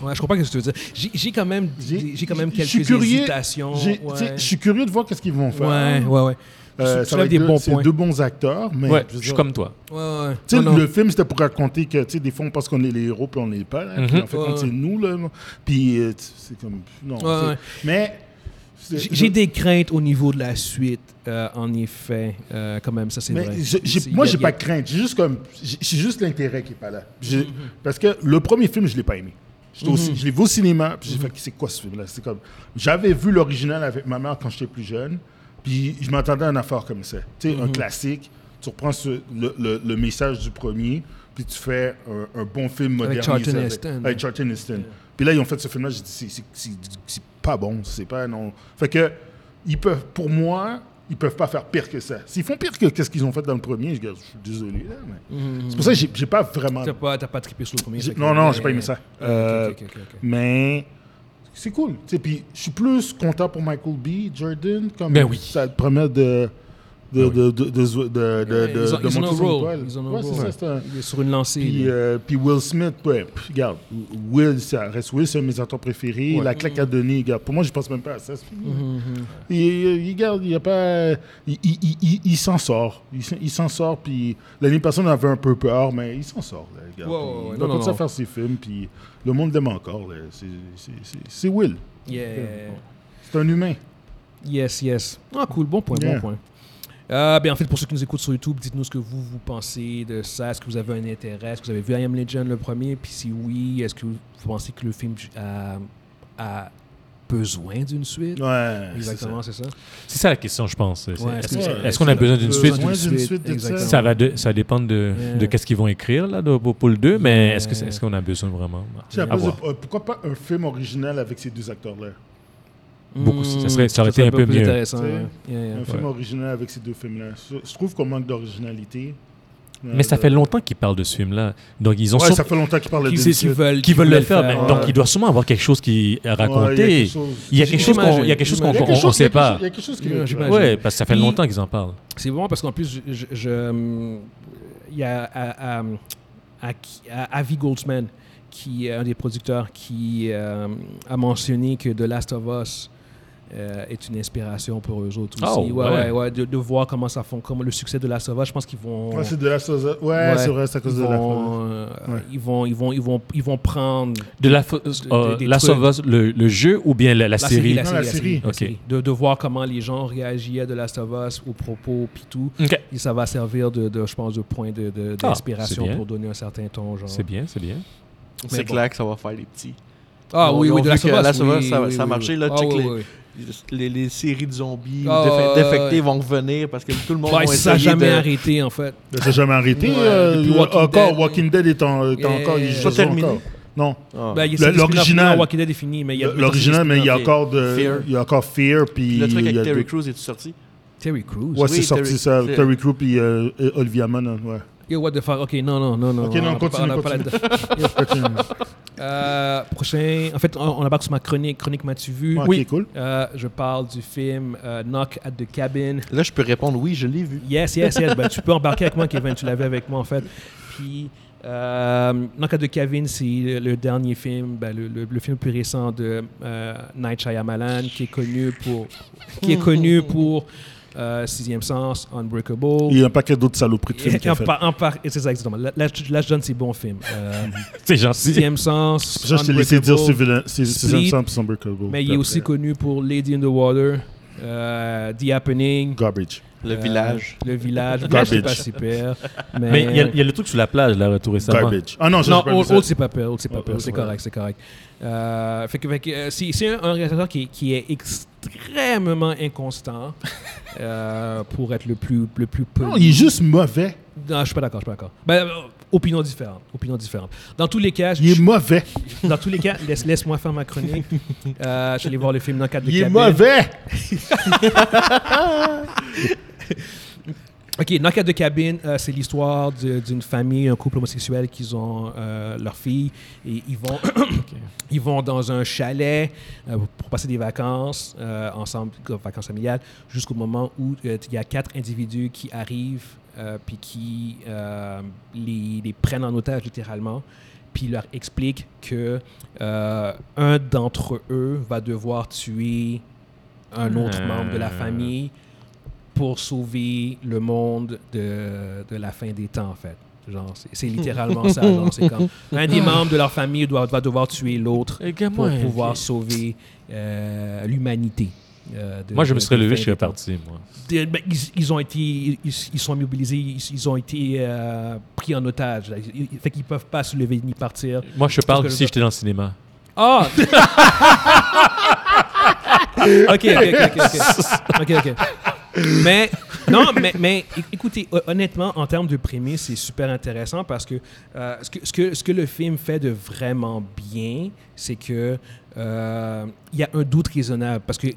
[SPEAKER 1] Ouais, je comprends ce que tu veux dire. J'ai- J'ai quand même,
[SPEAKER 4] J'ai-
[SPEAKER 1] j'ai quand même
[SPEAKER 4] je
[SPEAKER 1] quelques
[SPEAKER 4] suis curieux,
[SPEAKER 1] hésitations.
[SPEAKER 4] j'ai- tu sais,
[SPEAKER 1] ouais.
[SPEAKER 4] Je suis curieux de voir qu'est-ce qu'ils vont faire.
[SPEAKER 1] Ouais, ouais, ouais.
[SPEAKER 4] Euh,
[SPEAKER 1] Tu- tu
[SPEAKER 4] ça va
[SPEAKER 1] lèves
[SPEAKER 4] être
[SPEAKER 1] des
[SPEAKER 4] deux,
[SPEAKER 1] bons
[SPEAKER 4] c'est
[SPEAKER 1] points.
[SPEAKER 4] deux bons acteurs, mais
[SPEAKER 3] ouais,
[SPEAKER 4] je
[SPEAKER 3] je
[SPEAKER 4] veux
[SPEAKER 3] suis
[SPEAKER 4] dire,
[SPEAKER 3] comme toi.
[SPEAKER 1] Ouais, ouais.
[SPEAKER 4] tu sais,
[SPEAKER 1] Non, non.
[SPEAKER 4] le film, c'était pour raconter que, tu sais, des fois, on pense qu'on est les héros, puis on n'est pas. là. Puis
[SPEAKER 3] Mhm.
[SPEAKER 4] en fait,
[SPEAKER 1] Ouais,
[SPEAKER 4] quand c'est
[SPEAKER 1] ouais.
[SPEAKER 4] nous, là, puis euh, tu- c'est comme... Non,
[SPEAKER 1] Ouais,
[SPEAKER 4] c'est-
[SPEAKER 1] ouais.
[SPEAKER 4] Mais... c'est-
[SPEAKER 1] J'ai j'ai des craintes au niveau de la suite, euh, en effet, euh, quand même, ça c'est
[SPEAKER 4] Mais
[SPEAKER 1] vrai.
[SPEAKER 4] je- j'ai-
[SPEAKER 1] C'est-
[SPEAKER 4] moi,
[SPEAKER 1] y a-
[SPEAKER 4] j'ai
[SPEAKER 1] y a-
[SPEAKER 4] pas de crainte. J'ai juste comme, j'ai j'ai juste l'intérêt qui est pas là. J'ai- Parce que le premier film, je l'ai pas aimé. J'étais au
[SPEAKER 1] Mhm.
[SPEAKER 4] ci- je l'ai vu au cinéma, puis j'ai fait, c'est quoi ce film-là C'est comme, j'avais vu l'original avec ma mère quand j'étais plus jeune, puis je m'attendais à un affaire comme ça, tu sais, un
[SPEAKER 1] Mhm.
[SPEAKER 4] classique. Tu reprends ce- le, le- le message du premier, puis tu fais un, un bon film moderne.
[SPEAKER 1] Charlton Heston.
[SPEAKER 4] Avec Charlton Heston. Puis là, ils ont fait ce film-là, j'ai dit, c'est- c'est- c'est c'est pas bon, c'est pas non. Fait que, ils peuvent, pour moi, ils peuvent pas faire pire que ça. S'ils font pire que quest ce qu'ils ont fait dans le premier, je, je suis désolé, là, mais. C'est pour ça que j'ai j'ai pas vraiment.
[SPEAKER 1] Mhm. T'as pas, t'as pas trippé sur le premier.
[SPEAKER 4] j'ai-
[SPEAKER 1] fait que-
[SPEAKER 4] Non, non, j'ai pas aimé ça.
[SPEAKER 1] Ok,
[SPEAKER 4] Euh,
[SPEAKER 1] ok, ok, ok.
[SPEAKER 4] Mais. C'est cool. Tu sais, Puis je suis plus content pour Michael B. Jordan. Comme
[SPEAKER 3] Ben oui.
[SPEAKER 4] Ça te permet de. De, de, de, de, de, de, de,
[SPEAKER 1] Ben Ouais, ils ont-
[SPEAKER 4] de
[SPEAKER 1] ils ont
[SPEAKER 4] monter
[SPEAKER 1] un
[SPEAKER 4] son
[SPEAKER 1] rôle.
[SPEAKER 4] étoile.
[SPEAKER 1] Ils ont un
[SPEAKER 4] Ouais, c'est
[SPEAKER 1] rôle.
[SPEAKER 4] ça. c'est un-
[SPEAKER 1] Il est sur une lancée.
[SPEAKER 4] puis,
[SPEAKER 1] lui.
[SPEAKER 4] euh, puis Will Smith, ouais, pff, regarde, Will, ça reste Will, c'est un de mes acteurs préférés. La claque à donner, regarde, pour moi, je pense même pas à ça. c'est fini.
[SPEAKER 1] Mm-hmm.
[SPEAKER 4] Il- il, il garde, il y a pas. Il, il- il- il- il s'en sort. Il, s'en- il s'en sort, puis l'année passée, on avait un peu peur, mais il s'en sort. Là, regarde.
[SPEAKER 1] Ouais, ouais, ouais,
[SPEAKER 4] il
[SPEAKER 1] non, non,
[SPEAKER 4] continue à
[SPEAKER 1] non.
[SPEAKER 4] faire ses films, puis le monde l'aime encore. là. C'est- c'est- c'est- C'est Will. euh,
[SPEAKER 1] Yeah.
[SPEAKER 4] C'est un humain.
[SPEAKER 1] Yes, yes. Ah, cool, bon point,
[SPEAKER 4] Yeah.
[SPEAKER 1] bon point. Euh, ben, en fait, pour ceux qui nous écoutent sur YouTube, dites-nous ce que vous, vous pensez de ça. Est-ce que vous avez un intérêt? Est-ce que vous avez vu I Am Legend le premier? Puis si oui, est-ce que vous pensez que le film a, a besoin d'une suite?
[SPEAKER 4] Ouais.
[SPEAKER 1] Exactement, c'est ça.
[SPEAKER 3] C'est ça la question, je pense. C'est-
[SPEAKER 1] Ouais,
[SPEAKER 3] Est-ce
[SPEAKER 1] est-ce que-
[SPEAKER 3] est-ce qu'on a besoin d'une suite
[SPEAKER 4] Besoin d'une suite de
[SPEAKER 1] Exactement.
[SPEAKER 4] ça.
[SPEAKER 3] ça va de- ça dépend de,
[SPEAKER 1] Yeah.
[SPEAKER 3] de qu'est-ce qu'ils vont écrire là, de- pour, pour le 2, mais
[SPEAKER 1] Yeah.
[SPEAKER 3] est-ce que c'est- est-ce qu'on a besoin vraiment
[SPEAKER 4] c'est ça.
[SPEAKER 3] à voir.
[SPEAKER 4] Euh, Pourquoi pas un film original avec ces deux acteurs-là
[SPEAKER 3] Beaucoup, ça serait- ça aurait été un peu
[SPEAKER 1] plus
[SPEAKER 3] mieux.
[SPEAKER 1] intéressant.
[SPEAKER 4] Tu sais,
[SPEAKER 1] ouais. Yeah, yeah.
[SPEAKER 4] Un film original avec ces deux films-là. Je je trouve qu'on manque d'originalité. Euh,
[SPEAKER 3] Mais ça fait longtemps qu'ils parlent de ce film-là. Donc, ils ont
[SPEAKER 4] Ouais,
[SPEAKER 3] sur-
[SPEAKER 4] ça fait longtemps qu'ils parlent de
[SPEAKER 1] Qui-
[SPEAKER 4] Denis
[SPEAKER 1] qui
[SPEAKER 4] Suede.
[SPEAKER 1] veulent,
[SPEAKER 3] qu'ils veulent le faire. mais-
[SPEAKER 4] ouais.
[SPEAKER 3] Donc, il doit sûrement avoir quelque chose qui
[SPEAKER 4] Ouais,
[SPEAKER 3] à
[SPEAKER 4] il y a
[SPEAKER 3] raconter.
[SPEAKER 4] quelque chose-
[SPEAKER 3] Il y a quelque chose qu'on- il y a quelque chose qu'on
[SPEAKER 1] J'imagine.
[SPEAKER 3] ne sait pas.
[SPEAKER 4] Il y a quelque chose qui
[SPEAKER 1] Ouais,
[SPEAKER 4] me
[SPEAKER 1] j'imagine.
[SPEAKER 3] Ouais, parce que ça fait
[SPEAKER 1] Puis-
[SPEAKER 3] longtemps qu'ils en parlent.
[SPEAKER 1] C'est bon parce qu'en plus, je- je- je, euh, il y a à- à- à qui- à- Avi Goldsman, qui est un des producteurs, qui euh, a mentionné que The Last of Us euh, est une inspiration pour eux autres aussi.
[SPEAKER 3] Oh,
[SPEAKER 1] ouais,
[SPEAKER 3] ouais.
[SPEAKER 1] ouais, ouais, de, de voir comment ça fonctionne, comment le succès de The Last of Us, je pense qu'ils vont.
[SPEAKER 4] Ouais, c'est de la chose. Ouais,
[SPEAKER 1] Ouais,
[SPEAKER 4] c'est vrai, c'est à cause
[SPEAKER 1] ils
[SPEAKER 4] de la chose.
[SPEAKER 1] vont, euh,
[SPEAKER 4] Ouais.
[SPEAKER 1] ils vont, ils vont, ils vont, ils vont prendre
[SPEAKER 3] De la, fo-
[SPEAKER 1] des-
[SPEAKER 3] euh,
[SPEAKER 1] des
[SPEAKER 3] la
[SPEAKER 1] trucs.
[SPEAKER 3] Us, le, le jeu ou bien la, la série,
[SPEAKER 1] la
[SPEAKER 4] Non,
[SPEAKER 1] série, la série, la
[SPEAKER 3] Ok.
[SPEAKER 1] série. De, de voir comment les gens réagissaient de Last of Us aux propos puis tout.
[SPEAKER 3] Ok.
[SPEAKER 1] Et ça va servir de, de, je pense, de point de- de-
[SPEAKER 3] Ah,
[SPEAKER 1] d'inspiration
[SPEAKER 3] c'est bien.
[SPEAKER 1] pour donner un certain ton. Genre.
[SPEAKER 3] C'est bien, c'est bien.
[SPEAKER 1] Mais
[SPEAKER 2] C'est
[SPEAKER 1] bon.
[SPEAKER 2] clair que ça va faire les petits.
[SPEAKER 1] Ah
[SPEAKER 2] Ils ont-
[SPEAKER 1] oui,
[SPEAKER 2] ils
[SPEAKER 1] oui, de
[SPEAKER 2] ont vu
[SPEAKER 1] Last of
[SPEAKER 2] que
[SPEAKER 1] Us,
[SPEAKER 2] Last of
[SPEAKER 1] oui,
[SPEAKER 2] Us, ça-
[SPEAKER 1] oui,
[SPEAKER 2] ça a
[SPEAKER 1] oui,
[SPEAKER 2] marché,
[SPEAKER 1] oui.
[SPEAKER 2] là,
[SPEAKER 1] Ah,
[SPEAKER 2] check
[SPEAKER 1] oui,
[SPEAKER 2] les-
[SPEAKER 1] oui.
[SPEAKER 2] Les, les séries de zombies
[SPEAKER 1] Ah,
[SPEAKER 2] défe-
[SPEAKER 1] ouais,
[SPEAKER 2] défectés
[SPEAKER 1] ouais.
[SPEAKER 2] vont revenir parce que tout le monde
[SPEAKER 1] Ouais,
[SPEAKER 2] va
[SPEAKER 1] ça n'a
[SPEAKER 2] essayer
[SPEAKER 1] jamais
[SPEAKER 2] de-
[SPEAKER 1] arrêté, en fait.
[SPEAKER 4] Ça s'est jamais arrêté.
[SPEAKER 1] Ouais,
[SPEAKER 4] euh,
[SPEAKER 1] et puis Walking
[SPEAKER 4] encore,
[SPEAKER 1] Dead.
[SPEAKER 4] Walking Dead est en- est
[SPEAKER 1] Yeah.
[SPEAKER 4] encore. il
[SPEAKER 1] Pas
[SPEAKER 4] joue
[SPEAKER 2] terminé.
[SPEAKER 4] encore. Non.
[SPEAKER 2] Ah.
[SPEAKER 1] Ben, il y a
[SPEAKER 4] Le-
[SPEAKER 1] des spin-offs,
[SPEAKER 4] l'original.
[SPEAKER 1] non, Walking Dead est fini, mais il y a
[SPEAKER 4] L'original, mais il y a
[SPEAKER 2] Fear.
[SPEAKER 4] encore de.
[SPEAKER 2] Fear.
[SPEAKER 4] Il y a encore Fear, puis.
[SPEAKER 2] le truc
[SPEAKER 4] il y a
[SPEAKER 2] avec Terry
[SPEAKER 4] deux-
[SPEAKER 2] Crews est sorti
[SPEAKER 1] Terry Crews.
[SPEAKER 4] Ouais,
[SPEAKER 2] Oui,
[SPEAKER 4] c'est sorti
[SPEAKER 2] Terry-
[SPEAKER 4] ça.
[SPEAKER 2] c'est-
[SPEAKER 4] Terry Crews, puis euh, et Olivia Munn, hein, ouais.
[SPEAKER 1] Yo, what the fuck? Ok, non, non, non, non.
[SPEAKER 4] Ok, non,
[SPEAKER 1] on peut pas-
[SPEAKER 4] continue,
[SPEAKER 1] on peut pas
[SPEAKER 4] continue.
[SPEAKER 1] là-dedans. Yo. Euh, prochain. En fait, on, on embarque sur ma chronique. Chronique, m'as-tu vu?
[SPEAKER 4] Ok, cool.
[SPEAKER 1] Euh, je parle du film euh, Knock at the Cabin.
[SPEAKER 2] Là, je peux répondre oui, je l'ai vu.
[SPEAKER 1] Yes, yes, yes. Ben, tu peux embarquer avec moi, Kevin. Tu l'avais avec moi, en fait. Puis, euh, Knock at the Cabin, c'est le, le dernier film, ben, le, le- le film plus récent de euh, Night Shyamalan, qui est connu pour, qui est connu pour euh, Sixième Sens, Unbreakable.
[SPEAKER 4] Il y a un paquet d'autres saloperies de films
[SPEAKER 1] Et
[SPEAKER 4] qu'il a
[SPEAKER 1] en
[SPEAKER 4] fait.
[SPEAKER 1] par- en par- et c'est ça, exactement. Là, là, je- là, je donne ses bons films.
[SPEAKER 4] [laughs]
[SPEAKER 1] Euh,
[SPEAKER 3] [laughs] C'est gentil.
[SPEAKER 1] Sixième Sens.
[SPEAKER 4] Ça, je t'ai laissé dire
[SPEAKER 1] Unbreakable.
[SPEAKER 4] Civil- c'est
[SPEAKER 1] Split.
[SPEAKER 4] Citizen Sam puis Unbreakable.
[SPEAKER 1] Mais il est
[SPEAKER 2] euh,
[SPEAKER 1] aussi connu pour Lady in the Water, euh, The Happening.
[SPEAKER 4] Garbage.
[SPEAKER 2] Le
[SPEAKER 1] euh,
[SPEAKER 2] village.
[SPEAKER 1] Le village. Le village, c'est pas
[SPEAKER 4] Garbage. [laughs]
[SPEAKER 1] super. Mais,
[SPEAKER 3] Mais il y, a- il y a le truc sur la plage, là, tout récemment.
[SPEAKER 4] Garbage. Ah non, je
[SPEAKER 1] Non,
[SPEAKER 4] sais pas
[SPEAKER 1] Old,
[SPEAKER 4] mais ça-
[SPEAKER 1] Old, c'est pas pire. Old, c'est pas
[SPEAKER 4] Old,
[SPEAKER 1] pire. C'est
[SPEAKER 4] ouais.
[SPEAKER 1] correct, c'est correct. Euh, fait que, fait que, euh, c'est c'est un, un réalisateur qui, qui est extrêmement
[SPEAKER 4] [laughs]
[SPEAKER 1] inconstant euh, pour être le plus, le plus poli.
[SPEAKER 4] Non, il est juste mauvais.
[SPEAKER 1] Non, je suis pas d'accord, je suis pas d'accord. Ben, euh, opinion différente, opinion différente. Dans tous les cas, je-
[SPEAKER 4] Il est mauvais.
[SPEAKER 1] dans tous les cas, laisse, laisse-moi faire ma
[SPEAKER 4] [laughs]
[SPEAKER 1] chronique. Euh, je vais aller voir le film dans le cadre de
[SPEAKER 4] Il est
[SPEAKER 1] Cabine.
[SPEAKER 4] mauvais.
[SPEAKER 1] Ok, Knockout de cabine, euh, c'est l'histoire de- d'une famille, un couple homosexuel qui ont euh, leur fille et ils vont, [coughs] ils vont dans un chalet euh, pour passer des vacances euh, ensemble, comme vacances familiales, jusqu'au moment où euh, il y a quatre individus qui arrivent euh, puis qui euh, les, les prennent en otage littéralement puis leur expliquent que euh, un d'entre eux va devoir tuer un autre
[SPEAKER 3] Hmm.
[SPEAKER 1] membre de la famille pour sauver le monde de, de la fin des temps, en fait. Genre, c'est- c'est littéralement ça. genre, c'est comme un des membres de leur famille doit, va devoir tuer l'autre pour pouvoir sauver euh, l'humanité. euh, de-
[SPEAKER 3] Moi, je me
[SPEAKER 1] de-
[SPEAKER 3] serais
[SPEAKER 1] des
[SPEAKER 3] levé,
[SPEAKER 1] fins
[SPEAKER 3] je serais
[SPEAKER 1] des temps.
[SPEAKER 3] parti, moi.
[SPEAKER 1] De- ben, ils, ils ont été, ils, ils sont mobilisés, ils, ils ont été euh, pris en otage. là. Ils- ils- fait qu'ils peuvent pas se lever ni partir.
[SPEAKER 3] Moi, je
[SPEAKER 1] que
[SPEAKER 3] parle
[SPEAKER 1] je
[SPEAKER 3] si
[SPEAKER 1] dois-
[SPEAKER 3] j'étais dans le cinéma.
[SPEAKER 1] Ah! [laughs] ok, ok, ok, ok, ok.
[SPEAKER 3] [laughs]
[SPEAKER 1] Ok, ok. Mais, non, mais, mais é- écoutez, hon- honnêtement, en termes de prémisse, c'est super intéressant parce que, euh, ce, que, ce, que ce que le film fait de vraiment bien, c'est que euh, il y a un doute raisonnable. Parce que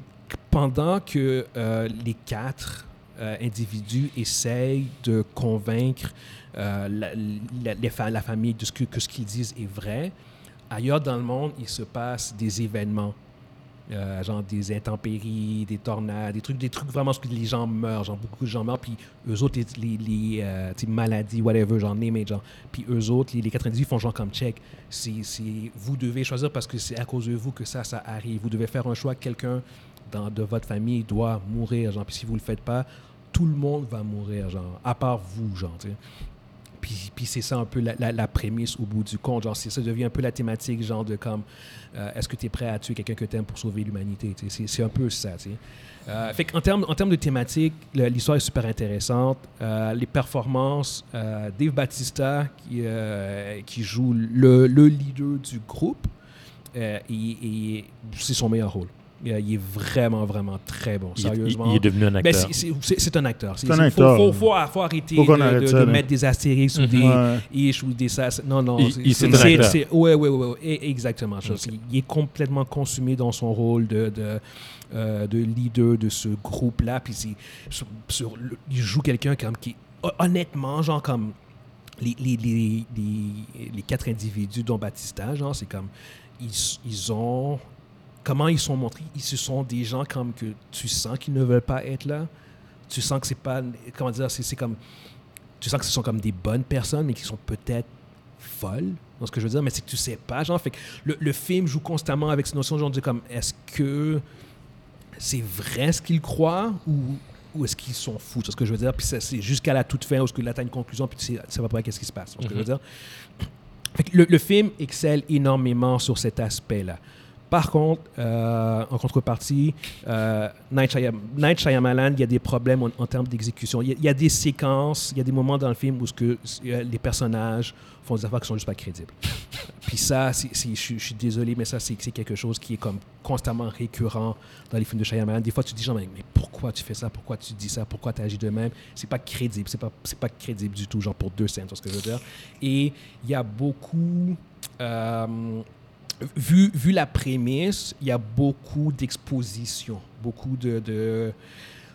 [SPEAKER 1] pendant que euh, les quatre euh, individus essayent de convaincre euh, la, la- les fa- la famille de ce que, que ce qu'ils disent est vrai, ailleurs dans le monde, il se passe des événements. Euh, genre des intempéries, des tornades, des trucs, des trucs vraiment ce que les gens meurent, genre beaucoup de gens meurent, puis eux autres, les, les, les, euh, tu sais, maladies, whatever, genre name it, genre. Puis eux autres, les, les 98 font genre comme check. C'est, c'est- vous devez choisir parce que c'est à cause de vous que ça, ça arrive. Vous devez faire un choix. Quelqu'un dans, de votre famille doit mourir, genre. Puis si vous le faites pas, tout le monde va mourir, genre, à part vous, genre, tu sais. Puis, puis c'est ça un peu la, la- la prémisse au bout du compte. Genre, c'est- ça devient un peu la thématique, genre de comme, euh, est-ce que tu es prêt à tuer quelqu'un que tu aimes pour sauver l'humanité? tu sais, C'est, c'est un peu ça. tu sais. Euh, fait qu'en termes, en termes de thématique, le- l'histoire est super intéressante. Euh, les performances, euh, Dave Batista, qui, euh, qui joue le, le leader du groupe, euh, et, et c'est son meilleur rôle. Euh, Il est vraiment, vraiment très bon,
[SPEAKER 3] Il, il-
[SPEAKER 1] sérieusement.
[SPEAKER 3] il est devenu un
[SPEAKER 1] Ben,
[SPEAKER 3] acteur.
[SPEAKER 1] c'est- c'est c'est- c'est un acteur. C'est
[SPEAKER 4] un
[SPEAKER 1] c'est- faut-
[SPEAKER 4] acteur.
[SPEAKER 1] Faut, faut, faut arrêter
[SPEAKER 4] Faut qu'on
[SPEAKER 1] de,
[SPEAKER 4] arrête
[SPEAKER 1] de-
[SPEAKER 4] ça,
[SPEAKER 1] de
[SPEAKER 4] là.
[SPEAKER 1] mettre des astérisques ou des
[SPEAKER 4] Ouais.
[SPEAKER 1] ish ou des sas. Non, non.
[SPEAKER 3] Il- il- c'est un acteur.
[SPEAKER 1] c'est- Ouais, ouais, ouais, ouais, et- exactement. Je pense qu'il- Il est complètement consumé dans son rôle de, de, euh, de leader de ce groupe-là. Puis c'est- sur- sur le- il joue quelqu'un comme qui, hon- honnêtement, genre comme les, les, les, les, les quatre individus dont Batista, genre, c'est comme, ils, ils ont... Comment ils sont montrés? Ils, ce sont des gens comme que tu sens qu'ils ne veulent pas être là. Tu sens que c'est pas... Comment dire? C'est c'est comme... Tu sens que ce sont comme des bonnes personnes, mais qui sont peut-être folles, dans ce que je veux dire, mais c'est que tu sais pas, genre. Fait que le, le film joue constamment avec cette notion, genre, de comme, est-ce que c'est vrai ce qu'ils croient ou, ou est-ce qu'ils s'en foutent, c'est ce que je veux dire. Puis ça, c'est jusqu'à la toute fin où tu atteins une conclusion, puis tu sais, ça va pas qu'est-ce qui se passe, c'est ce que je veux dire. Fait que le, le film excelle énormément sur cet aspect-là. Par contre, euh, en contrepartie, euh, Night, Shyam- Night Shyamalan, il y a des problèmes en, en termes d'exécution. Il y, a, il y a des séquences, il y a des moments dans le film où ce que, euh, les personnages font des affaires qui sont juste pas crédibles. Puis ça, c'est- c'est- je suis- je suis désolé, mais ça, c'est c'est quelque chose qui est comme constamment récurrent dans les films de Shyamalan. Des fois, tu te dis genre, mais, mais pourquoi tu fais ça Pourquoi tu dis ça Pourquoi tu agis de même C'est pas crédible. C'est pas, c'est pas crédible du tout, genre pour deux scènes, c'est ce que je veux dire. Et il y a beaucoup. euh, vu, vu la prémisse, il y a beaucoup d'exposition, beaucoup de, de,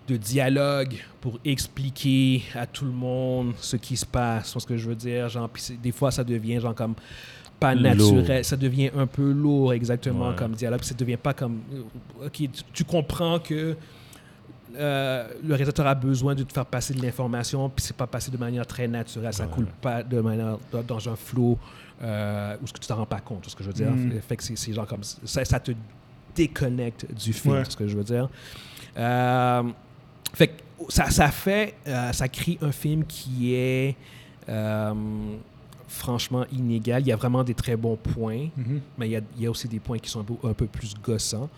[SPEAKER 1] de dialogue pour expliquer à tout le monde ce qui se passe, ce que je veux dire. Genre, puis c'est- des fois, ça devient genre comme pas
[SPEAKER 3] Lourd.
[SPEAKER 1] naturel, ça devient un peu lourd exactement
[SPEAKER 3] Ouais.
[SPEAKER 1] comme dialogue. Ça devient pas comme, euh, ok, tu, tu comprends que euh, le réalisateur a besoin de te faire passer de l'information, puis c'est pas passé de manière très naturelle, ça
[SPEAKER 3] Ouais.
[SPEAKER 1] coule pas de manière dans, dans un flot euh, où ce que tu t'en rends pas compte, ce que je veux dire.
[SPEAKER 4] Mm.
[SPEAKER 1] Fait que c'est- c'est genre comme ça, ça te déconnecte du film,
[SPEAKER 4] Ouais.
[SPEAKER 1] c'est ce que je veux dire. Euh, fait que ça, ça fait, euh, ça crée un film qui est euh, franchement inégal. Il y a vraiment des très bons points,
[SPEAKER 4] Mhm.
[SPEAKER 1] mais il y a, il y a aussi des points qui sont un peu, un peu plus gossants.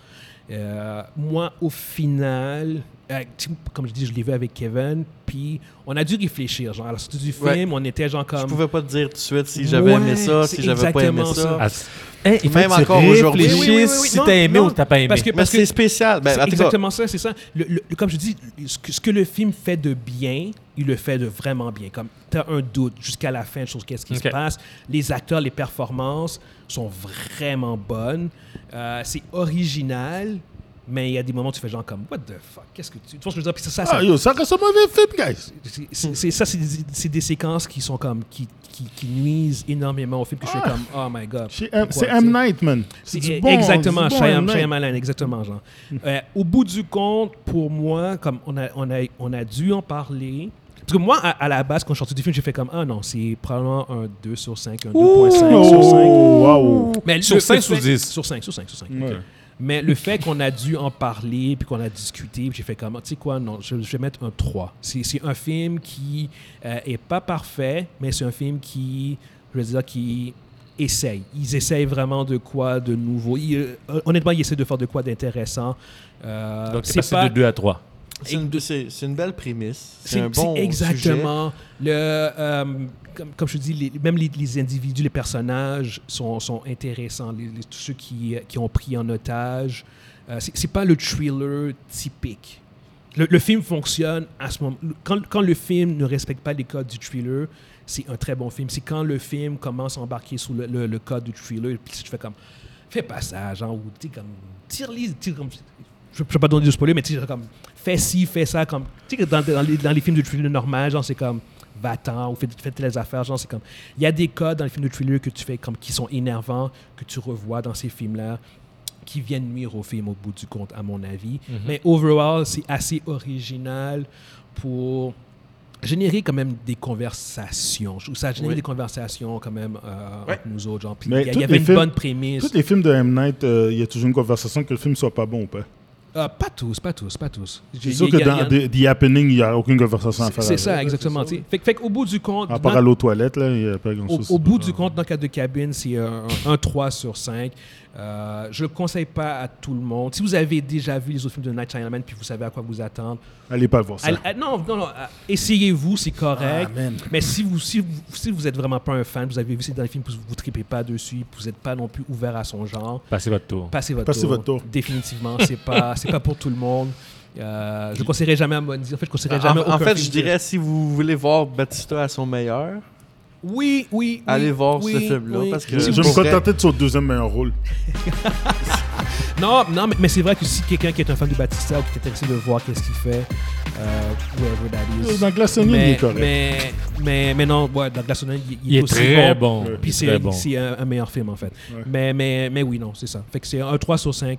[SPEAKER 1] Euh, moi, au final, euh, tu- comme je dis, je l'ai vu avec Kevin, puis on a dû réfléchir. Genre, à la sortie du film,
[SPEAKER 2] Ouais.
[SPEAKER 1] on était genre
[SPEAKER 2] Je
[SPEAKER 1] comme.
[SPEAKER 2] pouvais pas te dire tout de suite si j'avais
[SPEAKER 1] Ouais,
[SPEAKER 2] aimé ça, si
[SPEAKER 1] c'est
[SPEAKER 2] j'avais pas aimé
[SPEAKER 1] exactement
[SPEAKER 2] ça.
[SPEAKER 1] ça.
[SPEAKER 3] Ah, hey, il faut
[SPEAKER 2] Même
[SPEAKER 3] que tu
[SPEAKER 2] encore aujourd'hui.
[SPEAKER 3] réfléchisses
[SPEAKER 1] Oui, oui, oui, oui,
[SPEAKER 3] si
[SPEAKER 1] non,
[SPEAKER 3] t'as aimé
[SPEAKER 1] non,
[SPEAKER 3] ou t'as pas aimé.
[SPEAKER 1] parce que-
[SPEAKER 2] Mais c'est spécial. Ben,
[SPEAKER 1] C'est
[SPEAKER 2] en tout cas,
[SPEAKER 1] exactement ça, c'est ça. Le- le- le- comme je dis, ce que, ce que le film fait de bien, il le fait de vraiment bien. Comme tu as un doute jusqu'à la fin sur qu'est-ce qui se
[SPEAKER 3] Ok.
[SPEAKER 1] passe. Les acteurs, les performances sont vraiment bonnes. Euh, c'est original, mais il y a des moments où tu fais genre comme What the fuck Qu'est-ce que tu. Tu vois ce que je veux dire? Puis ça, ça, ça-
[SPEAKER 4] Ah, yo, ça reste un mauvais film, guys.
[SPEAKER 1] c'est- c'est c'est- ça, c'est des, c'est des séquences qui sont comme qui, qui, qui nuisent énormément au film que je suis
[SPEAKER 4] Ah.
[SPEAKER 1] comme oh my god.
[SPEAKER 4] Chez M-
[SPEAKER 1] pourquoi,
[SPEAKER 4] C'est
[SPEAKER 1] tu
[SPEAKER 4] M.
[SPEAKER 1] sais?
[SPEAKER 4] Night, man. C'est du bon-
[SPEAKER 1] exactement,
[SPEAKER 4] c'est du bon M.
[SPEAKER 1] Shyam-
[SPEAKER 4] Night.
[SPEAKER 1] Shyamalan, exactement, genre. Euh, au bout du compte, pour moi, comme on a, on a, on a dû en parler. Parce que moi, à, à la base, quand je suis sorti du film, j'ai fait comme Ah non, c'est probablement un 2 sur 5, un 2.5 sur 5.
[SPEAKER 4] Oh, wow.
[SPEAKER 1] Mais
[SPEAKER 3] Sur
[SPEAKER 1] le-
[SPEAKER 3] cinq
[SPEAKER 1] le
[SPEAKER 3] sur
[SPEAKER 1] fait-
[SPEAKER 3] dix?
[SPEAKER 1] Sur 5, sur 5, sur 5.
[SPEAKER 4] Ouais.
[SPEAKER 1] Mais le fait qu'on a dû en parler, puis qu'on a discuté, puis j'ai fait comme, tu sais quoi, non, je, je vais mettre un 3. C'est c'est un film qui euh, est pas parfait, mais c'est un film qui, je veux dire, qui essaye. Ils essayent vraiment de quoi de nouveau. Ils, euh, honnêtement, ils essaient de faire de quoi d'intéressant. Euh,
[SPEAKER 3] Donc, c'est passé de 2 à 3.
[SPEAKER 2] c'est une, c'est- c'est une belle prémisse. C'est
[SPEAKER 1] c'est
[SPEAKER 2] un bon
[SPEAKER 1] c'est
[SPEAKER 2] sujet.
[SPEAKER 1] exactement le euh, comme, comme je te dis les- même les, les individus les personnages sont, sont intéressants les, les- tous ceux qui, euh, qui ont pris en otage Euh, c'est c'est pas le thriller typique le, le film fonctionne à ce moment quand, quand le film ne respecte pas les codes du thriller c'est un très bon film c'est quand le film commence à embarquer sous le, le- le code du thriller puis tu fais comme fais pas ça genre ou tu sais, comme tire les tire comme je ne vais pas donner de spoiler, mais tu sais, comme, fais ci, fais ça, comme, tu sais, que dans, dans les, dans les films de thriller normal, genre, c'est comme, va-t'en, ou fais, fais telles affaires, genre, c'est comme, il y a des codes dans les films de thriller que tu fais, comme, qui sont énervants, que tu revois dans ces films-là, qui viennent nuire au film au bout du compte, à mon avis.
[SPEAKER 4] Mm-hmm.
[SPEAKER 1] Mais overall, c'est assez original pour générer quand même des conversations. Je trouve ça génère
[SPEAKER 2] Oui.
[SPEAKER 1] des conversations quand même euh,
[SPEAKER 2] Ouais.
[SPEAKER 1] entre nous autres, genre, puis
[SPEAKER 4] Mais
[SPEAKER 1] il y a- il
[SPEAKER 4] tous
[SPEAKER 1] y avait
[SPEAKER 4] les
[SPEAKER 1] une
[SPEAKER 4] films-
[SPEAKER 1] bonne prémisse.
[SPEAKER 4] Tous les films de M. Night, euh, il y a toujours une conversation que le film soit pas bon ou pas.
[SPEAKER 1] Euh, pas tous, pas tous, pas tous.
[SPEAKER 4] C'est
[SPEAKER 1] Il
[SPEAKER 4] sûr
[SPEAKER 1] y
[SPEAKER 4] que
[SPEAKER 1] a- il y a-
[SPEAKER 4] dans The, The Happening, il n'y a aucune conversation à
[SPEAKER 1] C'est-
[SPEAKER 4] faire.
[SPEAKER 1] C'est
[SPEAKER 4] avec.
[SPEAKER 1] ça, exactement. tu sais. Fait, que- fait qu'au bout du compte,
[SPEAKER 4] À part
[SPEAKER 1] dans-
[SPEAKER 4] à l'eau toilette, là, il n'y a pas grand
[SPEAKER 1] au,
[SPEAKER 4] chose.
[SPEAKER 1] au bout du compte, dans le cadre de cabine, c'est un, un 3 sur 5. Euh, je ne le conseille pas à tout le monde. Si vous avez déjà vu les autres films de Night Shyamalan puis vous savez à quoi vous attendre,
[SPEAKER 4] Allez pas le voir ça.
[SPEAKER 1] allez- ah, non, non, non, ah, essayez-vous, c'est correct.
[SPEAKER 4] Ah, man.
[SPEAKER 1] mais si vous, si, vous, si vous êtes vraiment pas un fan, vous avez vu c'est dans les films, vous ne tripez pas dessus, vous n'êtes pas non plus ouvert à son genre,
[SPEAKER 3] Passez votre tour.
[SPEAKER 1] passez votre,
[SPEAKER 4] Passez
[SPEAKER 1] tour.
[SPEAKER 4] votre tour.
[SPEAKER 1] Définitivement, c'est
[SPEAKER 4] [laughs]
[SPEAKER 1] pas, c'est pas pour tout le monde. Euh, je ne conseillerais jamais à Mondi. En fait, je conseillerais jamais
[SPEAKER 2] En, en
[SPEAKER 1] aucun
[SPEAKER 2] fait,
[SPEAKER 1] film
[SPEAKER 2] je
[SPEAKER 1] de-
[SPEAKER 2] dirais, si vous voulez voir Batista à son meilleur,
[SPEAKER 1] Oui, oui. oui,
[SPEAKER 2] allez voir ce
[SPEAKER 1] oui,
[SPEAKER 2] film-là.
[SPEAKER 1] oui.
[SPEAKER 2] Parce que
[SPEAKER 4] Je vais
[SPEAKER 2] pour
[SPEAKER 4] me
[SPEAKER 2] vrai,
[SPEAKER 4] contenter de son deuxième meilleur rôle.
[SPEAKER 1] Non, non, mais, mais c'est vrai que si quelqu'un qui est un fan de Batista ou qui est intéressé de voir qu'est-ce qu'il fait, euh, whoever that is.
[SPEAKER 4] Dans Glassonier, il
[SPEAKER 1] mais,
[SPEAKER 4] est correct.
[SPEAKER 1] mais, mais, mais non, ouais, dans Glass Onion, il,
[SPEAKER 3] Il est
[SPEAKER 1] aussi
[SPEAKER 3] très bon.
[SPEAKER 4] Ouais.
[SPEAKER 1] Puis
[SPEAKER 3] Il est
[SPEAKER 1] c'est
[SPEAKER 3] très bon.
[SPEAKER 1] c'est un, un meilleur film, en fait.
[SPEAKER 4] Ouais.
[SPEAKER 1] Mais, mais, mais oui, non, c'est ça. Fait que c'est un 3 sur 5,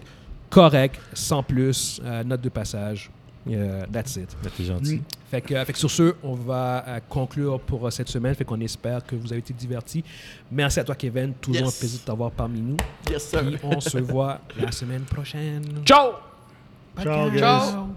[SPEAKER 1] correct, sans plus, euh, note de passage. Euh, that's it.
[SPEAKER 3] T'es gentil.
[SPEAKER 1] Fait que, euh, fait que sur ce, on va euh, conclure pour euh, cette semaine. Fait qu'on espère que vous avez été divertis. Merci à toi, Kevin. Toujours
[SPEAKER 2] Yes.
[SPEAKER 1] un plaisir de t'avoir parmi nous.
[SPEAKER 2] yes, sir.
[SPEAKER 1] Puis on se voit la semaine prochaine.
[SPEAKER 3] Ciao!
[SPEAKER 4] Ciao, guys.
[SPEAKER 1] Ciao.